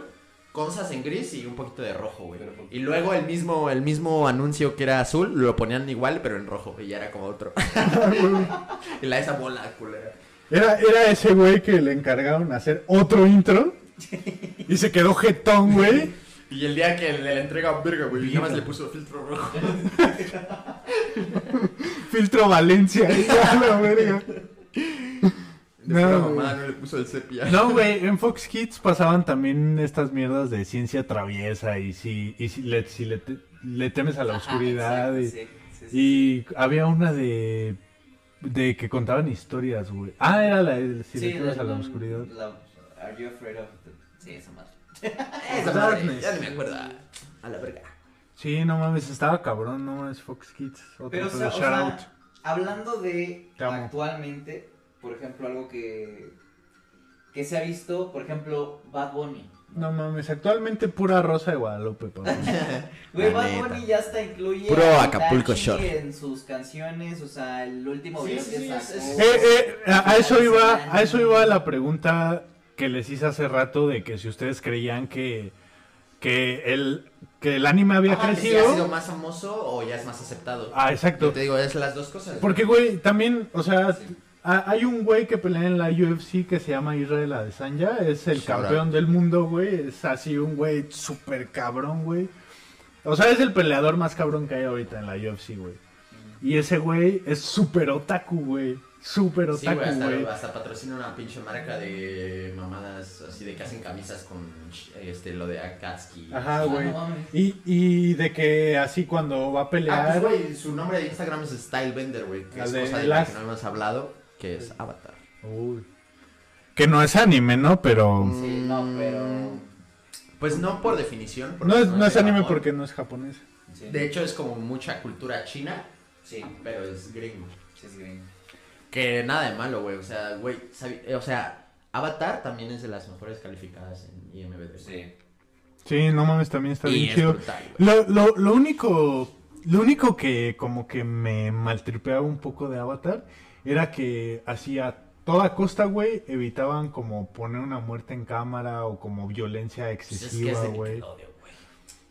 [SPEAKER 3] cosas en gris y un poquito de rojo, güey.
[SPEAKER 4] Pero, ¿por qué?
[SPEAKER 3] Y luego el mismo, el mismo anuncio que era azul, lo ponían igual, pero en rojo. Y ya era como otro. y la esa bola culera.
[SPEAKER 2] Era, era ese güey que le encargaron hacer otro intro y se quedó jetón, güey.
[SPEAKER 3] Y el día que le, le entrega verga, güey, nada más le puso filtro rojo.
[SPEAKER 2] Filtro Valencia. ahí, a la verga.
[SPEAKER 3] De pura
[SPEAKER 2] No, güey.
[SPEAKER 3] mamada no le puso el sepia.
[SPEAKER 2] No, güey, en Fox Kids pasaban también estas mierdas de ciencia traviesa y si, y si, le, si le, te- le temes a la
[SPEAKER 4] Ajá,
[SPEAKER 2] oscuridad.
[SPEAKER 4] exacto,
[SPEAKER 2] y,
[SPEAKER 4] sí, sí, sí.
[SPEAKER 2] y había una de, de que contaban historias, güey. Ah, era la de si
[SPEAKER 4] Sí,
[SPEAKER 2] le temes
[SPEAKER 4] la-
[SPEAKER 2] a la
[SPEAKER 4] la-
[SPEAKER 2] oscuridad.
[SPEAKER 4] la- Are you afraid of the... Sí, esa madre.
[SPEAKER 3] Esa madre, ya ni me acuerdo. A la verga.
[SPEAKER 2] Sí, no mames, estaba cabrón, no mames, Fox Kids. Otro
[SPEAKER 4] Pero, o
[SPEAKER 2] pedo,
[SPEAKER 4] sea, o
[SPEAKER 2] shout
[SPEAKER 4] sea,
[SPEAKER 2] out.
[SPEAKER 4] hablando de
[SPEAKER 2] Te amo.
[SPEAKER 4] actualmente, por ejemplo, algo que, que se ha visto, por ejemplo, Bad Bunny.
[SPEAKER 2] No mames, actualmente pura Rosa de Guadalupe, papá.
[SPEAKER 4] Güey,
[SPEAKER 3] La
[SPEAKER 4] Bad
[SPEAKER 3] neta.
[SPEAKER 4] Bunny ya hasta incluye
[SPEAKER 3] Puro
[SPEAKER 4] a
[SPEAKER 3] Acapulco
[SPEAKER 4] Itachi
[SPEAKER 3] Shore.
[SPEAKER 4] en sus canciones, o sea, el último
[SPEAKER 3] Sí,
[SPEAKER 4] video
[SPEAKER 3] sí,
[SPEAKER 4] que
[SPEAKER 3] sí,
[SPEAKER 4] sacó.
[SPEAKER 3] es-
[SPEAKER 2] Eh, eh, a, a eso iba, a eso iba la pregunta que les hice hace rato de que si ustedes creían que, que el que el anime había
[SPEAKER 3] Ajá, que si ha sido
[SPEAKER 2] crecido.
[SPEAKER 3] más famoso o ya es más aceptado.
[SPEAKER 2] Ah,
[SPEAKER 3] Yo
[SPEAKER 2] exacto.
[SPEAKER 3] te digo, es las dos cosas.
[SPEAKER 2] Porque güey, también, o sea,
[SPEAKER 4] Sí.
[SPEAKER 2] a- hay un güey que pelea en la UFC que se llama Israel Adesanya, es el
[SPEAKER 3] Shout out.
[SPEAKER 2] campeón del mundo, güey, es así un güey súper cabrón, güey. O sea, es el peleador más cabrón que hay ahorita en la UFC, güey. Y ese güey es súper otaku, güey. Súper
[SPEAKER 3] Sí, güey,
[SPEAKER 2] otaku,
[SPEAKER 3] hasta,
[SPEAKER 2] güey.
[SPEAKER 3] hasta patrocina una pinche marca de mamadas así de que hacen camisas con este, lo de Akatsuki.
[SPEAKER 2] Ajá,
[SPEAKER 4] Ah,
[SPEAKER 2] güey.
[SPEAKER 4] no mames.
[SPEAKER 2] Y, y de que así cuando va a
[SPEAKER 3] Ah, pues
[SPEAKER 2] pelear.
[SPEAKER 3] güey, su nombre de Instagram es Stylebender, güey, que
[SPEAKER 2] La
[SPEAKER 3] es
[SPEAKER 2] de
[SPEAKER 3] cosa de la
[SPEAKER 2] las-
[SPEAKER 3] que no hemos hablado, que es Avatar.
[SPEAKER 2] Uy. Que no es anime, ¿no?
[SPEAKER 3] Mm.
[SPEAKER 2] Pero.
[SPEAKER 4] Sí, no, pero...
[SPEAKER 3] Pues no por definición. porque
[SPEAKER 2] No es, no es
[SPEAKER 3] de
[SPEAKER 2] anime
[SPEAKER 3] Japón.
[SPEAKER 2] porque no es japonés.
[SPEAKER 4] Sí,
[SPEAKER 3] De hecho es como mucha cultura china,
[SPEAKER 4] sí,
[SPEAKER 3] pero es gringo.
[SPEAKER 4] sí, es gringo.
[SPEAKER 3] Que nada de malo, güey, o sea, güey, sabi- eh, o sea, Avatar también es de las mejores calificadas en IMDb.
[SPEAKER 4] Sí.
[SPEAKER 2] Sí, no mames, también está
[SPEAKER 3] Y
[SPEAKER 2] bien
[SPEAKER 3] es
[SPEAKER 2] chido.
[SPEAKER 3] brutal, güey.
[SPEAKER 2] Lo, lo, lo único. Lo único que como que me maltripeaba un poco de Avatar era que hacía toda costa, güey, evitaban como poner una muerte en cámara o como violencia
[SPEAKER 3] Pues es que es
[SPEAKER 2] excesiva,
[SPEAKER 3] de
[SPEAKER 2] güey.
[SPEAKER 3] Nickelodeon, güey.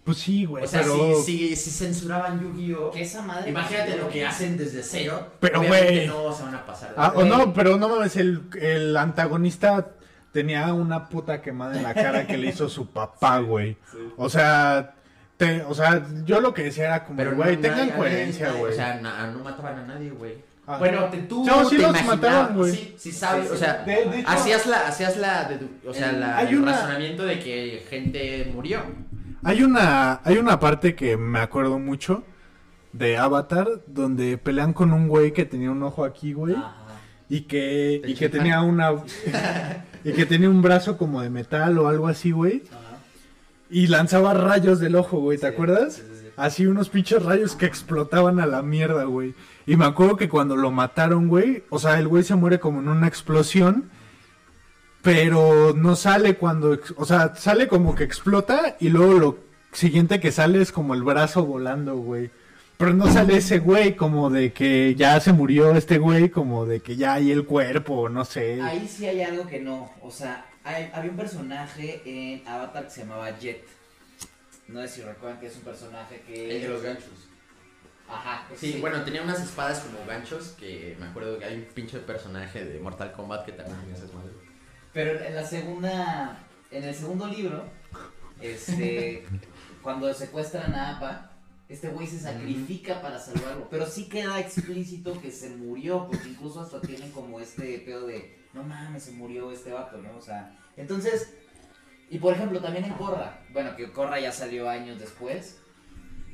[SPEAKER 2] Pues sí, güey,
[SPEAKER 3] O sea,
[SPEAKER 2] pero...
[SPEAKER 3] si, si, si censuraban Yu-Gi-Oh!
[SPEAKER 4] Que esa madre...
[SPEAKER 3] Imagínate lo que hacen desde cero.
[SPEAKER 2] Pero,
[SPEAKER 3] obviamente
[SPEAKER 2] güey.
[SPEAKER 3] No se van a pasar. de
[SPEAKER 2] Ah, o
[SPEAKER 3] verga.
[SPEAKER 2] no, pero no mames, el, el antagonista tenía una puta quemada en la cara que le hizo su papá, güey. O sea, te- o sea, yo lo que decía era como,
[SPEAKER 3] Pero
[SPEAKER 2] güey,
[SPEAKER 3] no-
[SPEAKER 2] tengan
[SPEAKER 3] nadie-
[SPEAKER 2] coherencia,
[SPEAKER 3] nadie-
[SPEAKER 2] güey.
[SPEAKER 3] O sea, na- no mataban a nadie, güey.
[SPEAKER 2] Ah.
[SPEAKER 3] Bueno, te, tú
[SPEAKER 2] Chavos, sí
[SPEAKER 3] te
[SPEAKER 2] los
[SPEAKER 3] imaginabas,
[SPEAKER 2] mataron, güey.
[SPEAKER 3] sí, sí sabes, o sea,
[SPEAKER 2] De- de hecho-
[SPEAKER 3] hacías la, hacías la, dedu- o sea, la,
[SPEAKER 2] Hay
[SPEAKER 3] el
[SPEAKER 2] una-
[SPEAKER 3] razonamiento de que gente murió.
[SPEAKER 2] Hay una, hay una parte que me acuerdo mucho de Avatar, donde pelean con un güey que tenía un ojo aquí, güey,
[SPEAKER 3] Ah.
[SPEAKER 4] Ajá.
[SPEAKER 2] y que,
[SPEAKER 3] Te
[SPEAKER 2] y que
[SPEAKER 3] chifan.
[SPEAKER 2] tenía una y que tenía un brazo como de metal o algo así, güey, y lanzaba rayos del ojo, güey, ¿te
[SPEAKER 3] Sí,
[SPEAKER 2] acuerdas?
[SPEAKER 3] sí, sí, sí.
[SPEAKER 2] Así unos pinches rayos que explotaban a la mierda, güey. Y me acuerdo que cuando lo mataron, güey, o sea, el güey se muere como en una explosión, pero no sale cuando, ex- o sea, sale como que explota y luego lo siguiente que sale es como el brazo volando, güey. Pero no sale ese güey como de que ya se murió este güey, como de que ya hay el cuerpo, no sé.
[SPEAKER 4] Ahí sí hay algo que no. O sea, hay- había un personaje en Avatar que se llamaba Jet. No sé si recuerdan que es un personaje que.
[SPEAKER 3] El de los ganchos.
[SPEAKER 4] Ajá,
[SPEAKER 3] Sí, bueno, tenía unas espadas como ganchos que me acuerdo que hay un pinche personaje de Mortal Kombat que también tenía esas madres.
[SPEAKER 4] Pero en la segunda. En el segundo libro, este. cuando secuestran a Appa, este güey se sacrifica para salvarlo. Pero sí queda explícito que se murió, porque incluso hasta tienen como este pedo de. No mames, se murió este vato, ¿no? O sea. Entonces. Y por ejemplo, también en Corra. Bueno, que Corra ya salió años después.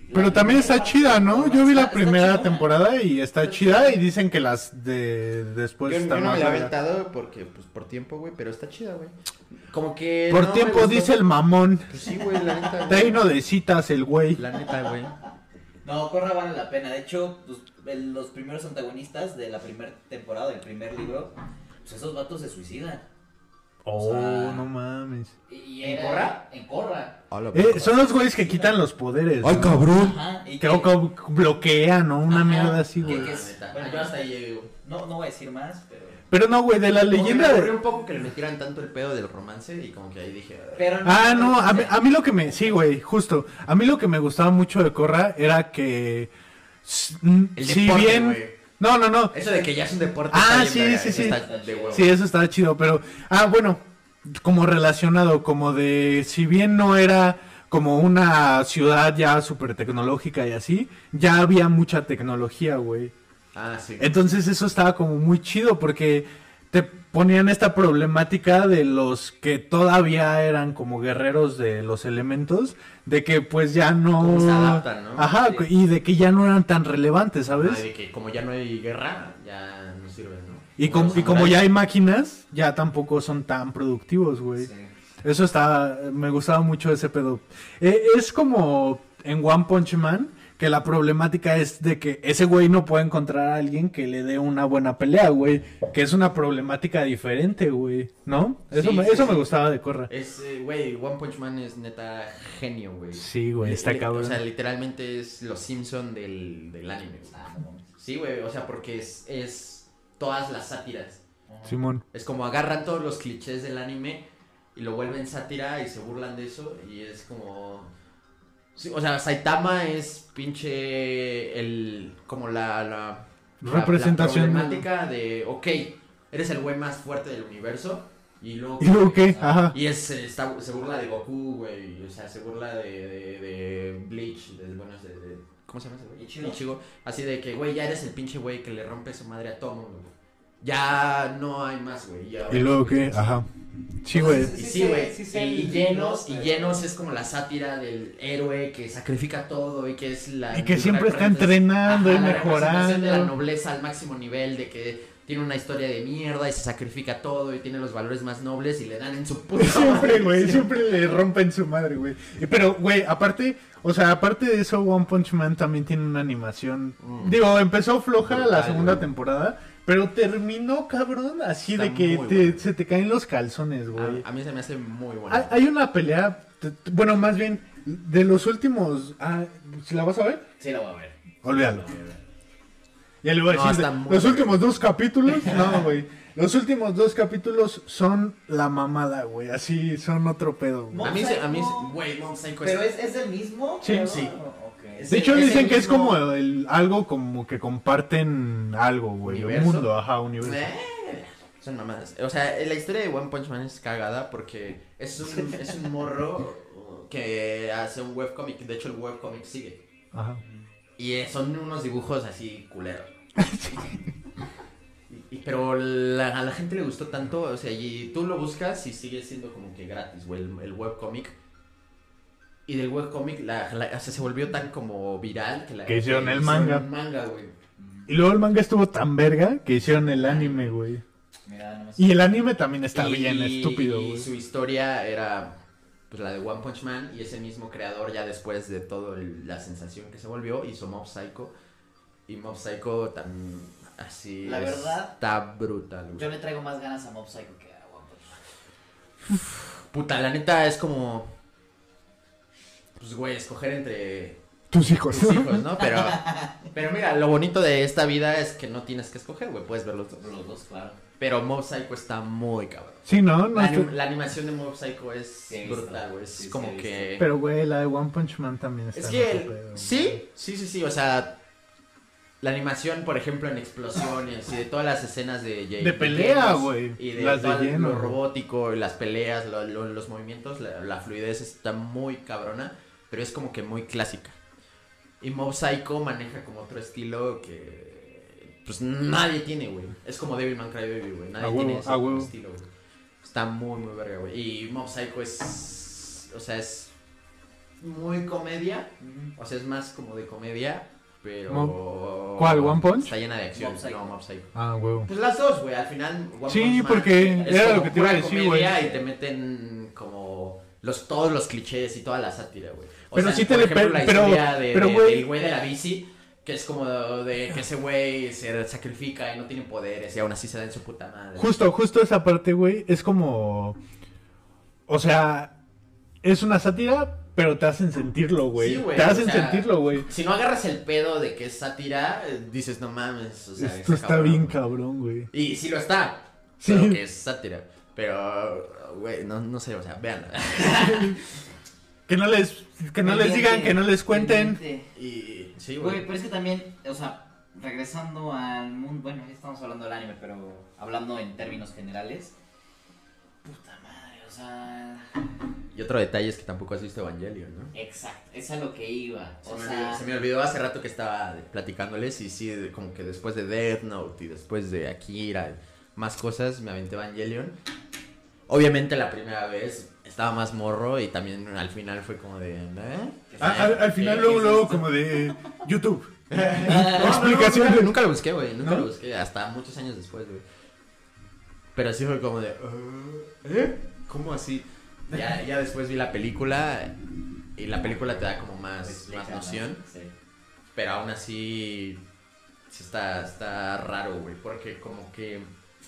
[SPEAKER 4] La
[SPEAKER 2] Pero también
[SPEAKER 4] primera
[SPEAKER 2] está
[SPEAKER 4] parte
[SPEAKER 2] chida,
[SPEAKER 4] de
[SPEAKER 2] ¿no? Yo
[SPEAKER 4] Korra
[SPEAKER 2] vi
[SPEAKER 4] está-
[SPEAKER 2] la
[SPEAKER 4] está
[SPEAKER 2] primera
[SPEAKER 4] chingona.
[SPEAKER 2] temporada y está
[SPEAKER 4] Está
[SPEAKER 2] chida
[SPEAKER 4] chida.
[SPEAKER 2] y dicen que las de después
[SPEAKER 3] yo, yo
[SPEAKER 2] están Pues
[SPEAKER 3] no me
[SPEAKER 2] más
[SPEAKER 3] la he
[SPEAKER 2] verga.
[SPEAKER 3] aventado porque, pues, por tiempo, güey, pero está chida, güey. Como que...
[SPEAKER 2] Por
[SPEAKER 3] no me
[SPEAKER 2] tiempo
[SPEAKER 3] gustó.
[SPEAKER 2] dice el mamón.
[SPEAKER 3] Pues sí, güey, la neta,
[SPEAKER 2] Está
[SPEAKER 3] güey.
[SPEAKER 2] lleno de citas el güey.
[SPEAKER 3] La neta, güey.
[SPEAKER 4] No, Corra vale la pena. De hecho, pues, el- los primeros antagonistas de la primera temporada, del primer libro, pues esos vatos se suicidan.
[SPEAKER 2] Oh,
[SPEAKER 4] sea-
[SPEAKER 2] no mames.
[SPEAKER 4] Y- y
[SPEAKER 3] ¿En
[SPEAKER 4] era-
[SPEAKER 3] Corra?
[SPEAKER 4] En Corra.
[SPEAKER 2] Eh, son los güeyes que quitan los poderes. ¿no?
[SPEAKER 1] cabrón!
[SPEAKER 4] Ajá. y
[SPEAKER 2] Que o- o- bloquean o una
[SPEAKER 4] Ajá.
[SPEAKER 2] mierda así,
[SPEAKER 4] Que-
[SPEAKER 2] güey.
[SPEAKER 4] que-
[SPEAKER 3] La neta,
[SPEAKER 4] Bueno,
[SPEAKER 3] yo
[SPEAKER 4] ya-
[SPEAKER 3] hasta ahí llegué, güey.
[SPEAKER 4] No, no voy a decir más, pero...
[SPEAKER 2] Pero no, güey, de la
[SPEAKER 3] Como que me
[SPEAKER 2] leyenda.
[SPEAKER 3] aburrió
[SPEAKER 2] de-
[SPEAKER 3] un poco que le metieran tanto el pedo del romance y como que ahí dije... "Ah".
[SPEAKER 4] pero
[SPEAKER 2] Ah, no, a mí, a mí lo que me. Sí, güey, justo. A mí lo que me gustaba mucho de Corra era que. s- mm,
[SPEAKER 3] El
[SPEAKER 2] si
[SPEAKER 3] deporte,
[SPEAKER 2] bien.
[SPEAKER 3] güey.
[SPEAKER 2] No, no, no.
[SPEAKER 3] Eso de que ya es un deporte.
[SPEAKER 2] Ah,
[SPEAKER 3] está
[SPEAKER 2] sí,
[SPEAKER 3] bien, verga,
[SPEAKER 2] sí,
[SPEAKER 3] eso
[SPEAKER 2] sí.
[SPEAKER 3] está de huevo.
[SPEAKER 2] Sí, eso estaba chido, pero. Ah, bueno, como relacionado, como de. Si bien no era como una ciudad ya súper tecnológica y así, ya había mucha tecnología, güey.
[SPEAKER 3] Ah, sí.
[SPEAKER 2] Entonces eso estaba como muy chido porque te ponían esta problemática de los que todavía eran como guerreros de los elementos, de que pues ya no...
[SPEAKER 3] Cómo se adaptan, ¿no?
[SPEAKER 2] Ajá,
[SPEAKER 3] Sí.
[SPEAKER 2] y de que ya no eran tan relevantes, ¿sabes?
[SPEAKER 3] Ah, de que como ya no hay guerra, ya no sirve, ¿no?
[SPEAKER 2] y, como,
[SPEAKER 3] los
[SPEAKER 2] y como
[SPEAKER 3] samuráis.
[SPEAKER 2] ya hay máquinas, ya tampoco son tan productivos, güey. Eso está, me gustaba mucho ese pedo. Eh, es como en One Punch Man, que la problemática es de que ese güey no puede encontrar a alguien que le dé una buena pelea, güey. Que es una problemática diferente, güey. ¿No? Eso,
[SPEAKER 3] Sí,
[SPEAKER 2] me,
[SPEAKER 3] sí,
[SPEAKER 2] eso me
[SPEAKER 3] sí.
[SPEAKER 2] gustaba de Corra.
[SPEAKER 3] Es, eh, güey, One Punch Man es neta genio, güey.
[SPEAKER 2] Sí, güey,
[SPEAKER 3] Li-
[SPEAKER 2] está
[SPEAKER 3] li-
[SPEAKER 2] cabrón.
[SPEAKER 3] Eh, O sea, literalmente es los Simpson del, del anime, güey.
[SPEAKER 4] Ah, no mames.
[SPEAKER 3] Sí, güey, o sea, porque es, es todas las sátiras.
[SPEAKER 4] Ajá.
[SPEAKER 2] Simón.
[SPEAKER 3] Es como agarran todos los clichés del anime y lo vuelven sátira y se burlan de eso y es como... Sí, o sea, Saitama es pinche el... como la... la la-
[SPEAKER 2] Representación.
[SPEAKER 3] La, problemática de, ok, eres el güey más fuerte del universo y luego...
[SPEAKER 2] ¿Y luego qué? Ajá.
[SPEAKER 3] Y es, eh, está- se burla de Goku, güey. O sea, se burla de, de, de Bleach. de- bueno, de, de- ¿Cómo se llama ese güey?
[SPEAKER 4] Ichigo.
[SPEAKER 3] Así de que, güey, ya eres el pinche güey que le rompe su madre a todo mundo, güey. Ya no hay más, güey. ya-
[SPEAKER 2] ¿Y luego qué? Ajá. Sí, güey.
[SPEAKER 3] Y
[SPEAKER 4] Sí,
[SPEAKER 3] sí, güey.
[SPEAKER 4] sí, sí,
[SPEAKER 3] y,
[SPEAKER 4] sí,
[SPEAKER 3] y llenos,
[SPEAKER 4] sí.
[SPEAKER 3] y llenos es como la sátira del héroe que sacrifica todo y que es la.
[SPEAKER 2] Y que siempre está
[SPEAKER 3] representación-
[SPEAKER 2] entrenando y
[SPEAKER 3] Ajá, la representación de la
[SPEAKER 2] mejorando.
[SPEAKER 3] nobleza al máximo nivel, de que tiene una historia de mierda y se sacrifica todo y tiene los valores más nobles y le dan en su puta
[SPEAKER 2] Siempre,
[SPEAKER 3] madre,
[SPEAKER 2] güey,
[SPEAKER 3] sí.
[SPEAKER 2] siempre le rompen su madre, güey. Y Pero, güey, aparte, o sea, aparte de eso, One Punch Man también tiene una animación.
[SPEAKER 3] Mm.
[SPEAKER 2] Digo, empezó floja la
[SPEAKER 3] Brutal,
[SPEAKER 2] segunda
[SPEAKER 3] güey.
[SPEAKER 2] temporada, pero terminó, cabrón, así
[SPEAKER 3] Está
[SPEAKER 2] de que
[SPEAKER 3] muy
[SPEAKER 2] te-
[SPEAKER 3] buena.
[SPEAKER 2] se te caen los calzones, güey.
[SPEAKER 3] A, a mí se me hace muy bueno.
[SPEAKER 2] Ha- Hay una pelea, t- t- bueno, más bien, de los últimos... ah, ¿sí ¿La vas a ver?
[SPEAKER 4] Sí, lo voy a ver.
[SPEAKER 2] Olvídalo. Ya le voy a
[SPEAKER 3] No,
[SPEAKER 2] decir,
[SPEAKER 3] está
[SPEAKER 2] de-
[SPEAKER 3] muy
[SPEAKER 2] los
[SPEAKER 3] bien.
[SPEAKER 2] últimos dos capítulos, no, güey. Los últimos dos capítulos son la mamada, güey. Así son otro pedo, güey.
[SPEAKER 3] a mí, se, a mí, se- güey, Mob Psycho
[SPEAKER 4] ¿Pero es, es el mismo?
[SPEAKER 2] Sí,
[SPEAKER 4] creo?
[SPEAKER 3] sí.
[SPEAKER 4] Ok.
[SPEAKER 3] Es-
[SPEAKER 2] De hecho
[SPEAKER 3] el
[SPEAKER 2] dicen que es
[SPEAKER 3] mismo-
[SPEAKER 2] como el, algo como que comparten algo, güey. Un
[SPEAKER 3] Universo.
[SPEAKER 2] mundo, ajá, universo.
[SPEAKER 3] Eh, Son mamadas. O sea, eh, la historia de One Punch Man es cagada porque es un, es un morro que hace un webcomic. De hecho, el webcomic sigue.
[SPEAKER 2] Ajá.
[SPEAKER 3] Y eh, son unos dibujos así culeros. Y- Pero la- a la gente le gustó tanto, o sea, y tú lo buscas y sigue siendo como que gratis, güey, el, el webcomic. Y del webcomic, la, la- o sea, se volvió tan como viral que la
[SPEAKER 2] Que hicieron el
[SPEAKER 3] hicieron
[SPEAKER 2] manga.
[SPEAKER 3] un manga, güey.
[SPEAKER 2] Y luego el manga estuvo tan verga que hicieron el anime, güey.
[SPEAKER 4] Mira, nomás.
[SPEAKER 2] Y el anime también está
[SPEAKER 3] Y-
[SPEAKER 2] bien estúpido,
[SPEAKER 3] Y
[SPEAKER 2] güey.
[SPEAKER 3] su historia era pues la de One Punch Man y ese mismo creador ya después de todo el- la sensación que se volvió hizo Mob Psycho y Mob Psycho tan así
[SPEAKER 4] La verdad,
[SPEAKER 3] está brutal. güey.
[SPEAKER 4] Yo le traigo más ganas a Mob Psycho que a One Punch Man.
[SPEAKER 3] Puta, la neta es como pues güey, escoger entre
[SPEAKER 2] Tus hijos.
[SPEAKER 3] tus hijos, ¿no? Pero pero mira, lo bonito de esta vida es que no tienes que escoger, güey, puedes ver los dos.
[SPEAKER 4] Los dos, claro.
[SPEAKER 3] Pero Mob Psycho está muy cabrón.
[SPEAKER 2] Sí, no, no.
[SPEAKER 3] La,
[SPEAKER 2] está-
[SPEAKER 3] anim- la animación de Mob Psycho es
[SPEAKER 4] Sí, he visto.
[SPEAKER 3] brutal, güey. Es
[SPEAKER 4] Sí, sí,
[SPEAKER 3] como
[SPEAKER 4] he visto.
[SPEAKER 3] que.
[SPEAKER 2] Pero, güey, la de One Punch Man también está.
[SPEAKER 3] es
[SPEAKER 2] en
[SPEAKER 3] que.
[SPEAKER 2] otro
[SPEAKER 3] el-
[SPEAKER 2] pedo, güey.
[SPEAKER 3] Sí, sí, sí, sí. O sea, la animación, por ejemplo, en explosiones y de todas las escenas de Jay.
[SPEAKER 2] De pelea,
[SPEAKER 3] Genos
[SPEAKER 2] güey.
[SPEAKER 3] Y de
[SPEAKER 2] Las de
[SPEAKER 3] todo
[SPEAKER 2] lleno,
[SPEAKER 3] lo
[SPEAKER 2] güey.
[SPEAKER 3] robótico, y las peleas, lo- lo- los movimientos, la, la fluidez está muy cabrona, pero es como que muy clásica. Y Mob Psycho maneja como otro estilo que. Pues nadie tiene, güey. Es como Devilman Crybaby, güey. Nadie
[SPEAKER 2] A huevo,
[SPEAKER 3] tiene ese
[SPEAKER 2] a
[SPEAKER 3] como
[SPEAKER 2] huevo.
[SPEAKER 3] estilo, güey. Está muy, muy verga, güey. Y Mob Psycho es. O sea, es. Muy comedia. O sea, es más como de comedia, pero.
[SPEAKER 2] ¿Cuál, One Punch?
[SPEAKER 3] Está llena de acción.
[SPEAKER 4] Mob Psycho.
[SPEAKER 3] No, Mob Psycho.
[SPEAKER 2] Ah, güey.
[SPEAKER 3] Pues las dos, güey. Al final. One
[SPEAKER 2] Sí,
[SPEAKER 3] Punch Man
[SPEAKER 2] porque
[SPEAKER 3] es
[SPEAKER 2] era
[SPEAKER 3] como
[SPEAKER 2] lo que te iba a
[SPEAKER 3] pura
[SPEAKER 2] decir, güey.
[SPEAKER 3] comedia Y te meten como. Los, todos los clichés y toda la sátira, güey. O
[SPEAKER 2] Pero
[SPEAKER 3] sea,
[SPEAKER 2] sí te
[SPEAKER 3] por
[SPEAKER 2] le
[SPEAKER 3] ejemplo,
[SPEAKER 2] pe-
[SPEAKER 3] la
[SPEAKER 2] pero-
[SPEAKER 3] historia de,
[SPEAKER 2] pero,
[SPEAKER 3] de-
[SPEAKER 2] güey.
[SPEAKER 3] del güey de la bici, que es como de que ese güey se sacrifica y no tiene poderes y aún así se da en su puta madre.
[SPEAKER 2] Justo, justo esa parte, güey, es como. O sea, es una sátira, pero te hacen sentirlo, güey.
[SPEAKER 3] Sí, güey,
[SPEAKER 2] te
[SPEAKER 3] o
[SPEAKER 2] hacen
[SPEAKER 3] sea,
[SPEAKER 2] sentirlo, güey.
[SPEAKER 3] Si no agarras el pedo de que es sátira, eh, dices, no mames, o sea,
[SPEAKER 2] Esto
[SPEAKER 3] ese
[SPEAKER 2] está
[SPEAKER 3] cabrón".
[SPEAKER 2] bien cabrón, güey.
[SPEAKER 3] Y sí lo está,
[SPEAKER 2] Sí.
[SPEAKER 3] pero que es sátira. Pero, güey, no, no sé, o sea, véanlo.
[SPEAKER 2] Que no les, que no les digan, que no les cuenten.
[SPEAKER 4] Pendiente.
[SPEAKER 3] Y, sí,
[SPEAKER 4] Güey,
[SPEAKER 3] güey.
[SPEAKER 4] pero es que también, o sea, regresando al mundo, bueno, ya estamos hablando del anime, pero hablando en términos generales. Puta madre, o sea,
[SPEAKER 3] Y otro detalle es que tampoco has visto Evangelion, ¿no?
[SPEAKER 4] exacto, es a lo que iba.
[SPEAKER 3] Se
[SPEAKER 4] O
[SPEAKER 3] me,
[SPEAKER 4] sea,
[SPEAKER 3] olvidó, se me olvidó hace rato que estaba platicándoles y sí, de- como que después de Death Note y después de Akira, más cosas, me aventé Evangelion. Obviamente la primera vez estaba más morro y también al final fue como de... ¿eh?
[SPEAKER 2] A- a- Ah, al final,
[SPEAKER 3] ¿Qué-
[SPEAKER 2] luego,
[SPEAKER 3] qué es
[SPEAKER 2] luego,
[SPEAKER 3] esto?
[SPEAKER 2] como de YouTube.
[SPEAKER 3] Ah, No, no,
[SPEAKER 2] Explicación
[SPEAKER 3] nunca,
[SPEAKER 2] de-
[SPEAKER 3] nunca lo busqué, güey. Nunca
[SPEAKER 2] ¿No?
[SPEAKER 3] lo busqué. Hasta muchos años después, güey. Pero sí fue como de. "Ah, ¿Eh? ¿Cómo así? Ya, ya después vi la película. Y la película te da como más,
[SPEAKER 4] explica,
[SPEAKER 3] más
[SPEAKER 4] ¿no?
[SPEAKER 3] noción.
[SPEAKER 4] Sí.
[SPEAKER 3] Pero aún así. Sí está, está raro, güey. Porque como que.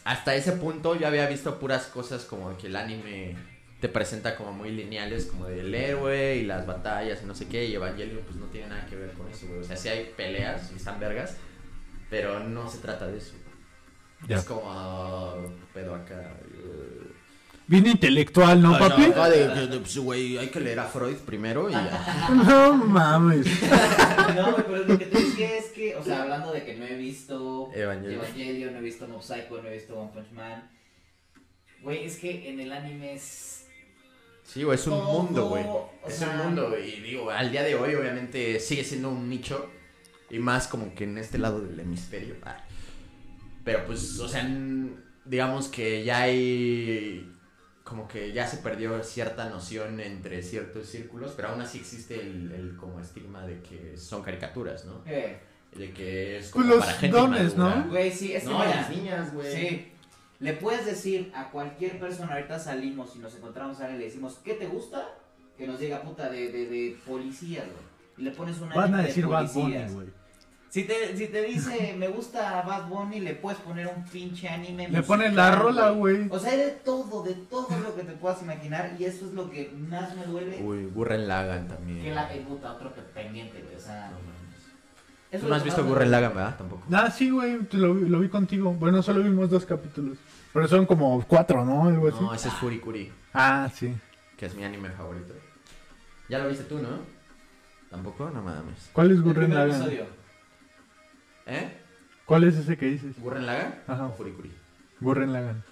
[SPEAKER 3] Hasta ese punto yo había visto puras cosas como que el anime te presenta como muy lineales, como del héroe y las batallas y no sé qué. Y Evangelion pues no tiene nada que ver con eso, güey. O sea, sí hay peleas y están vergas, pero no se trata de eso.
[SPEAKER 2] Ya.
[SPEAKER 3] Es como ah, pedo acá. eh.
[SPEAKER 2] Bien intelectual, ¿no, papi?
[SPEAKER 3] No, de- de- de- pues, güey, hay que leer a Freud primero y ya.
[SPEAKER 2] No mames.
[SPEAKER 4] No, güey, pero lo que te decía es que, o sea, hablando de que no he visto
[SPEAKER 3] Evangelion.
[SPEAKER 4] Evangelion, no he visto Mob Psycho, no he visto One Punch Man. Güey, es que en el anime es.
[SPEAKER 3] Sí, güey, es un
[SPEAKER 4] Todo,
[SPEAKER 3] mundo, güey.
[SPEAKER 4] o
[SPEAKER 3] Es
[SPEAKER 4] sea-
[SPEAKER 3] un mundo, güey. Y digo, al día de hoy, obviamente, sigue siendo un nicho. Y más como que en este lado del hemisferio. ah. Pero pues, o sea, n- digamos que ya hay. Como que ya se perdió cierta noción entre ciertos círculos, pero aún así existe el, el como estigma de que son caricaturas, ¿no?
[SPEAKER 4] Eh,
[SPEAKER 3] De que es
[SPEAKER 2] Pues
[SPEAKER 3] como
[SPEAKER 2] los
[SPEAKER 3] para gente
[SPEAKER 2] dones, ¿no?
[SPEAKER 3] madura.
[SPEAKER 4] Güey, sí, es que.
[SPEAKER 3] No, y
[SPEAKER 4] mira,
[SPEAKER 3] las niñas, güey.
[SPEAKER 4] Sí. Le puedes decir a cualquier persona, ahorita salimos y nos encontramos a alguien y le decimos, ¿qué te gusta? Que nos diga puta de, de, de policías, güey. Y le pones una
[SPEAKER 2] Van a
[SPEAKER 4] de
[SPEAKER 2] decir Bad Bunny,
[SPEAKER 4] policías.
[SPEAKER 2] güey.
[SPEAKER 4] Si te, si te dice me gusta Bad Bunny, le puedes poner un pinche anime.
[SPEAKER 2] Le
[SPEAKER 4] musical,
[SPEAKER 2] pones la rola, güey.
[SPEAKER 4] O sea, hay de todo, de todo lo que te puedas imaginar. Y eso es lo que más me duele.
[SPEAKER 3] Uy, Gurren Lagan también.
[SPEAKER 4] Que la que puta, otro que pendiente, güey. O sea,
[SPEAKER 3] No mames.
[SPEAKER 4] eso es
[SPEAKER 3] Tú
[SPEAKER 4] lo
[SPEAKER 3] no has
[SPEAKER 4] que
[SPEAKER 3] visto
[SPEAKER 4] más me-
[SPEAKER 3] Gurren Lagan, ¿verdad? Tampoco.
[SPEAKER 2] Ah, sí, güey, te lo, vi- lo vi contigo. Bueno, solo vimos dos capítulos. Pero son como cuatro, ¿no? Algo así.
[SPEAKER 3] No, ese es Furikuri,
[SPEAKER 2] Ah, sí.
[SPEAKER 3] que es mi anime favorito. Ya lo viste tú, ¿no? Tampoco, no mames.
[SPEAKER 2] ¿Cuál es
[SPEAKER 4] El
[SPEAKER 2] Gurren
[SPEAKER 4] primer
[SPEAKER 2] Lagann?
[SPEAKER 4] episodio.
[SPEAKER 3] ¿Eh?
[SPEAKER 2] ¿Cuál es ese que dices?
[SPEAKER 3] ¿Gurren Lagan?
[SPEAKER 2] Ajá.
[SPEAKER 3] O Furikuri.
[SPEAKER 2] Gurren Lagann.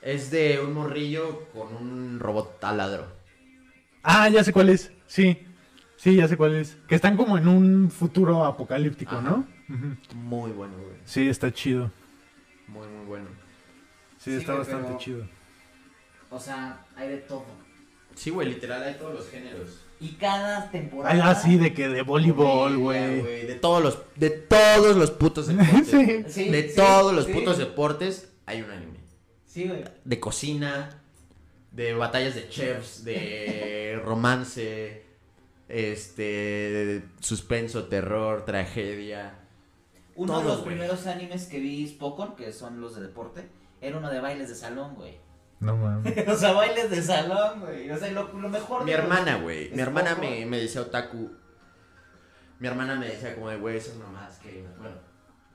[SPEAKER 3] Es de un morrillo con un robot taladro.
[SPEAKER 2] Ah, ya sé cuál es. Sí. Sí, ya sé cuál es. Que están como en un futuro apocalíptico,
[SPEAKER 3] Ajá.
[SPEAKER 2] ¿no? Ujú.
[SPEAKER 3] Muy bueno, güey.
[SPEAKER 2] Sí, está chido.
[SPEAKER 3] Muy, muy bueno.
[SPEAKER 2] Sí,
[SPEAKER 6] Sí,
[SPEAKER 2] está
[SPEAKER 6] güey,
[SPEAKER 2] bastante
[SPEAKER 6] pero-
[SPEAKER 2] chido.
[SPEAKER 6] O sea, hay de todo.
[SPEAKER 3] Sí, güey, literal, hay todos los géneros.
[SPEAKER 4] Y cada temporada.
[SPEAKER 2] Ah, sí, de que de voleibol,
[SPEAKER 3] Comedia,
[SPEAKER 2] güey.
[SPEAKER 3] De todos los, de todos los putos deportes.
[SPEAKER 2] Sí.
[SPEAKER 6] Sí,
[SPEAKER 3] de
[SPEAKER 6] sí,
[SPEAKER 3] todos los
[SPEAKER 6] sí.
[SPEAKER 3] putos deportes hay un anime.
[SPEAKER 6] Sí, güey.
[SPEAKER 3] De cocina, de batallas de chefs, de romance, este, suspenso, terror, tragedia.
[SPEAKER 4] Uno de
[SPEAKER 3] Todo,
[SPEAKER 4] los
[SPEAKER 3] güey.
[SPEAKER 4] primeros animes que vi Spokon, que son los de deporte, era uno de bailes de salón, güey.
[SPEAKER 2] No mames.
[SPEAKER 4] o sea, bailes de salón, güey. O sea, lo, lo mejor.
[SPEAKER 3] Mi
[SPEAKER 4] de-
[SPEAKER 3] hermana, güey.
[SPEAKER 4] Es
[SPEAKER 3] Mi hermana
[SPEAKER 4] poco.
[SPEAKER 3] me, me decía otaku. Mi hermana me decía como de, güey, esas mamás que... Bueno,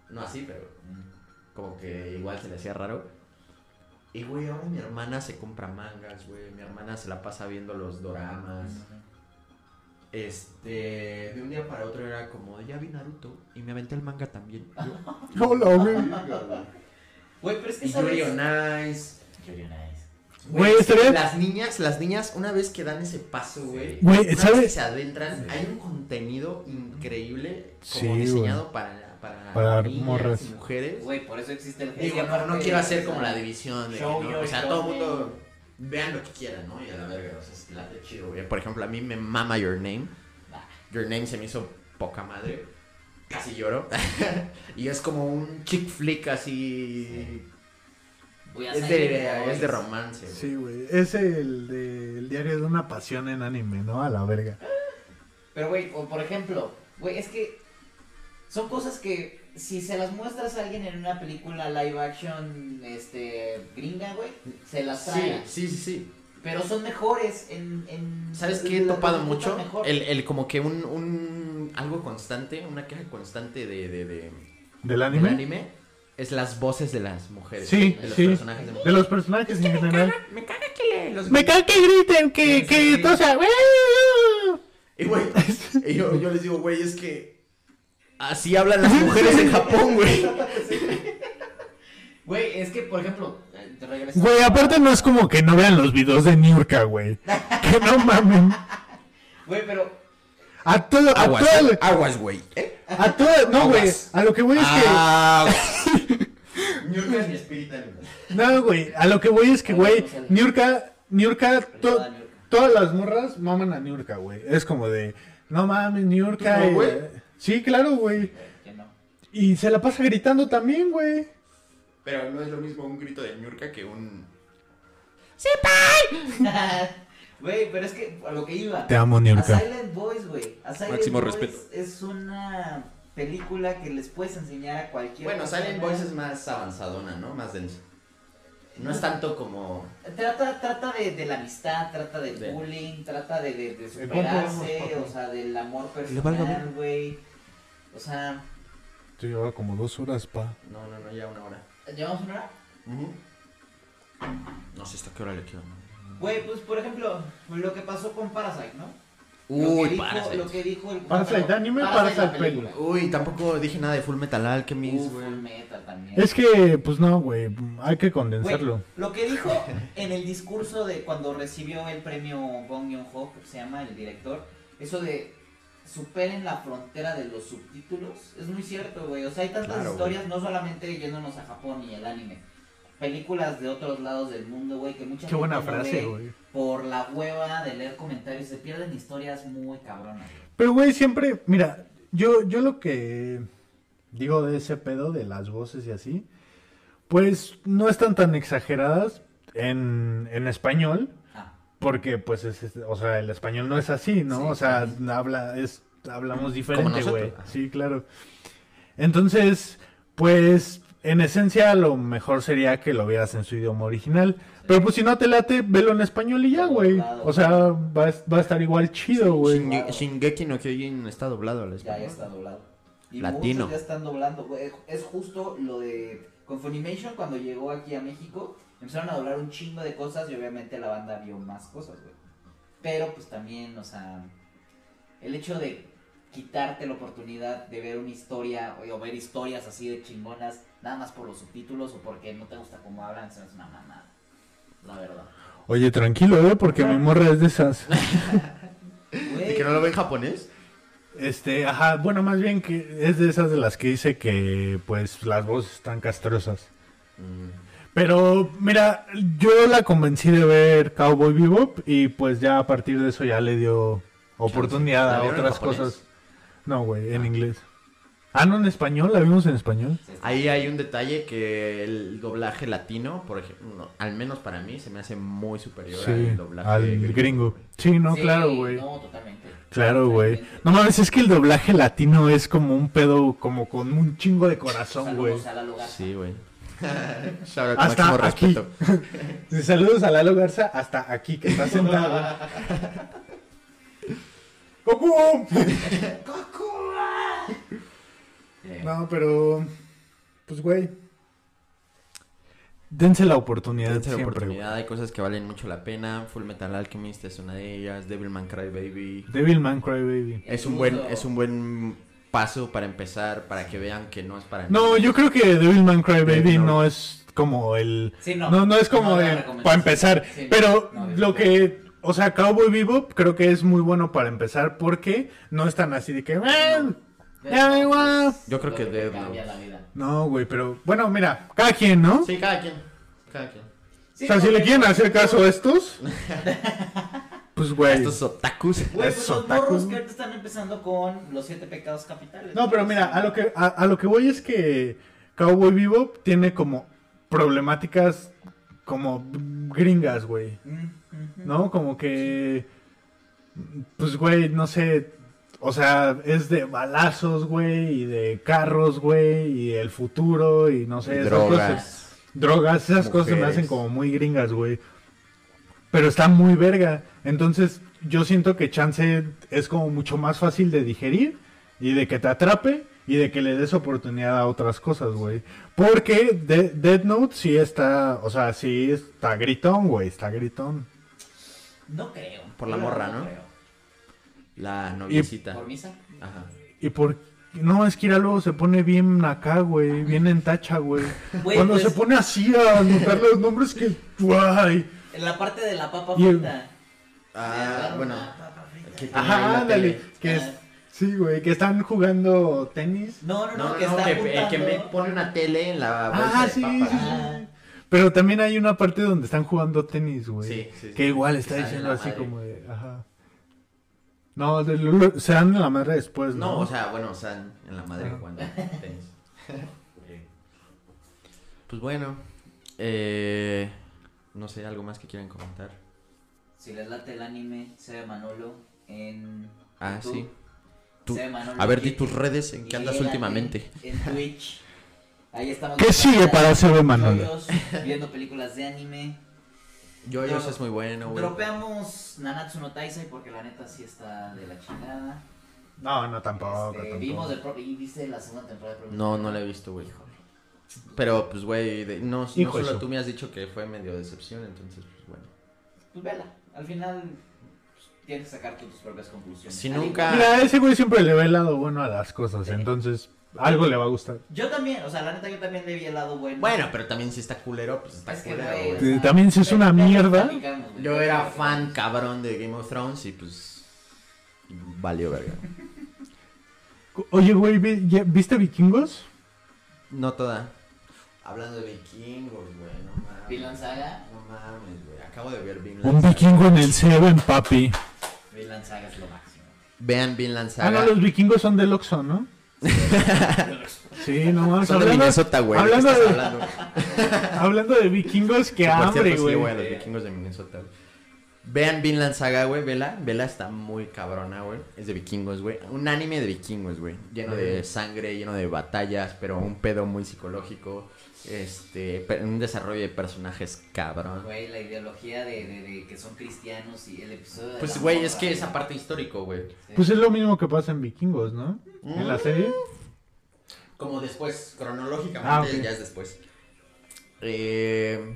[SPEAKER 3] no así, pero
[SPEAKER 4] Mm,
[SPEAKER 3] como que igual se le hacía raro. Y, güey, ahora mi hermana se compra mangas, güey. Mi hermana se la pasa viendo los doramas. Este... De un día para otro era como, ya vi Naruto y me aventé el manga también. Yo,
[SPEAKER 2] Hola, güey.
[SPEAKER 4] Güey, pero es que
[SPEAKER 3] y Yuri
[SPEAKER 4] sabes.
[SPEAKER 3] on Ice.
[SPEAKER 4] Yuri on Ice.
[SPEAKER 2] Güey,
[SPEAKER 3] es que
[SPEAKER 2] estaría-
[SPEAKER 3] Las niñas, las niñas, una vez que dan ese paso, güey.
[SPEAKER 2] Güey,
[SPEAKER 3] una vez
[SPEAKER 2] ¿sabes?
[SPEAKER 3] que se adentran, hay un contenido increíble como
[SPEAKER 2] Sí,
[SPEAKER 3] diseñado para, para,
[SPEAKER 2] Para
[SPEAKER 3] niñas
[SPEAKER 2] morras.
[SPEAKER 3] y mujeres.
[SPEAKER 4] Güey, por eso existe el
[SPEAKER 3] Digo,
[SPEAKER 4] hate,
[SPEAKER 3] no, no
[SPEAKER 4] aparte,
[SPEAKER 3] quiero
[SPEAKER 4] o
[SPEAKER 3] hacer
[SPEAKER 4] sea,
[SPEAKER 3] como la división de que,
[SPEAKER 4] show
[SPEAKER 3] ¿no?
[SPEAKER 4] your
[SPEAKER 3] O sea, todo el
[SPEAKER 4] shonen.
[SPEAKER 3] mundo vean lo que quieran, ¿no? Y a la verga, o sea, es late chido, güey. Por ejemplo, a mí me mama Your Name.
[SPEAKER 4] Bah.
[SPEAKER 3] Your Name se me hizo poca madre. Casi lloro. y es como un chick flick así.
[SPEAKER 4] Voy a
[SPEAKER 3] Es
[SPEAKER 4] salir,
[SPEAKER 3] de, es de
[SPEAKER 4] güey.
[SPEAKER 3] romance. güey.
[SPEAKER 2] Sí, güey. Es el de el diario de una pasión en anime, ¿no? A la verga.
[SPEAKER 4] Pero, güey, o por ejemplo, güey, es que son cosas que si se las muestras a alguien en una película live action este, gringa, güey, se las trae.
[SPEAKER 3] sí, sí, sí.
[SPEAKER 4] Pero son mejores en. en-
[SPEAKER 3] ¿Sabes qué he
[SPEAKER 4] la- la
[SPEAKER 3] topado
[SPEAKER 4] ejecutan
[SPEAKER 3] mucho?
[SPEAKER 4] mejor.
[SPEAKER 3] El, el como que un, un algo constante, una queja constante de, de, de-
[SPEAKER 2] ¿Del
[SPEAKER 3] del
[SPEAKER 2] anime?
[SPEAKER 3] anime es las voces de las mujeres.
[SPEAKER 2] Sí,
[SPEAKER 3] de los
[SPEAKER 2] sí.
[SPEAKER 3] personajes de
[SPEAKER 2] De
[SPEAKER 3] mujeres.
[SPEAKER 2] los personajes en general.
[SPEAKER 3] Me caga que le- los
[SPEAKER 2] cago que griten,
[SPEAKER 3] Sí, sí, sí.
[SPEAKER 2] sea, güey.
[SPEAKER 3] Y güey, y yo, yo les digo, güey, es que así hablan las mujeres en Japón, güey.
[SPEAKER 4] Güey, es que, por ejemplo, eh, te regreso-
[SPEAKER 2] Güey, aparte no es como que no vean los videos de Niurka, güey. Que no mamen.
[SPEAKER 4] Güey, pero.
[SPEAKER 2] A todo, a
[SPEAKER 3] Aguas,
[SPEAKER 2] todo,
[SPEAKER 3] aguas, güey.
[SPEAKER 2] a todo, no, Ah. güey.
[SPEAKER 3] Aguas.
[SPEAKER 2] A lo que voy es que,
[SPEAKER 3] Aguas. Ñurka es mi espíritu animal.
[SPEAKER 2] no, güey. A lo que voy es que, güey, Niurka, Niurka, to-
[SPEAKER 4] Perdón, Niurka.
[SPEAKER 2] todas las morras maman a Niurka, güey. Es como de, no mames, Niurka.
[SPEAKER 3] ¿Tú no,
[SPEAKER 2] eh,
[SPEAKER 3] güey?
[SPEAKER 2] Sí, claro, güey.
[SPEAKER 4] Que no.
[SPEAKER 2] Y se la pasa gritando también, güey.
[SPEAKER 3] Pero no es lo mismo un grito de Ñurka que un.
[SPEAKER 4] Güey, pero es que a lo que iba.
[SPEAKER 2] Te amo,
[SPEAKER 4] A
[SPEAKER 2] Niurka.
[SPEAKER 4] Silent Boys, güey. A Silent
[SPEAKER 3] Máximo
[SPEAKER 4] Boys
[SPEAKER 3] respeto.
[SPEAKER 4] Es una película que les puedes enseñar a cualquier
[SPEAKER 3] Bueno,
[SPEAKER 4] persona.
[SPEAKER 3] Silent Voice es más avanzadona, ¿no? Más densa. No es tanto como.
[SPEAKER 4] Trata, trata de, de la amistad, trata del
[SPEAKER 3] De-
[SPEAKER 4] bullying, trata de, de, de
[SPEAKER 2] cuerpo de ambos,
[SPEAKER 4] superarse,
[SPEAKER 2] papá.
[SPEAKER 4] o sea, del amor
[SPEAKER 3] Le valga
[SPEAKER 4] personal, güey. O sea,
[SPEAKER 2] Yo llevaba como dos horas, pa.
[SPEAKER 3] No, no, no, ya una hora.
[SPEAKER 4] ¿llevamos una hora?
[SPEAKER 3] No sé hasta qué hora le quedo.
[SPEAKER 4] Güey, pues por ejemplo, lo que pasó con Parasite, ¿no? lo que
[SPEAKER 3] Uy,
[SPEAKER 4] dijo, Lo
[SPEAKER 3] Parasite.
[SPEAKER 4] que dijo el
[SPEAKER 2] Parasite
[SPEAKER 4] bueno,
[SPEAKER 2] anime,
[SPEAKER 4] la
[SPEAKER 2] Parasite peli.
[SPEAKER 3] Uy, tampoco dije nada de Full Metal Alchemist,
[SPEAKER 4] Uf,
[SPEAKER 3] güey.
[SPEAKER 4] Full Metal también.
[SPEAKER 2] Es que, pues no, güey. Hay que
[SPEAKER 4] Güey,
[SPEAKER 2] condensarlo.
[SPEAKER 4] lo que dijo en el discurso de cuando recibió el premio Bong Joon-ho, que se llama el director, eso de superen la frontera de los subtítulos, es muy cierto, güey. O sea, hay tantas
[SPEAKER 3] Claro,
[SPEAKER 4] historias, no solamente yéndonos a Japón y el anime, películas de otros lados del mundo, güey, que mucha
[SPEAKER 2] Qué buena
[SPEAKER 4] gente no
[SPEAKER 2] frase,
[SPEAKER 4] ve
[SPEAKER 2] güey.
[SPEAKER 4] por la hueva de leer comentarios, se pierden historias muy cabronas.
[SPEAKER 2] Pero, güey, siempre, mira, yo, yo lo que digo de ese pedo, de las voces y así, pues no están tan exageradas en, en español,
[SPEAKER 4] Ah,
[SPEAKER 2] porque, pues, es, es- o sea, el español no es así, ¿no?
[SPEAKER 4] Sí,
[SPEAKER 2] o sea,
[SPEAKER 4] sí.
[SPEAKER 2] habla, es, hablamos diferente,
[SPEAKER 3] nosotros.
[SPEAKER 2] güey. Sí, claro. Entonces, pues, en esencia, lo mejor sería que lo vieras en su idioma original. Pero, pues, si no te late, velo en español y ya, güey.
[SPEAKER 4] Doblado.
[SPEAKER 2] O sea, va a, es- va a estar igual chido, güey.
[SPEAKER 3] Shinge- Shingeki no Kyojin está doblado al
[SPEAKER 4] ya, ya
[SPEAKER 3] español.
[SPEAKER 4] está doblado. Y
[SPEAKER 3] Latino.
[SPEAKER 4] muchos ya están doblando. güey. Es justo lo de. Con Funimation, cuando llegó aquí a México, empezaron a doblar un chingo de cosas y obviamente la banda vio más cosas, güey. Pero pues también, o sea. El hecho de quitarte la oportunidad de ver una historia o, o ver historias así de chingonas, nada más por los subtítulos o porque no te gusta cómo hablan, se me hace una mamada. La verdad.
[SPEAKER 2] Oye, tranquilo, ¿eh? Porque mi morra es de esas.
[SPEAKER 3] ¿Y
[SPEAKER 4] Güey,
[SPEAKER 3] que no lo ve en japonés?
[SPEAKER 2] Este, ajá, bueno, más bien que es de esas de las que dice que, pues, las voces están castrosas.
[SPEAKER 3] Mm.
[SPEAKER 2] Pero mira, yo la convencí de ver Cowboy Bebop y pues ya a partir de eso ya le dio oportunidad
[SPEAKER 3] ¿La
[SPEAKER 2] a
[SPEAKER 3] vieron en
[SPEAKER 2] otras
[SPEAKER 3] japonés?
[SPEAKER 2] cosas. No, güey, en inglés. Ah, no, en español, la vimos en español.
[SPEAKER 3] Ahí hay un detalle que el doblaje latino, por ejemplo, no, al menos para mí, se me hace muy superior
[SPEAKER 2] Sí,
[SPEAKER 3] al doblaje
[SPEAKER 2] al gringo. Sí, no,
[SPEAKER 4] Sí,
[SPEAKER 2] claro, güey.
[SPEAKER 4] No, totalmente.
[SPEAKER 2] Claro, güey. No mames, es que el doblaje latino es como un pedo, como con un chingo de corazón, güey.
[SPEAKER 4] Saludos a la Lugar.
[SPEAKER 3] Sí, güey. Shout out,
[SPEAKER 2] Hasta
[SPEAKER 3] máximo
[SPEAKER 2] aquí.
[SPEAKER 3] respeto.
[SPEAKER 2] Saludos a Lalo Garza hasta aquí, que está sentado. ¡Goku!
[SPEAKER 4] Eh,
[SPEAKER 2] No, pero. Pues, güey. Dense la oportunidad
[SPEAKER 3] Dense la
[SPEAKER 2] siempre,
[SPEAKER 3] oportunidad, hay cosas que valen mucho la pena. Full Metal Alchemist es una de ellas. Devilman Crybaby.
[SPEAKER 2] güey. Devilman Crybaby.
[SPEAKER 3] Es un buen, es un buen paso para empezar, para que vean que no es para
[SPEAKER 2] No,
[SPEAKER 3] niños.
[SPEAKER 2] yo creo que Devilman Crybaby
[SPEAKER 3] Eh,
[SPEAKER 2] no.
[SPEAKER 3] no.
[SPEAKER 2] es como el.
[SPEAKER 4] Sí,
[SPEAKER 2] No,
[SPEAKER 4] no.
[SPEAKER 2] no, es como
[SPEAKER 4] No, la
[SPEAKER 2] el.
[SPEAKER 4] recomendación.
[SPEAKER 2] Para empezar.
[SPEAKER 4] Sí,
[SPEAKER 2] pero
[SPEAKER 4] no, no,
[SPEAKER 2] lo
[SPEAKER 4] no.
[SPEAKER 2] que. O sea, Cowboy Bebop creo que es muy bueno para empezar porque no es tan así de que. "Eh, ya da igual".
[SPEAKER 3] Yo creo
[SPEAKER 4] Lo
[SPEAKER 3] que
[SPEAKER 4] te
[SPEAKER 3] Death
[SPEAKER 4] cambia
[SPEAKER 3] Note.
[SPEAKER 4] la vida.
[SPEAKER 2] No, güey, pero. Bueno, mira, cada quien, ¿no?
[SPEAKER 3] Sí, cada quien. Cada quien.
[SPEAKER 2] o sea, si le quieren hacer caso a estos. pues, güey.
[SPEAKER 3] Estos otakus.
[SPEAKER 4] Güey, pues
[SPEAKER 2] Es
[SPEAKER 4] los
[SPEAKER 2] otaku.
[SPEAKER 4] morros que ahorita están empezando con los siete pecados capitales.
[SPEAKER 2] No, pero mira, a lo que a, a lo que voy es que Cowboy Bebop tiene como problemáticas como gringas, güey,
[SPEAKER 4] Mm, ujú.
[SPEAKER 2] ¿no? Como que pues güey, no sé, o sea, es de balazos, güey, y de carros, güey, y el futuro y no sé,
[SPEAKER 3] Y
[SPEAKER 2] esas cosas.
[SPEAKER 3] drogas.
[SPEAKER 2] Drogas, esas cosas me
[SPEAKER 3] Mujeres.
[SPEAKER 2] hacen como muy gringas, güey. Pero está muy verga. Entonces, yo siento que Chance es como mucho más fácil de digerir y de que te atrape y de que le des oportunidad a otras cosas, güey. Porque de Dead Note sí está, o sea, sí está gritón, güey, está gritón.
[SPEAKER 4] No creo.
[SPEAKER 3] Por la
[SPEAKER 4] Yo
[SPEAKER 3] morra,
[SPEAKER 4] verdad
[SPEAKER 3] ¿no?
[SPEAKER 4] creo.
[SPEAKER 3] La noviecita.
[SPEAKER 4] Por misa.
[SPEAKER 3] Ajá.
[SPEAKER 2] Y por no, es que Ira luego se pone bien acá, güey, bien en tacha, güey.
[SPEAKER 4] Güey,
[SPEAKER 2] Cuando
[SPEAKER 4] pues-
[SPEAKER 2] se pone así a anotar los nombres que guay.
[SPEAKER 4] En la parte de la papa
[SPEAKER 2] Y el-
[SPEAKER 4] frita.
[SPEAKER 3] Ah,
[SPEAKER 4] Agarraron
[SPEAKER 3] bueno.
[SPEAKER 4] una papa frita.
[SPEAKER 3] que tenía ahí
[SPEAKER 2] Ajá,
[SPEAKER 3] la tele.
[SPEAKER 2] ándale, que es- sí, güey, que están jugando tenis.
[SPEAKER 4] No, no,
[SPEAKER 3] No,
[SPEAKER 4] no,
[SPEAKER 3] no,
[SPEAKER 4] que
[SPEAKER 3] no,
[SPEAKER 4] está
[SPEAKER 3] que, eh, que me
[SPEAKER 4] apuntando.
[SPEAKER 3] pone una tele en la bolsa
[SPEAKER 2] Ah,
[SPEAKER 3] de
[SPEAKER 2] sí, sí,
[SPEAKER 3] papas.
[SPEAKER 2] sí, sí. Pero también hay una parte donde están jugando tenis, güey.
[SPEAKER 3] Sí, sí, sí.
[SPEAKER 2] que igual está
[SPEAKER 3] Que salen
[SPEAKER 2] diciendo
[SPEAKER 3] la
[SPEAKER 2] así
[SPEAKER 3] madre.
[SPEAKER 2] como de, ajá. No, de- lo- lo- se dan la madre después, ¿no?
[SPEAKER 3] No, o sea, bueno, o sea, en la madre
[SPEAKER 2] Ajá.
[SPEAKER 3] cuando tenis. Pues bueno, eh, no sé, algo más que quieran comentar.
[SPEAKER 4] Si les late el anime, se ve Manolo en.
[SPEAKER 3] Ah,
[SPEAKER 4] YouTube.
[SPEAKER 3] sí. Tú-
[SPEAKER 4] Se ve Manolo
[SPEAKER 3] A ver,
[SPEAKER 4] en
[SPEAKER 3] di
[SPEAKER 4] YouTube.
[SPEAKER 3] tus redes, ¿en qué
[SPEAKER 4] Y
[SPEAKER 3] andas
[SPEAKER 4] en-
[SPEAKER 3] últimamente?
[SPEAKER 4] En Twitch. Ahí estamos.
[SPEAKER 2] ¿Qué
[SPEAKER 4] viendo
[SPEAKER 2] sigue
[SPEAKER 4] las-
[SPEAKER 2] para CB Manolo?
[SPEAKER 4] yoyos, Viendo películas de anime.
[SPEAKER 3] Yo, yo,
[SPEAKER 4] No.
[SPEAKER 3] eso es muy bueno, güey.
[SPEAKER 4] Dropeamos Nanatsu no Taisai porque la neta sí está de la chingada.
[SPEAKER 2] No, no, tampoco.
[SPEAKER 4] Este,
[SPEAKER 2] tampoco.
[SPEAKER 4] vimos del propio. ¿Y viste la segunda temporada del propio?
[SPEAKER 3] No, no la he visto, güey.
[SPEAKER 4] Híjole.
[SPEAKER 3] Pero, pues, güey, de- no, no
[SPEAKER 2] Hijo
[SPEAKER 3] solo
[SPEAKER 2] eso.
[SPEAKER 3] tú me has dicho que fue medio decepción, entonces, pues, bueno.
[SPEAKER 4] Pues vela. Al final pues, tienes que sacar tú tus propias conclusiones.
[SPEAKER 3] Si
[SPEAKER 4] Al igual-
[SPEAKER 3] nunca-
[SPEAKER 2] Mira, ese güey siempre le ve el lado bueno a las cosas,
[SPEAKER 4] Sí.
[SPEAKER 2] entonces algo le va a gustar.
[SPEAKER 4] Yo también, o sea, la neta yo también le vi el lado bueno.
[SPEAKER 3] Bueno, pero también si está culero, pues está
[SPEAKER 4] Es que,
[SPEAKER 3] culero,
[SPEAKER 4] güey,
[SPEAKER 3] güey.
[SPEAKER 4] o sea,
[SPEAKER 2] También si es una
[SPEAKER 4] pero- pero
[SPEAKER 2] mierda.
[SPEAKER 4] platicamos, güey.
[SPEAKER 3] Yo era fan cabrón de Game of Thrones y pues. Valió verga.
[SPEAKER 2] Oye, güey, ¿vi- ya- ¿viste vikingos?
[SPEAKER 3] No toda. Hablando de vikingos, güey, no mames.
[SPEAKER 4] Vinland Saga.
[SPEAKER 3] No mames, güey. Acabo de ver Vinland
[SPEAKER 2] Un
[SPEAKER 3] Saga.
[SPEAKER 2] vikingo en el Seven, papi.
[SPEAKER 4] Vinland Saga es lo máximo.
[SPEAKER 3] Vean Vinland
[SPEAKER 2] Ah,
[SPEAKER 3] Saga.
[SPEAKER 2] no, los vikingos son del Oxxo, ¿no? sí, no mames.
[SPEAKER 3] Son de
[SPEAKER 2] hablando-
[SPEAKER 3] Minnesota, güey. ¿de qué
[SPEAKER 2] hablando
[SPEAKER 3] estás
[SPEAKER 2] de-
[SPEAKER 3] hablando?
[SPEAKER 2] Hablando de vikingos, que
[SPEAKER 3] Que, por
[SPEAKER 2] hambre,
[SPEAKER 3] cierto, sí,
[SPEAKER 2] güey.
[SPEAKER 3] güey, los vikingos de Minnesota, güey. Vean Vinland Saga, güey, vela. Vela está muy cabrona, güey. Es de vikingos, güey. Un anime de vikingos, güey. Lleno de sangre, lleno de batallas, pero un pedo muy psicológico. Este, pe- un desarrollo de personajes cabrón.
[SPEAKER 4] Güey, la ideología de, de- de que son cristianos y el episodio de
[SPEAKER 3] Pues,
[SPEAKER 4] la
[SPEAKER 3] güey,
[SPEAKER 4] morra,
[SPEAKER 3] es que esa parte histórico, güey.
[SPEAKER 4] Sí.
[SPEAKER 2] Pues es lo mismo que pasa en vikingos, ¿no? En la serie.
[SPEAKER 3] Mm. Como después, cronológicamente,
[SPEAKER 2] Ah, ok.
[SPEAKER 3] ya es después. Eh,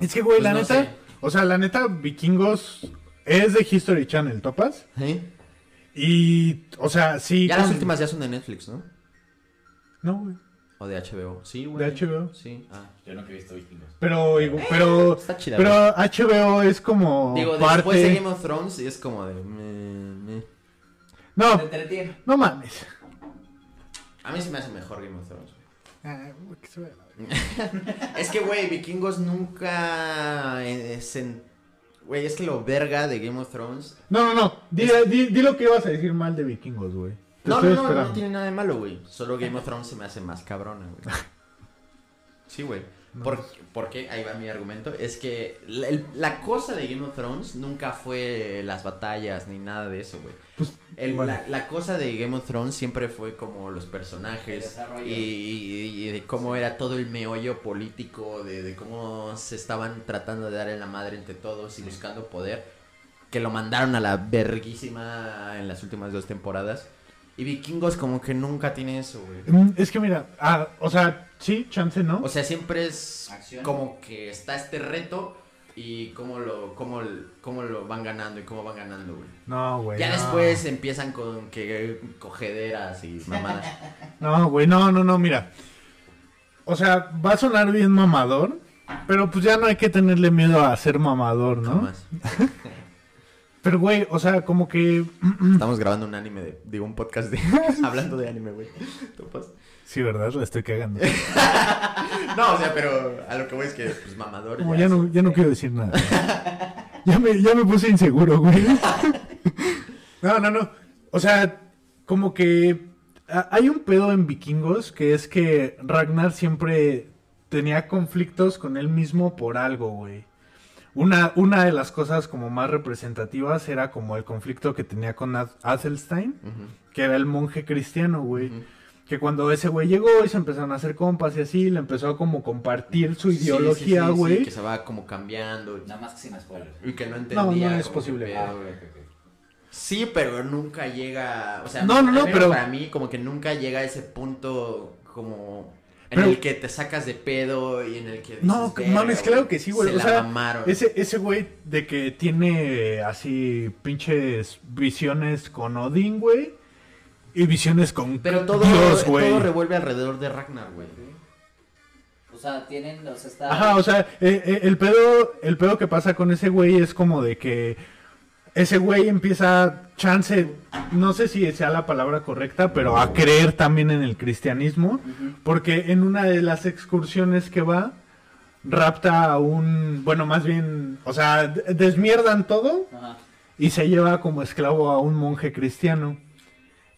[SPEAKER 2] Es que, güey,
[SPEAKER 3] Pues
[SPEAKER 2] la
[SPEAKER 3] no
[SPEAKER 2] neta.
[SPEAKER 3] sé.
[SPEAKER 2] O sea, la neta, vikingos es de History Channel, ¿topas?
[SPEAKER 3] ¿eh?
[SPEAKER 2] Y, o sea, sí.
[SPEAKER 3] Ya las
[SPEAKER 2] con-
[SPEAKER 3] últimas ya son de Netflix, ¿no?
[SPEAKER 2] No, güey.
[SPEAKER 3] O de HBO. Sí, güey.
[SPEAKER 2] De HBO.
[SPEAKER 3] Sí. Ah,
[SPEAKER 7] Yo nunca he visto vikingos.
[SPEAKER 2] Pero, digo, pero.
[SPEAKER 3] Eh, está chida.
[SPEAKER 2] Pero
[SPEAKER 3] güey.
[SPEAKER 2] HBO es como.
[SPEAKER 3] Digo, después de
[SPEAKER 2] parte.
[SPEAKER 3] Game of Thrones y es como de... me, me.
[SPEAKER 2] No,
[SPEAKER 4] Te entretiene.
[SPEAKER 2] no mames.
[SPEAKER 3] A mí se me hace mejor Game of Thrones. güey.
[SPEAKER 2] Ah, güey, que se vaya a la verga.
[SPEAKER 3] Es que, güey, vikingos nunca. eh, se- Güey, es que lo verga de Game of Thrones.
[SPEAKER 2] No, no, no. Di, di- di lo que ibas a decir mal de vikingos, güey. Te
[SPEAKER 3] No,
[SPEAKER 2] estoy
[SPEAKER 3] no, no, no
[SPEAKER 2] esperando.
[SPEAKER 3] tiene nada de malo, güey. Solo Game of Thrones se me hace más cabrona, güey. Sí, güey.
[SPEAKER 2] No.
[SPEAKER 3] Por- porque, ahí va mi argumento, es que la, el- la cosa de Game of Thrones nunca fue las batallas ni nada de eso, güey.
[SPEAKER 2] Pues,
[SPEAKER 3] El-
[SPEAKER 2] bueno.
[SPEAKER 3] la, la cosa de Game of Thrones siempre fue como los
[SPEAKER 4] El
[SPEAKER 3] personajes
[SPEAKER 4] desarrollo.
[SPEAKER 3] y, y- y de cómo era todo el meollo político, de, de cómo se estaban tratando de dar en la madre entre todos y buscando poder, que lo mandaron a la verguísima en las últimas dos temporadas. Y Vikingos como que nunca tiene eso, güey.
[SPEAKER 2] Mm, Es que mira, ah, o sea, sí, chance no.
[SPEAKER 3] O sea, siempre es
[SPEAKER 4] Acción.
[SPEAKER 3] como que está este reto y cómo lo, cómo, l- cómo lo van ganando y cómo van ganando, güey.
[SPEAKER 2] no, güey.
[SPEAKER 3] Ya
[SPEAKER 2] no.
[SPEAKER 3] después empiezan con que cogederas y mamadas.
[SPEAKER 2] No, güey, no, no, no, mira. O sea, va a sonar bien mamador, pero pues ya no hay que tenerle miedo a ser mamador, ¿no?
[SPEAKER 3] Jamás.
[SPEAKER 2] Pero, güey, o sea, como que... mm,
[SPEAKER 3] Estamos grabando un anime de, digo, un podcast de, hablando de anime, güey. ¿Topas?
[SPEAKER 2] Sí, ¿verdad? La estoy cagando.
[SPEAKER 3] No, o sea, pero a lo que voy es que, pues, mamador.
[SPEAKER 2] Como ya no, ya no quiero decir nada. Ya me, ya me puse inseguro, güey. No, no, no. O sea, como que a- hay un pedo en vikingos que es que Ragnar siempre tenía conflictos con él mismo por algo, güey. Una, una de las cosas como más representativas era como el conflicto que tenía con Ad- Athelstein,
[SPEAKER 3] Ujú.
[SPEAKER 2] que era el monje cristiano, güey.
[SPEAKER 3] Ujú.
[SPEAKER 2] Que cuando ese güey llegó y se empezaron a hacer compas y así, le empezó a como compartir su
[SPEAKER 3] Sí, sí,
[SPEAKER 2] ideología,
[SPEAKER 3] sí, sí,
[SPEAKER 2] güey.
[SPEAKER 3] que se va como cambiando
[SPEAKER 4] Nada más que sin spoiler.
[SPEAKER 3] y que no entendía.
[SPEAKER 2] No, no es
[SPEAKER 3] como
[SPEAKER 2] posible. Ah.
[SPEAKER 3] qué pedo, güey. Sí, pero nunca llega, o sea,
[SPEAKER 2] No, no,
[SPEAKER 3] al
[SPEAKER 2] no,
[SPEAKER 3] menos
[SPEAKER 2] pero-
[SPEAKER 3] para mí como que nunca llega a ese punto como en
[SPEAKER 2] Pero-
[SPEAKER 3] el que te sacas de pedo y en el que dices,
[SPEAKER 2] No,
[SPEAKER 3] "Verga,
[SPEAKER 2] mames, claro que sí, güey.
[SPEAKER 3] Se
[SPEAKER 2] O
[SPEAKER 3] la
[SPEAKER 2] sea,
[SPEAKER 3] mamaron.
[SPEAKER 2] Ese, ese güey de que tiene eh, así pinches visiones con Odín, güey. Y visiones con
[SPEAKER 3] Pero todo,
[SPEAKER 2] Dios, güey.
[SPEAKER 3] todo revuelve alrededor de Ragnar, güey.
[SPEAKER 4] O sea, tienen, o sea, está.
[SPEAKER 2] Ajá, o sea, eh, eh, el pedo, el pedo que pasa con ese güey es como de que ese güey empieza chance, no sé si sea la palabra correcta, pero a creer también en el cristianismo, porque en una de las excursiones que va rapta a un, bueno, más bien, o sea, d- desmierdan todo
[SPEAKER 4] Ajá.
[SPEAKER 2] y se lleva como esclavo a un monje cristiano.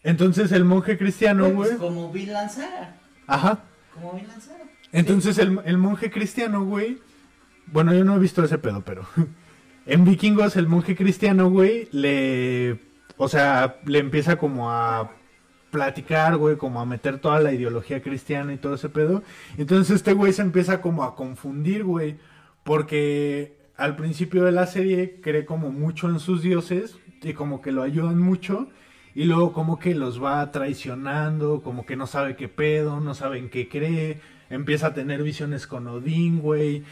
[SPEAKER 2] Entonces el monje cristiano, güey,
[SPEAKER 4] Pues, como Vin Lanzara.
[SPEAKER 2] ajá.
[SPEAKER 4] Como Vin Lanzara.
[SPEAKER 2] Entonces el, el monje cristiano, güey. Bueno, yo no he visto ese pedo, pero. En vikingos, el monje cristiano, güey, le. O sea, le empieza como a platicar, güey, como a meter toda la ideología cristiana y todo ese pedo. Entonces este güey se empieza como a confundir, güey. Porque al principio de la serie cree como mucho en sus dioses y como que lo ayudan mucho. Y luego como que los va traicionando, como que no sabe qué pedo, no sabe en qué cree. Empieza a tener visiones con Odín, güey.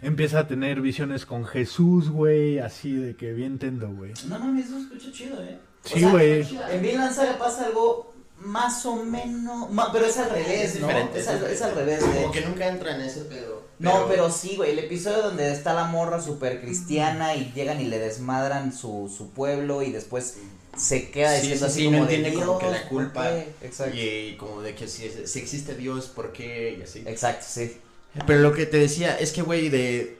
[SPEAKER 2] Empieza a tener visiones con Jesús, güey. Así de que bien tendo, güey.
[SPEAKER 4] No mames, eso escucha chido, eh. O
[SPEAKER 2] Sí,
[SPEAKER 4] sea,
[SPEAKER 2] güey.
[SPEAKER 4] En Vin Lanzara pasa algo más o menos. ma- pero es al revés,
[SPEAKER 3] Es
[SPEAKER 4] ¿no?
[SPEAKER 3] diferente,
[SPEAKER 4] Es
[SPEAKER 3] es
[SPEAKER 4] al,
[SPEAKER 3] diferente.
[SPEAKER 4] es al revés, de
[SPEAKER 3] Como
[SPEAKER 4] hecho.
[SPEAKER 3] que nunca entra en ese pedo.
[SPEAKER 4] No, pero sí, güey, el episodio donde está la morra super cristiana y llegan y le desmadran su, su pueblo y después se queda
[SPEAKER 3] Sí,
[SPEAKER 4] diciendo
[SPEAKER 3] sí,
[SPEAKER 4] así
[SPEAKER 3] sí,
[SPEAKER 4] como
[SPEAKER 3] no
[SPEAKER 4] de
[SPEAKER 3] entiende como que
[SPEAKER 4] "Dios,
[SPEAKER 3] la culpa".
[SPEAKER 4] ¿por qué?". Exacto.
[SPEAKER 3] Y, eh, como de que si, si existe Dios, ¿por qué? Y así.
[SPEAKER 4] Exacto, sí.
[SPEAKER 3] Pero lo que te decía es que, güey, de.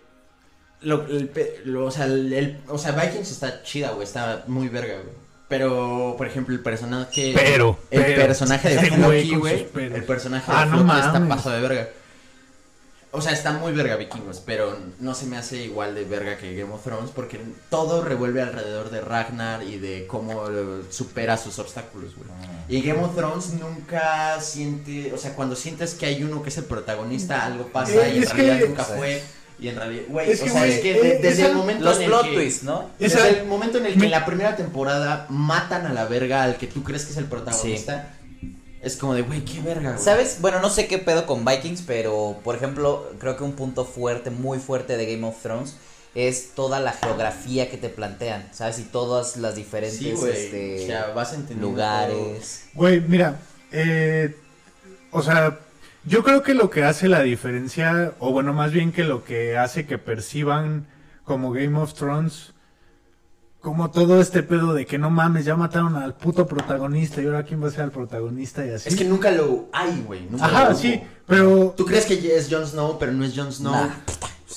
[SPEAKER 3] Lo, el pe- lo- o, sea, el, el- o sea, Vikings está chida, güey. Está muy verga, güey. Pero, por ejemplo, el personaje.
[SPEAKER 2] Pero,
[SPEAKER 3] El
[SPEAKER 2] pero,
[SPEAKER 3] personaje de
[SPEAKER 2] este güey
[SPEAKER 3] Floki,
[SPEAKER 2] con
[SPEAKER 3] güey.
[SPEAKER 2] sus peros.
[SPEAKER 3] El personaje
[SPEAKER 2] Ah,
[SPEAKER 3] de
[SPEAKER 2] no
[SPEAKER 3] Floki
[SPEAKER 2] mames.
[SPEAKER 3] está paso de verga. O sea, está muy verga Vikingos, pero no se me hace igual de verga que Game of Thrones porque todo revuelve alrededor de Ragnar y de cómo eh, supera sus obstáculos, güey. Y Game of Thrones nunca siente, o sea, cuando sientes que hay uno que es el
[SPEAKER 4] Mm.
[SPEAKER 3] protagonista, algo pasa
[SPEAKER 2] Eh,
[SPEAKER 3] y en
[SPEAKER 2] es
[SPEAKER 3] realidad
[SPEAKER 2] que-
[SPEAKER 3] nunca fue. Y en realidad, güey,
[SPEAKER 2] Es
[SPEAKER 3] o
[SPEAKER 2] que,
[SPEAKER 3] sea,
[SPEAKER 2] güey,
[SPEAKER 3] es que
[SPEAKER 2] eh,
[SPEAKER 3] de- desde
[SPEAKER 2] esa-
[SPEAKER 3] el momento
[SPEAKER 4] Los
[SPEAKER 3] en el
[SPEAKER 4] plot
[SPEAKER 3] que-
[SPEAKER 4] twists, ¿no?
[SPEAKER 3] desde
[SPEAKER 2] Esa-
[SPEAKER 3] el momento en el que en la primera temporada matan a la verga al que tú crees que es el protagonista, es como de, güey, qué verga, güey.
[SPEAKER 4] ¿Sabes? Bueno, no sé qué pedo con Vikings, pero por ejemplo, creo que un punto fuerte, muy fuerte de Game of Thrones es toda la geografía que te plantean, ¿sabes? Y todas las diferentes
[SPEAKER 3] Sí, güey.
[SPEAKER 4] este,
[SPEAKER 3] o sea, vas entendiendo
[SPEAKER 4] lugares.
[SPEAKER 2] Güey, mira, eh, o sea, yo creo que lo que hace la diferencia, o bueno, más bien que lo que hace que perciban como Game of Thrones, como todo este pedo de que no mames, ya mataron al puto protagonista y ahora quién va a ser el protagonista y así.
[SPEAKER 3] Es que nunca lo hay, güey. nunca lo
[SPEAKER 2] Ajá,
[SPEAKER 3] hubo.
[SPEAKER 2] sí, pero
[SPEAKER 3] Tú crees que es Jon Snow, pero no es Jon Snow.
[SPEAKER 4] Nah.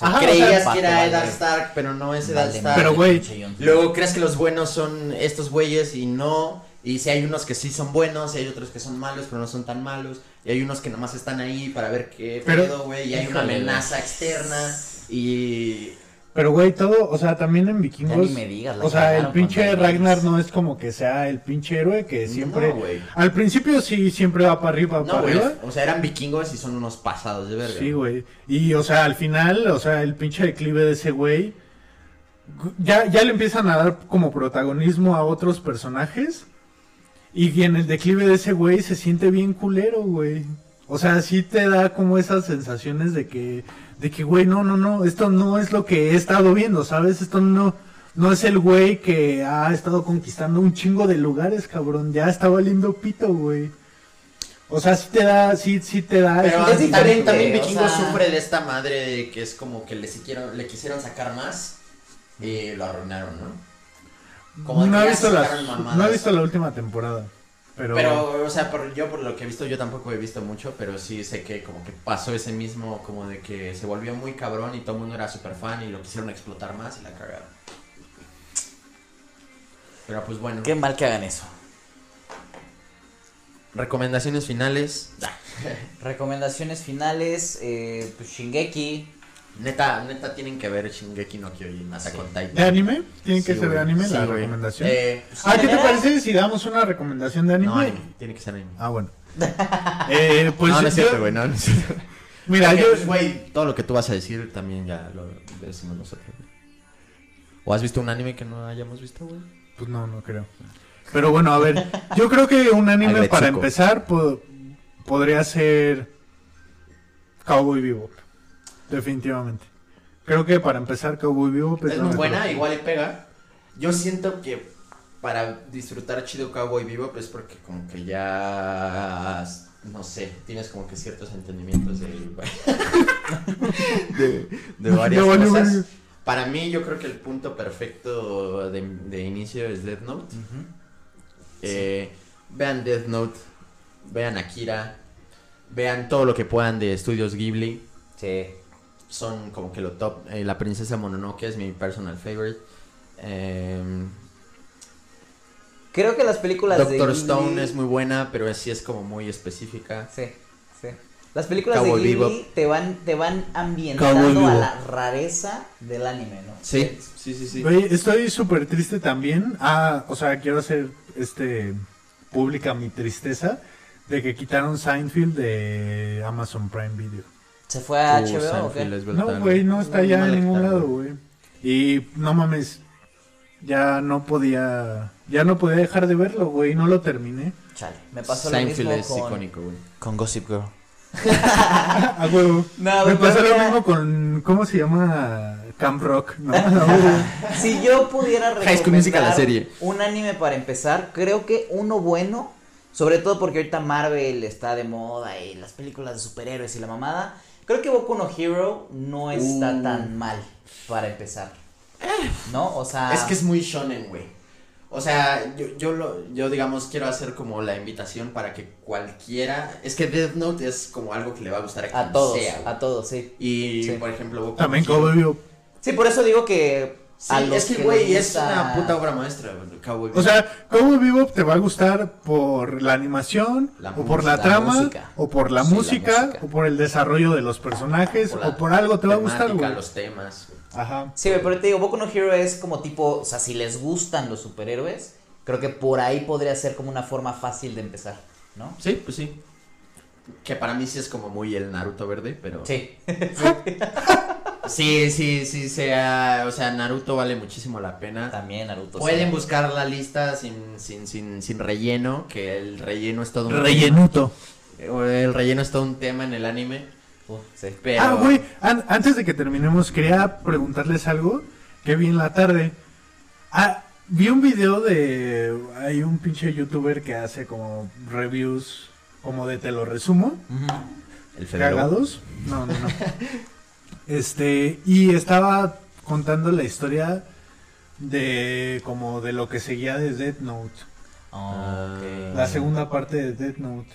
[SPEAKER 2] Ajá,
[SPEAKER 3] Creías
[SPEAKER 4] o sea,
[SPEAKER 3] que era
[SPEAKER 4] vale.
[SPEAKER 3] Eddard Stark, pero no es Eddard
[SPEAKER 4] Vale,
[SPEAKER 3] Stark.
[SPEAKER 2] Pero, güey,
[SPEAKER 4] pinche Jon Snow.
[SPEAKER 3] Luego crees que los buenos son estos güeyes y no. Y si hay unos que sí son buenos, y hay otros que son malos, pero no son tan malos. Y hay unos que nomás están ahí para ver qué
[SPEAKER 2] Pero-
[SPEAKER 3] pedo, güey. Y hay una
[SPEAKER 4] Híjole, güey.
[SPEAKER 3] amenaza externa. Y.
[SPEAKER 2] pero güey, todo, o sea, también en
[SPEAKER 4] Ya
[SPEAKER 2] Vikingos
[SPEAKER 4] ni me digas. la
[SPEAKER 2] O sea, el
[SPEAKER 4] cagaron
[SPEAKER 2] pinche
[SPEAKER 4] con Daenerys.
[SPEAKER 2] Ragnar no es como que sea el pinche héroe que siempre.
[SPEAKER 3] No, güey.
[SPEAKER 2] al principio sí, siempre va para arriba,
[SPEAKER 3] No,
[SPEAKER 2] para
[SPEAKER 3] güey.
[SPEAKER 2] arriba.
[SPEAKER 3] O sea, eran vikingos y son unos pasados de verga.
[SPEAKER 2] Sí, güey. Y, o sea, al final, o sea, el pinche declive de ese güey. gu- Ya, ya le empiezan a dar como protagonismo a otros personajes. Y en el declive de ese güey se siente bien culero, güey. O sea, sí te da como esas sensaciones de que, de que, güey, no, no, no, esto no es lo que he estado viendo, ¿sabes? Esto no, no es el güey que ha estado conquistando un chingo de lugares, cabrón. Ya está valiendo pito, güey. O sea, sí te da, sí, sí te da.
[SPEAKER 3] Pero
[SPEAKER 2] esa
[SPEAKER 4] es
[SPEAKER 3] también,
[SPEAKER 4] diferente,
[SPEAKER 3] también
[SPEAKER 4] o
[SPEAKER 3] Vikingos
[SPEAKER 4] sea-
[SPEAKER 3] sufre de esta madre de que es como que le quisieron, le quisieron sacar más y lo arruinaron, ¿no? Como de
[SPEAKER 2] no
[SPEAKER 3] que
[SPEAKER 2] he
[SPEAKER 3] ya
[SPEAKER 2] visto
[SPEAKER 3] sacaron
[SPEAKER 2] las-
[SPEAKER 3] mamadas.
[SPEAKER 2] no he visto la última temporada. Pero,
[SPEAKER 3] Pero, o sea, por- yo por lo que he visto, yo tampoco he visto mucho, pero sí sé que como que pasó ese mismo, como de que se volvió muy cabrón y todo el mundo era súper fan y lo quisieron explotar más y la cagaron. Pero pues bueno,
[SPEAKER 4] Qué mal que hagan eso.
[SPEAKER 3] recomendaciones finales.
[SPEAKER 4] Recomendaciones finales, eh, pues Shingeki.
[SPEAKER 3] Neta, neta tienen que ver Shingeki no Kyojin, hasta con Titan.
[SPEAKER 2] ¿De anime? Tiene que
[SPEAKER 3] Sí,
[SPEAKER 2] ser de
[SPEAKER 3] güey.
[SPEAKER 2] anime
[SPEAKER 3] Sí,
[SPEAKER 2] la
[SPEAKER 3] güey.
[SPEAKER 2] recomendación.
[SPEAKER 3] Eh, pues,
[SPEAKER 2] ah, ¿qué te
[SPEAKER 4] ¿general?
[SPEAKER 2] parece si damos una recomendación de anime?
[SPEAKER 3] no, anime, tiene que ser anime.
[SPEAKER 2] Ah, bueno. Eh, pues
[SPEAKER 3] no, no es
[SPEAKER 2] yo-
[SPEAKER 3] cierto, güey, no, no es cierto.
[SPEAKER 2] Mira,
[SPEAKER 3] Porque,
[SPEAKER 2] yo,
[SPEAKER 3] pues, güey, todo lo que tú vas a decir también ya lo decimos nosotros. güey. ¿O has visto un anime que no hayamos visto, güey?
[SPEAKER 2] Pues no, no creo. Pero bueno, a ver, yo creo que un anime
[SPEAKER 3] Agretsuko.
[SPEAKER 2] para empezar po- podría ser Cowboy Bebop. Definitivamente. Creo que para empezar Cowboy Bebop
[SPEAKER 3] Es
[SPEAKER 2] lo
[SPEAKER 3] muy
[SPEAKER 2] mejor.
[SPEAKER 3] buena, igual y pega. Yo siento que para disfrutar chido Cowboy Vivo, pues porque como que ya. No sé, tienes como que ciertos entendimientos de. de, de varias
[SPEAKER 2] Ya valió
[SPEAKER 3] cosas.
[SPEAKER 2] verga.
[SPEAKER 3] Para mí, yo creo que el punto perfecto de, de inicio es Death Note. Eh, Vean Death Note, vean Akira, vean todo lo que puedan de estudios Ghibli
[SPEAKER 4] Sí.
[SPEAKER 3] son como que lo top. Eh, la princesa Mononoke es mi personal favorite. Em,
[SPEAKER 4] Creo que las películas de.
[SPEAKER 3] Doctor
[SPEAKER 4] Ghibli-
[SPEAKER 3] Stone es muy buena, pero sí es como muy específica.
[SPEAKER 4] Sí, sí. Las películas
[SPEAKER 3] Cowboy
[SPEAKER 4] de Ghibli
[SPEAKER 3] Bebop.
[SPEAKER 4] te van, te van ambientando a la rareza del anime, ¿no?
[SPEAKER 3] Sí, sí, sí, sí.
[SPEAKER 2] Güey, estoy súper triste también. Ah, o sea, quiero hacer este pública mi tristeza de que quitaron Seinfeld de Amazon Prime Video.
[SPEAKER 4] ¿Se fue a
[SPEAKER 3] Uh,
[SPEAKER 4] HBO o
[SPEAKER 3] Seinfeld
[SPEAKER 4] qué?
[SPEAKER 3] es brutal,
[SPEAKER 2] No, güey, no está ya
[SPEAKER 3] no
[SPEAKER 2] en
[SPEAKER 3] la
[SPEAKER 2] ningún
[SPEAKER 3] quitaron.
[SPEAKER 2] lado, güey. Y no mames, ya no podía, ya no podía dejar de verlo, güey, no lo terminé.
[SPEAKER 4] Chale, me pasó
[SPEAKER 3] Seinfeld
[SPEAKER 4] lo
[SPEAKER 3] es
[SPEAKER 4] mismo con,
[SPEAKER 3] icónico, güey.
[SPEAKER 4] con Gossip Girl.
[SPEAKER 2] A huevo.
[SPEAKER 4] No,
[SPEAKER 2] Me
[SPEAKER 4] güey,
[SPEAKER 2] pasó
[SPEAKER 4] pero
[SPEAKER 2] lo
[SPEAKER 4] mira-
[SPEAKER 2] mismo con, ¿cómo se llama? Camp Rock, ¿no? A huevo.
[SPEAKER 4] Si yo pudiera
[SPEAKER 3] High School Musical, la
[SPEAKER 4] recomendar
[SPEAKER 3] serie.
[SPEAKER 4] un anime para empezar, creo que uno bueno, sobre todo porque ahorita Marvel está de moda y las películas de superhéroes y la mamada, creo que Boku no Hero no está
[SPEAKER 3] Uh.
[SPEAKER 4] tan mal para empezar. ¿No? O sea,
[SPEAKER 3] Es que es muy shonen, güey. O sea, yo, yo, lo, yo digamos quiero hacer como la invitación para que cualquiera... Es que Death Note es como algo que le va a gustar a quien
[SPEAKER 4] a todos,
[SPEAKER 3] sea, güey.
[SPEAKER 4] a todos, sí.
[SPEAKER 3] Y,
[SPEAKER 4] Sí.
[SPEAKER 3] por ejemplo... Boku no
[SPEAKER 2] También
[SPEAKER 3] Hero.
[SPEAKER 2] Cowboy Bebop.
[SPEAKER 4] Sí, por eso digo que
[SPEAKER 3] Sí,
[SPEAKER 4] a los
[SPEAKER 3] es que,
[SPEAKER 4] les
[SPEAKER 3] güey, es
[SPEAKER 4] gusta-
[SPEAKER 3] una puta obra maestra, güey, Cowboy
[SPEAKER 2] O sea, Cowboy Bebop te va a gustar por la animación,
[SPEAKER 3] La
[SPEAKER 2] o por
[SPEAKER 3] música,
[SPEAKER 2] la
[SPEAKER 4] la
[SPEAKER 2] trama,
[SPEAKER 4] música.
[SPEAKER 2] o por la,
[SPEAKER 4] Sí, la
[SPEAKER 2] música,
[SPEAKER 4] música.
[SPEAKER 2] o por el desarrollo de los personajes,
[SPEAKER 3] Por la
[SPEAKER 2] o por algo te va a gustar,
[SPEAKER 3] temática,
[SPEAKER 2] güey.
[SPEAKER 3] los temas. güey.
[SPEAKER 2] Ajá.
[SPEAKER 4] Sí, güey, pero te digo, Boku no Hero es como tipo, o sea, si les gustan los superhéroes, creo que por ahí podría ser como una forma fácil de empezar, ¿no?
[SPEAKER 3] Sí, pues sí. Que para mí sí es como muy el Naruto verde, pero...
[SPEAKER 4] Sí.
[SPEAKER 3] sí, sí, sí, sea, o sea, Naruto vale muchísimo la pena.
[SPEAKER 4] También Naruto. sí.
[SPEAKER 3] Pueden buscar la lista sin, sin, sin, sin relleno, que el relleno es todo un eh,
[SPEAKER 2] Rellenuto.
[SPEAKER 3] El relleno es todo un tema en el anime,
[SPEAKER 4] Uh, sí.
[SPEAKER 3] pero...
[SPEAKER 2] Ah, güey, an- antes de que terminemos, quería preguntarles algo que vi en la tarde. Ah, vi un video de. Hay un pinche youtuber que hace como reviews, como de te lo resumo.
[SPEAKER 4] Ujú.
[SPEAKER 3] El febrero.
[SPEAKER 2] cagados. No, no, no. este, y estaba contando la historia de como de lo que seguía de Death Note.
[SPEAKER 4] Ah, ok.
[SPEAKER 3] Mm.
[SPEAKER 2] La segunda parte de Death Note,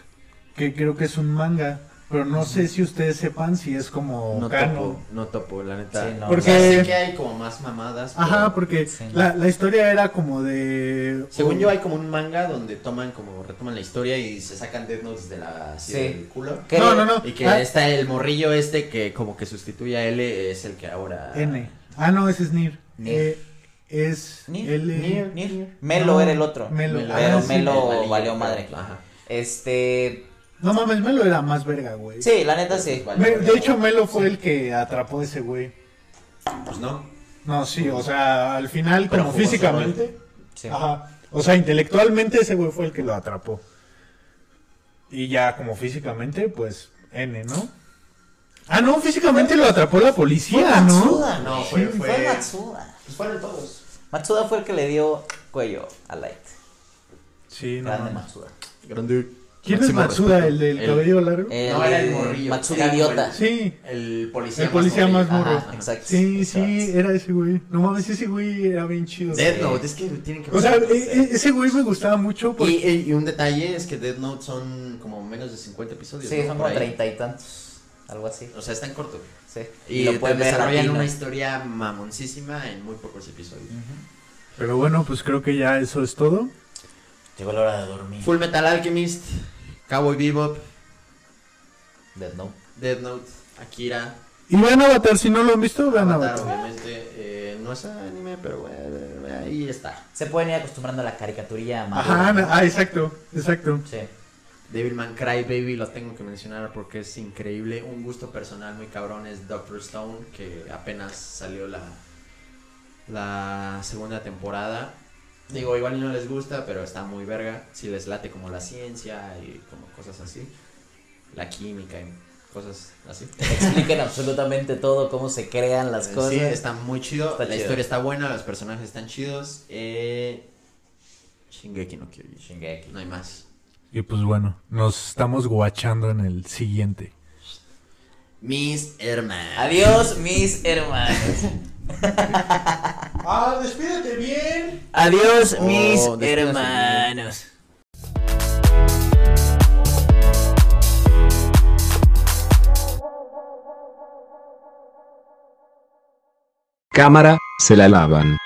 [SPEAKER 2] que creo que es un manga, pero no sé si ustedes sepan si es como
[SPEAKER 3] Mm. No
[SPEAKER 2] canon.
[SPEAKER 3] topo, no topo, la neta.
[SPEAKER 4] Sí, no.
[SPEAKER 3] O sea,
[SPEAKER 2] Porque-
[SPEAKER 3] sí que hay como más mamadas. pero-
[SPEAKER 2] Ajá, porque
[SPEAKER 4] Sí.
[SPEAKER 2] la, la historia era como de...
[SPEAKER 3] Según yo hay como un manga donde toman como retoman la historia y se sacan Death Notes de la así
[SPEAKER 4] Sí.
[SPEAKER 3] del culo.
[SPEAKER 4] ¿Qué?
[SPEAKER 2] No, no, no.
[SPEAKER 3] Y que
[SPEAKER 2] Ah,
[SPEAKER 3] está el morrillo este que como que sustituye a L es el que ahora
[SPEAKER 2] N. Ah, no, ese es Nir.
[SPEAKER 4] Nir.
[SPEAKER 2] Eh, es
[SPEAKER 4] Nir,
[SPEAKER 2] L-
[SPEAKER 4] Nir, Nir. Melo
[SPEAKER 2] No,
[SPEAKER 4] era el otro.
[SPEAKER 2] Melo.
[SPEAKER 4] Pero
[SPEAKER 2] Ah, sí.
[SPEAKER 4] Melo
[SPEAKER 3] el malillo,
[SPEAKER 4] valió
[SPEAKER 3] pero-
[SPEAKER 4] madre.
[SPEAKER 3] Ajá.
[SPEAKER 4] Este.
[SPEAKER 2] No mames, Melo era más verga, güey.
[SPEAKER 4] Sí, la neta sí.
[SPEAKER 2] Me- de hecho, Melo fue el que atrapó a ese güey.
[SPEAKER 3] Pues no.
[SPEAKER 2] No, sí, o sea, al final,
[SPEAKER 3] Pero
[SPEAKER 2] como
[SPEAKER 3] jugó su
[SPEAKER 2] físicamente.
[SPEAKER 4] Sí.
[SPEAKER 2] Ajá. O sea, intelectualmente ese güey fue el que lo atrapó. Y ya como físicamente, pues N, ¿no? Ah, no, físicamente lo atrapó la
[SPEAKER 4] Fue
[SPEAKER 2] policía, ¿no?
[SPEAKER 4] Matsuda,
[SPEAKER 3] No,
[SPEAKER 4] güey.
[SPEAKER 3] fue-
[SPEAKER 4] Fue
[SPEAKER 3] fue-
[SPEAKER 4] Matsuda.
[SPEAKER 3] Pues fueron todos.
[SPEAKER 4] Matsuda fue el que le dio cuello a Light.
[SPEAKER 2] Sí, no.
[SPEAKER 4] Grande
[SPEAKER 2] mames.
[SPEAKER 4] Matsuda.
[SPEAKER 3] Grande.
[SPEAKER 2] ¿Quién
[SPEAKER 3] Máximo
[SPEAKER 2] es Matsuda,
[SPEAKER 3] respeto.
[SPEAKER 2] el del
[SPEAKER 3] El- eh,
[SPEAKER 2] cabello largo?
[SPEAKER 3] No, era el morrillo.
[SPEAKER 4] Matsuda
[SPEAKER 3] Era como
[SPEAKER 4] idiota.
[SPEAKER 3] el-
[SPEAKER 2] sí,
[SPEAKER 3] El policía
[SPEAKER 2] El policía más
[SPEAKER 3] morrillo.
[SPEAKER 2] morro.
[SPEAKER 3] Ajá, ajá.
[SPEAKER 4] Exacto.
[SPEAKER 2] sí,
[SPEAKER 4] exacto.
[SPEAKER 2] sí, era ese güey. No mames, ese güey era bien chido.
[SPEAKER 3] Death Note, es que tienen que
[SPEAKER 2] O sea,
[SPEAKER 3] verlo,
[SPEAKER 2] e- e- ese güey me gustaba mucho
[SPEAKER 3] Y,
[SPEAKER 2] porque...
[SPEAKER 3] y- y un detalle es que Death Note son como menos de 50 episodios.
[SPEAKER 4] Sí,
[SPEAKER 3] ¿no?
[SPEAKER 4] son
[SPEAKER 3] Por
[SPEAKER 4] como
[SPEAKER 3] ahí.
[SPEAKER 4] treinta y tantos. Algo así.
[SPEAKER 3] O sea, es tan corto.
[SPEAKER 4] Sí.
[SPEAKER 3] Y, lo
[SPEAKER 4] pueden ver
[SPEAKER 3] desarrollan
[SPEAKER 4] latino.
[SPEAKER 3] una historia mamoncísima en muy pocos episodios.
[SPEAKER 4] Ujú.
[SPEAKER 2] Pero bueno, pues creo que ya eso es todo.
[SPEAKER 4] Llegó la hora de dormir.
[SPEAKER 3] Full Metal Alchemist, Cowboy Bebop,
[SPEAKER 4] Death Note.
[SPEAKER 3] Death Note, Akira.
[SPEAKER 2] Y vean Avatar, si no lo han visto, vean
[SPEAKER 3] Avatar,
[SPEAKER 2] Avatar.
[SPEAKER 3] obviamente. eh, no es anime, pero bueno, ahí está.
[SPEAKER 4] Se pueden ir acostumbrando a la caricaturilla más.
[SPEAKER 2] Ajá, na- ah, exacto, exacto.
[SPEAKER 4] Sí.
[SPEAKER 3] Devilman Crybaby lo tengo que mencionar porque es increíble. Un gusto personal muy cabrón es Doctor Stone, que apenas salió la, la segunda temporada. Digo, igual y no les gusta, pero está muy verga. Si les late como la ciencia y como cosas así. La química y cosas así.
[SPEAKER 4] Expliquen absolutamente todo, cómo se crean las cosas.
[SPEAKER 3] Sí, está muy chido.
[SPEAKER 4] Está
[SPEAKER 3] la
[SPEAKER 4] chido.
[SPEAKER 3] historia está buena, los personajes están chidos. Eh... Shingeki no Kyojin.
[SPEAKER 4] Shingeki.
[SPEAKER 3] No hay más.
[SPEAKER 2] Y pues bueno, nos estamos guachando en el siguiente.
[SPEAKER 3] Mis hermanos.
[SPEAKER 4] Adiós, mis hermanos.
[SPEAKER 8] Ah, despídete bien.
[SPEAKER 4] Adiós,
[SPEAKER 3] Oh,
[SPEAKER 4] mis
[SPEAKER 3] despídase.
[SPEAKER 4] hermanos.
[SPEAKER 1] Cámara, se la lavan.